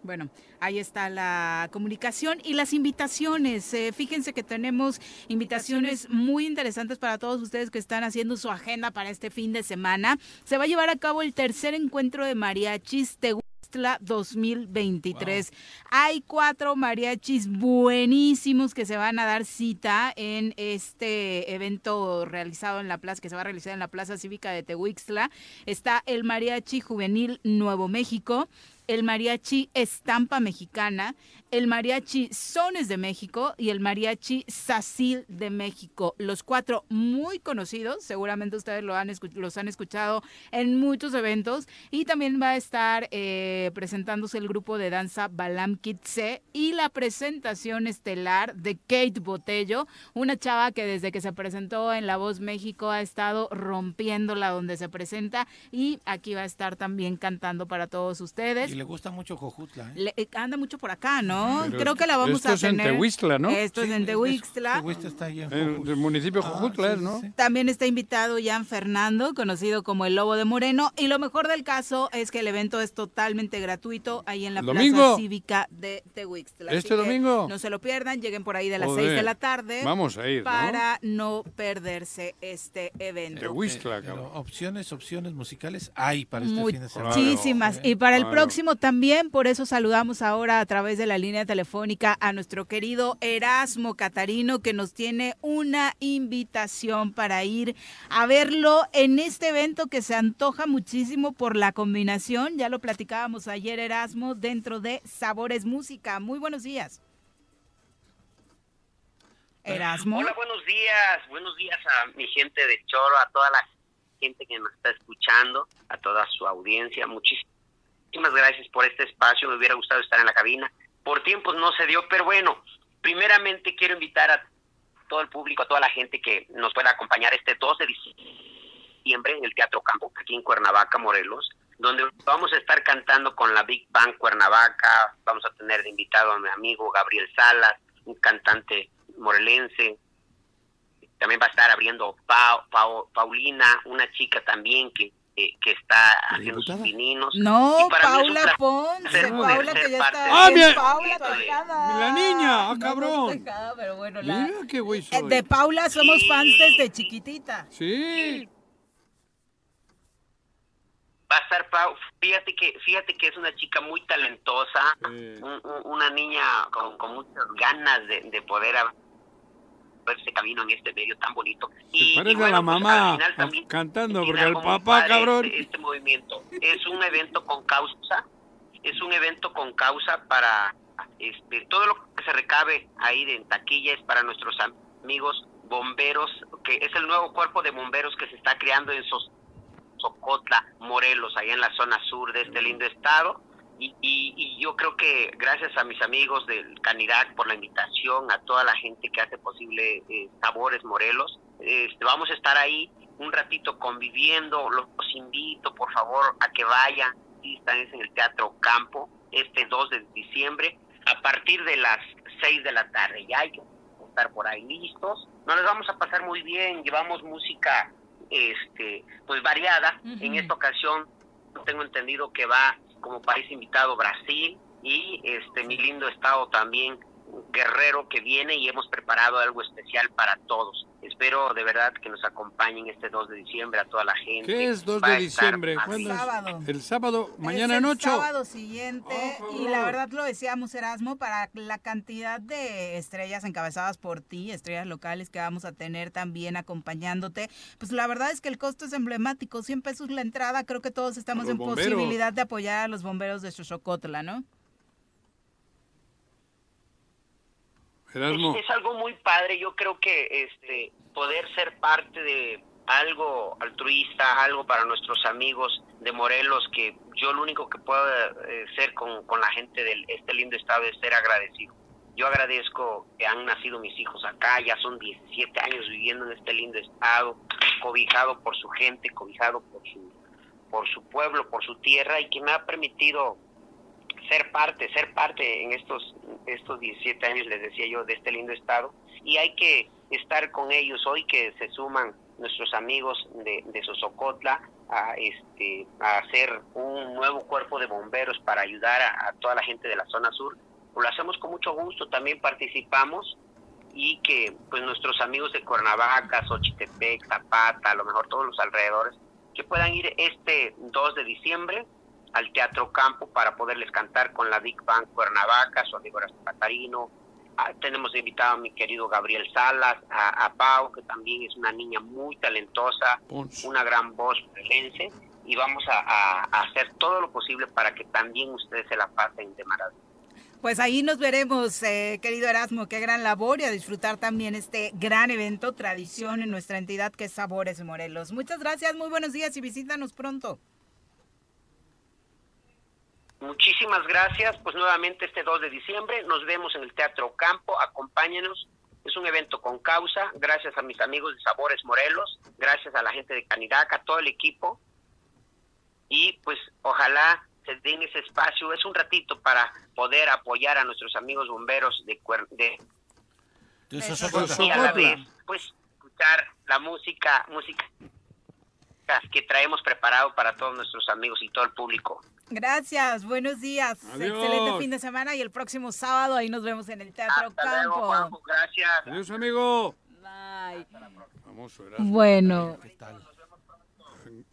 Speaker 2: Bueno, ahí está la comunicación y las invitaciones. Eh, fíjense que tenemos invitaciones muy interesantes para todos ustedes que están haciendo su agenda para este fin de semana. Se va a llevar a cabo el tercer encuentro de mariachis Tehuistla 2023. Hay cuatro mariachis buenísimos que se van a dar cita en este evento realizado en la plaza, que se va a realizar en la Plaza Cívica de Tehuixtla. Está el Mariachi Juvenil Nuevo México el mariachi Estampa Mexicana, el mariachi Sones de México y el mariachi Sacil de México. Los cuatro muy conocidos, seguramente ustedes lo han escu- los han escuchado en muchos eventos. Y también va a estar eh, presentándose el grupo de danza Balam Kitse y la presentación estelar de Kate Botello, una chava que desde que se presentó en La Voz México ha estado rompiéndola donde se presenta y aquí va a estar también cantando para todos ustedes.
Speaker 4: Y le gusta mucho Jojutla, ¿eh?
Speaker 2: Le- eh, anda mucho por acá, ¿no?
Speaker 4: Pero
Speaker 2: Creo que la vamos
Speaker 3: esto
Speaker 2: a
Speaker 3: es en
Speaker 2: tener.
Speaker 3: Tehuistla, ¿no?
Speaker 2: Esto es
Speaker 3: Sí,
Speaker 2: en
Speaker 3: es-
Speaker 2: Tehuistla.
Speaker 4: está allá
Speaker 3: El, del municipio
Speaker 2: Ah,
Speaker 3: de Jojutla, es, ¿no?
Speaker 2: También está invitado Jan Fernando, conocido como el Lobo de Moreno. Y lo mejor del caso es que el evento es totalmente gratuito ahí en la Plaza
Speaker 3: Domingo.
Speaker 2: Cívica de Tehuixtla.
Speaker 3: Este domingo.
Speaker 2: No se lo pierdan, lleguen por ahí de las
Speaker 3: Joder.
Speaker 2: 6 de la tarde.
Speaker 3: Vamos a ir, ¿no?
Speaker 2: Para no perderse este evento.
Speaker 4: Pero Opciones, opciones musicales hay para este fin de semana.
Speaker 2: Muchísimas. Y para el
Speaker 4: Claro.
Speaker 2: próximo también, por eso saludamos ahora a través de la línea telefónica a nuestro querido Erasmo Catarino, que nos tiene una invitación para ir a verlo en este evento que se antoja muchísimo por la combinación. Ya lo platicábamos ayer, Erasmo, dentro de Sabores Música. Muy buenos días. Erasmo.
Speaker 14: Hola, buenos días. Buenos días a mi gente de Choro, a toda la gente que nos está escuchando, a toda su audiencia. Muchísimas gracias por este espacio. Me hubiera gustado estar en la cabina. Por tiempos no se dio, pero bueno, primeramente quiero invitar a todo el público, a toda la gente que nos pueda acompañar este 2 de diciembre en el Teatro Campo, aquí en Cuernavaca, Morelos, donde vamos a estar cantando con la Big Bang Cuernavaca, vamos a tener de invitado a mi amigo Gabriel Salas, un cantante morelense, también va a estar abriendo Pao- Pao- Paulina, una chica también que, que- que está haciendo sus pininos.
Speaker 2: No,
Speaker 14: Y para mí es un
Speaker 2: Paula
Speaker 14: placer
Speaker 2: Ponce,
Speaker 14: poder
Speaker 2: Paula que
Speaker 14: ser
Speaker 2: ya
Speaker 14: parte
Speaker 2: está.
Speaker 14: de-
Speaker 3: ¡Ah,
Speaker 2: bien,
Speaker 14: mira!
Speaker 2: Paula tocada.
Speaker 14: Ah, La niña, ah,
Speaker 2: No, no
Speaker 14: cabrón.
Speaker 2: tocada, pero bueno, la-
Speaker 14: Mira qué güey
Speaker 2: Eh,
Speaker 14: soy.
Speaker 2: De Paula somos fans desde chiquitita.
Speaker 3: Sí.
Speaker 14: Va a estar Pau, fíjate que, fíjate que es una chica muy talentosa,
Speaker 3: Mm.
Speaker 14: un- un- una niña con, con muchas ganas de, de poder ab- abrirse camino en este medio tan bonito. Y,
Speaker 3: Se
Speaker 14: y
Speaker 3: parece a
Speaker 14: bueno,
Speaker 3: la
Speaker 14: pues,
Speaker 3: mamá
Speaker 14: al final también
Speaker 3: cantando,
Speaker 14: tiene
Speaker 3: porque el
Speaker 14: algo muy
Speaker 3: papá,
Speaker 14: padre
Speaker 3: cabrón.
Speaker 14: Este, este movimiento es un evento con causa, es un evento con causa para este, todo lo que se recabe ahí de en taquilla es para nuestros am- amigos bomberos, que es el nuevo cuerpo de bomberos que se está creando en Sos- Socotla, Morelos, allá en la zona sur de este lindo estado. Y, y- y yo creo que gracias a mis amigos del Canirac por la invitación, a toda la gente que hace posible eh, Sabores Morelos, este, vamos a estar ahí un ratito conviviendo, los invito por favor a que vayan, asistan, es en el Teatro Campo, este 2 de diciembre a partir de las 6 de la tarde. Ya hay que estar por ahí listos. Nos les vamos a pasar muy bien, llevamos música este pues variada. En esta ocasión tengo entendido que va como país invitado Brasil y este mi lindo estado también Guerrero que viene y hemos preparado algo especial para todos. Espero de verdad que nos acompañen este 2 de diciembre a toda la gente.
Speaker 3: ¿Qué es 2
Speaker 14: Va
Speaker 3: de
Speaker 14: a estar
Speaker 3: diciembre? ¿Cuándo es?
Speaker 2: Sábado.
Speaker 3: El sábado, mañana
Speaker 2: Es el
Speaker 3: noche.
Speaker 2: sábado
Speaker 14: Ah,
Speaker 2: siguiente y la verdad lo decíamos Erasmo para la cantidad de estrellas encabezadas por ti, estrellas locales que vamos a tener también acompañándote. Pues la verdad es que el costo es emblemático, 100 pesos la entrada, creo que todos estamos
Speaker 3: Los
Speaker 2: en
Speaker 3: bomberos.
Speaker 2: posibilidad de apoyar a los bomberos de Xochocotla, ¿no?
Speaker 3: Erasmo.
Speaker 14: Es, es algo muy padre, yo creo que este poder ser parte de algo altruista, algo para nuestros amigos de Morelos, que yo lo único que puedo eh, ser con, con la gente de este lindo estado es ser agradecido. Yo agradezco que han nacido mis hijos acá, ya son 17 años viviendo en este lindo estado, cobijado por su gente, cobijado por su, por su pueblo, por su tierra, y que me ha permitido ser parte, ser parte en estos, estos 17 años, les decía yo, de este lindo estado. Y hay que estar con ellos hoy que se suman nuestros amigos de, de Sosocotla a, este, a hacer un nuevo cuerpo de bomberos para ayudar a, a toda la gente de la zona sur. Lo hacemos con mucho gusto, también participamos y que pues nuestros amigos de Cuernavaca, Xochitepec, Zapata, a lo mejor todos los alrededores, que puedan ir este 2 de diciembre al Teatro Campo para poderles cantar con la Big Band Cuernavaca, su amigo Erasmo Catarino. Ah, tenemos invitado a mi querido Gabriel Salas, a, a Pau, que también es una niña muy talentosa, una gran voz prelense, y vamos a, a- a hacer todo lo posible para que también ustedes se la pasen de maravilla.
Speaker 2: Pues ahí nos veremos, eh, querido Erasmo, qué gran labor y a disfrutar también este gran evento, tradición en nuestra entidad que es Sabores Morelos. Muchas gracias, muy buenos días y visítanos pronto.
Speaker 14: Muchísimas gracias, pues nuevamente este 2 de diciembre nos vemos en el Teatro Campo, acompáñenos, es un evento con causa, gracias a mis amigos de Sabores Morelos, gracias a la gente de Caniraca, a todo el equipo, y pues ojalá se den ese espacio, es un ratito para poder apoyar a nuestros amigos bomberos de, Cuer- de,
Speaker 15: De
Speaker 14: y a la vez, pues escuchar la música, música que traemos preparado para todos nuestros amigos y todo el público.
Speaker 2: Gracias, buenos días,
Speaker 14: Adiós.
Speaker 2: excelente fin de semana y el próximo sábado ahí nos vemos en el Teatro Campo.
Speaker 14: gracias.
Speaker 3: Adiós, amigo.
Speaker 2: Bye.
Speaker 3: Famoso, Erasmo.
Speaker 5: Bueno,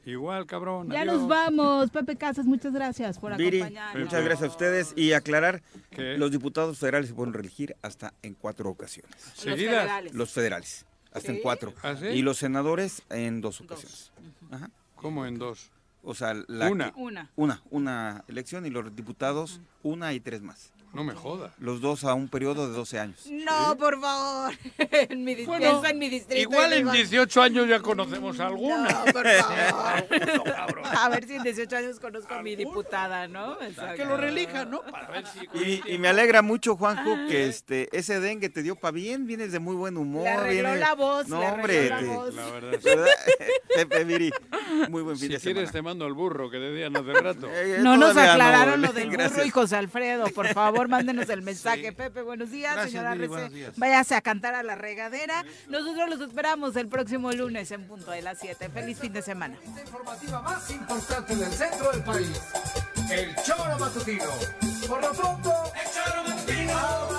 Speaker 3: Igual, cabrón.
Speaker 5: ya
Speaker 3: adiós.
Speaker 5: nos vamos. Pepe Casas, muchas gracias por
Speaker 8: Viri,
Speaker 5: acompañarnos.
Speaker 8: muchas gracias a ustedes y aclarar, los diputados federales se pueden reelegir hasta en cuatro ocasiones.
Speaker 3: ¿Seguidas?
Speaker 8: Los
Speaker 3: federales.
Speaker 8: federales. hasta en
Speaker 3: ¿Sí?
Speaker 8: cuatro.
Speaker 3: ¿Ah, sí?
Speaker 8: Y los senadores en dos ocasiones. Ajá.
Speaker 3: ¿Cómo en dos?
Speaker 8: O sea, la que-
Speaker 3: Una.
Speaker 2: Una.
Speaker 8: Una, una elección y los diputados una y tres más.
Speaker 3: No me joda.
Speaker 8: Los dos a un periodo de 12 años.
Speaker 2: No, por favor, en mi, dis- pienso en mi distrito.
Speaker 3: Igual
Speaker 2: y
Speaker 3: en
Speaker 2: digo,
Speaker 3: 18 años ya conocemos a alguna.
Speaker 2: A ver si en 18 años conozco a mi diputada, ¿no?
Speaker 3: Que lo relija, ¿no? Para ver si...
Speaker 2: este
Speaker 8: Y, y me alegra mucho, Juanjo,
Speaker 2: Ah.
Speaker 8: que este ese dengue te dio pa' bien, vienes de muy buen humor.
Speaker 2: Le arregló
Speaker 8: vienes-
Speaker 2: la voz,
Speaker 8: No,
Speaker 2: le arregló
Speaker 8: hombre.
Speaker 2: la
Speaker 8: te-
Speaker 2: voz.
Speaker 3: La verdad, sí.
Speaker 8: ¿Verdad? Pepe Viri, muy buen
Speaker 3: Si
Speaker 8: fin de
Speaker 3: quieres
Speaker 8: semana.
Speaker 3: te mando al burro que decían hace rato.
Speaker 8: Eh,
Speaker 2: No nos
Speaker 8: todavía no, eh,
Speaker 2: aclararon lo del burro
Speaker 8: gracias.
Speaker 2: y José Alfredo. Por favor, mándenos el mensaje. Pepe, buenos días,
Speaker 5: Gracias,
Speaker 2: señora
Speaker 5: Viri,
Speaker 2: Rece.
Speaker 5: buenos días.
Speaker 2: Váyase a cantar a la regadera. Nosotros los esperamos el próximo lunes en punto de las 7. Feliz fin de semana.
Speaker 15: informativa más importante del centro del país. El Choro Matutino. Por lo pronto, el Choro Matutino.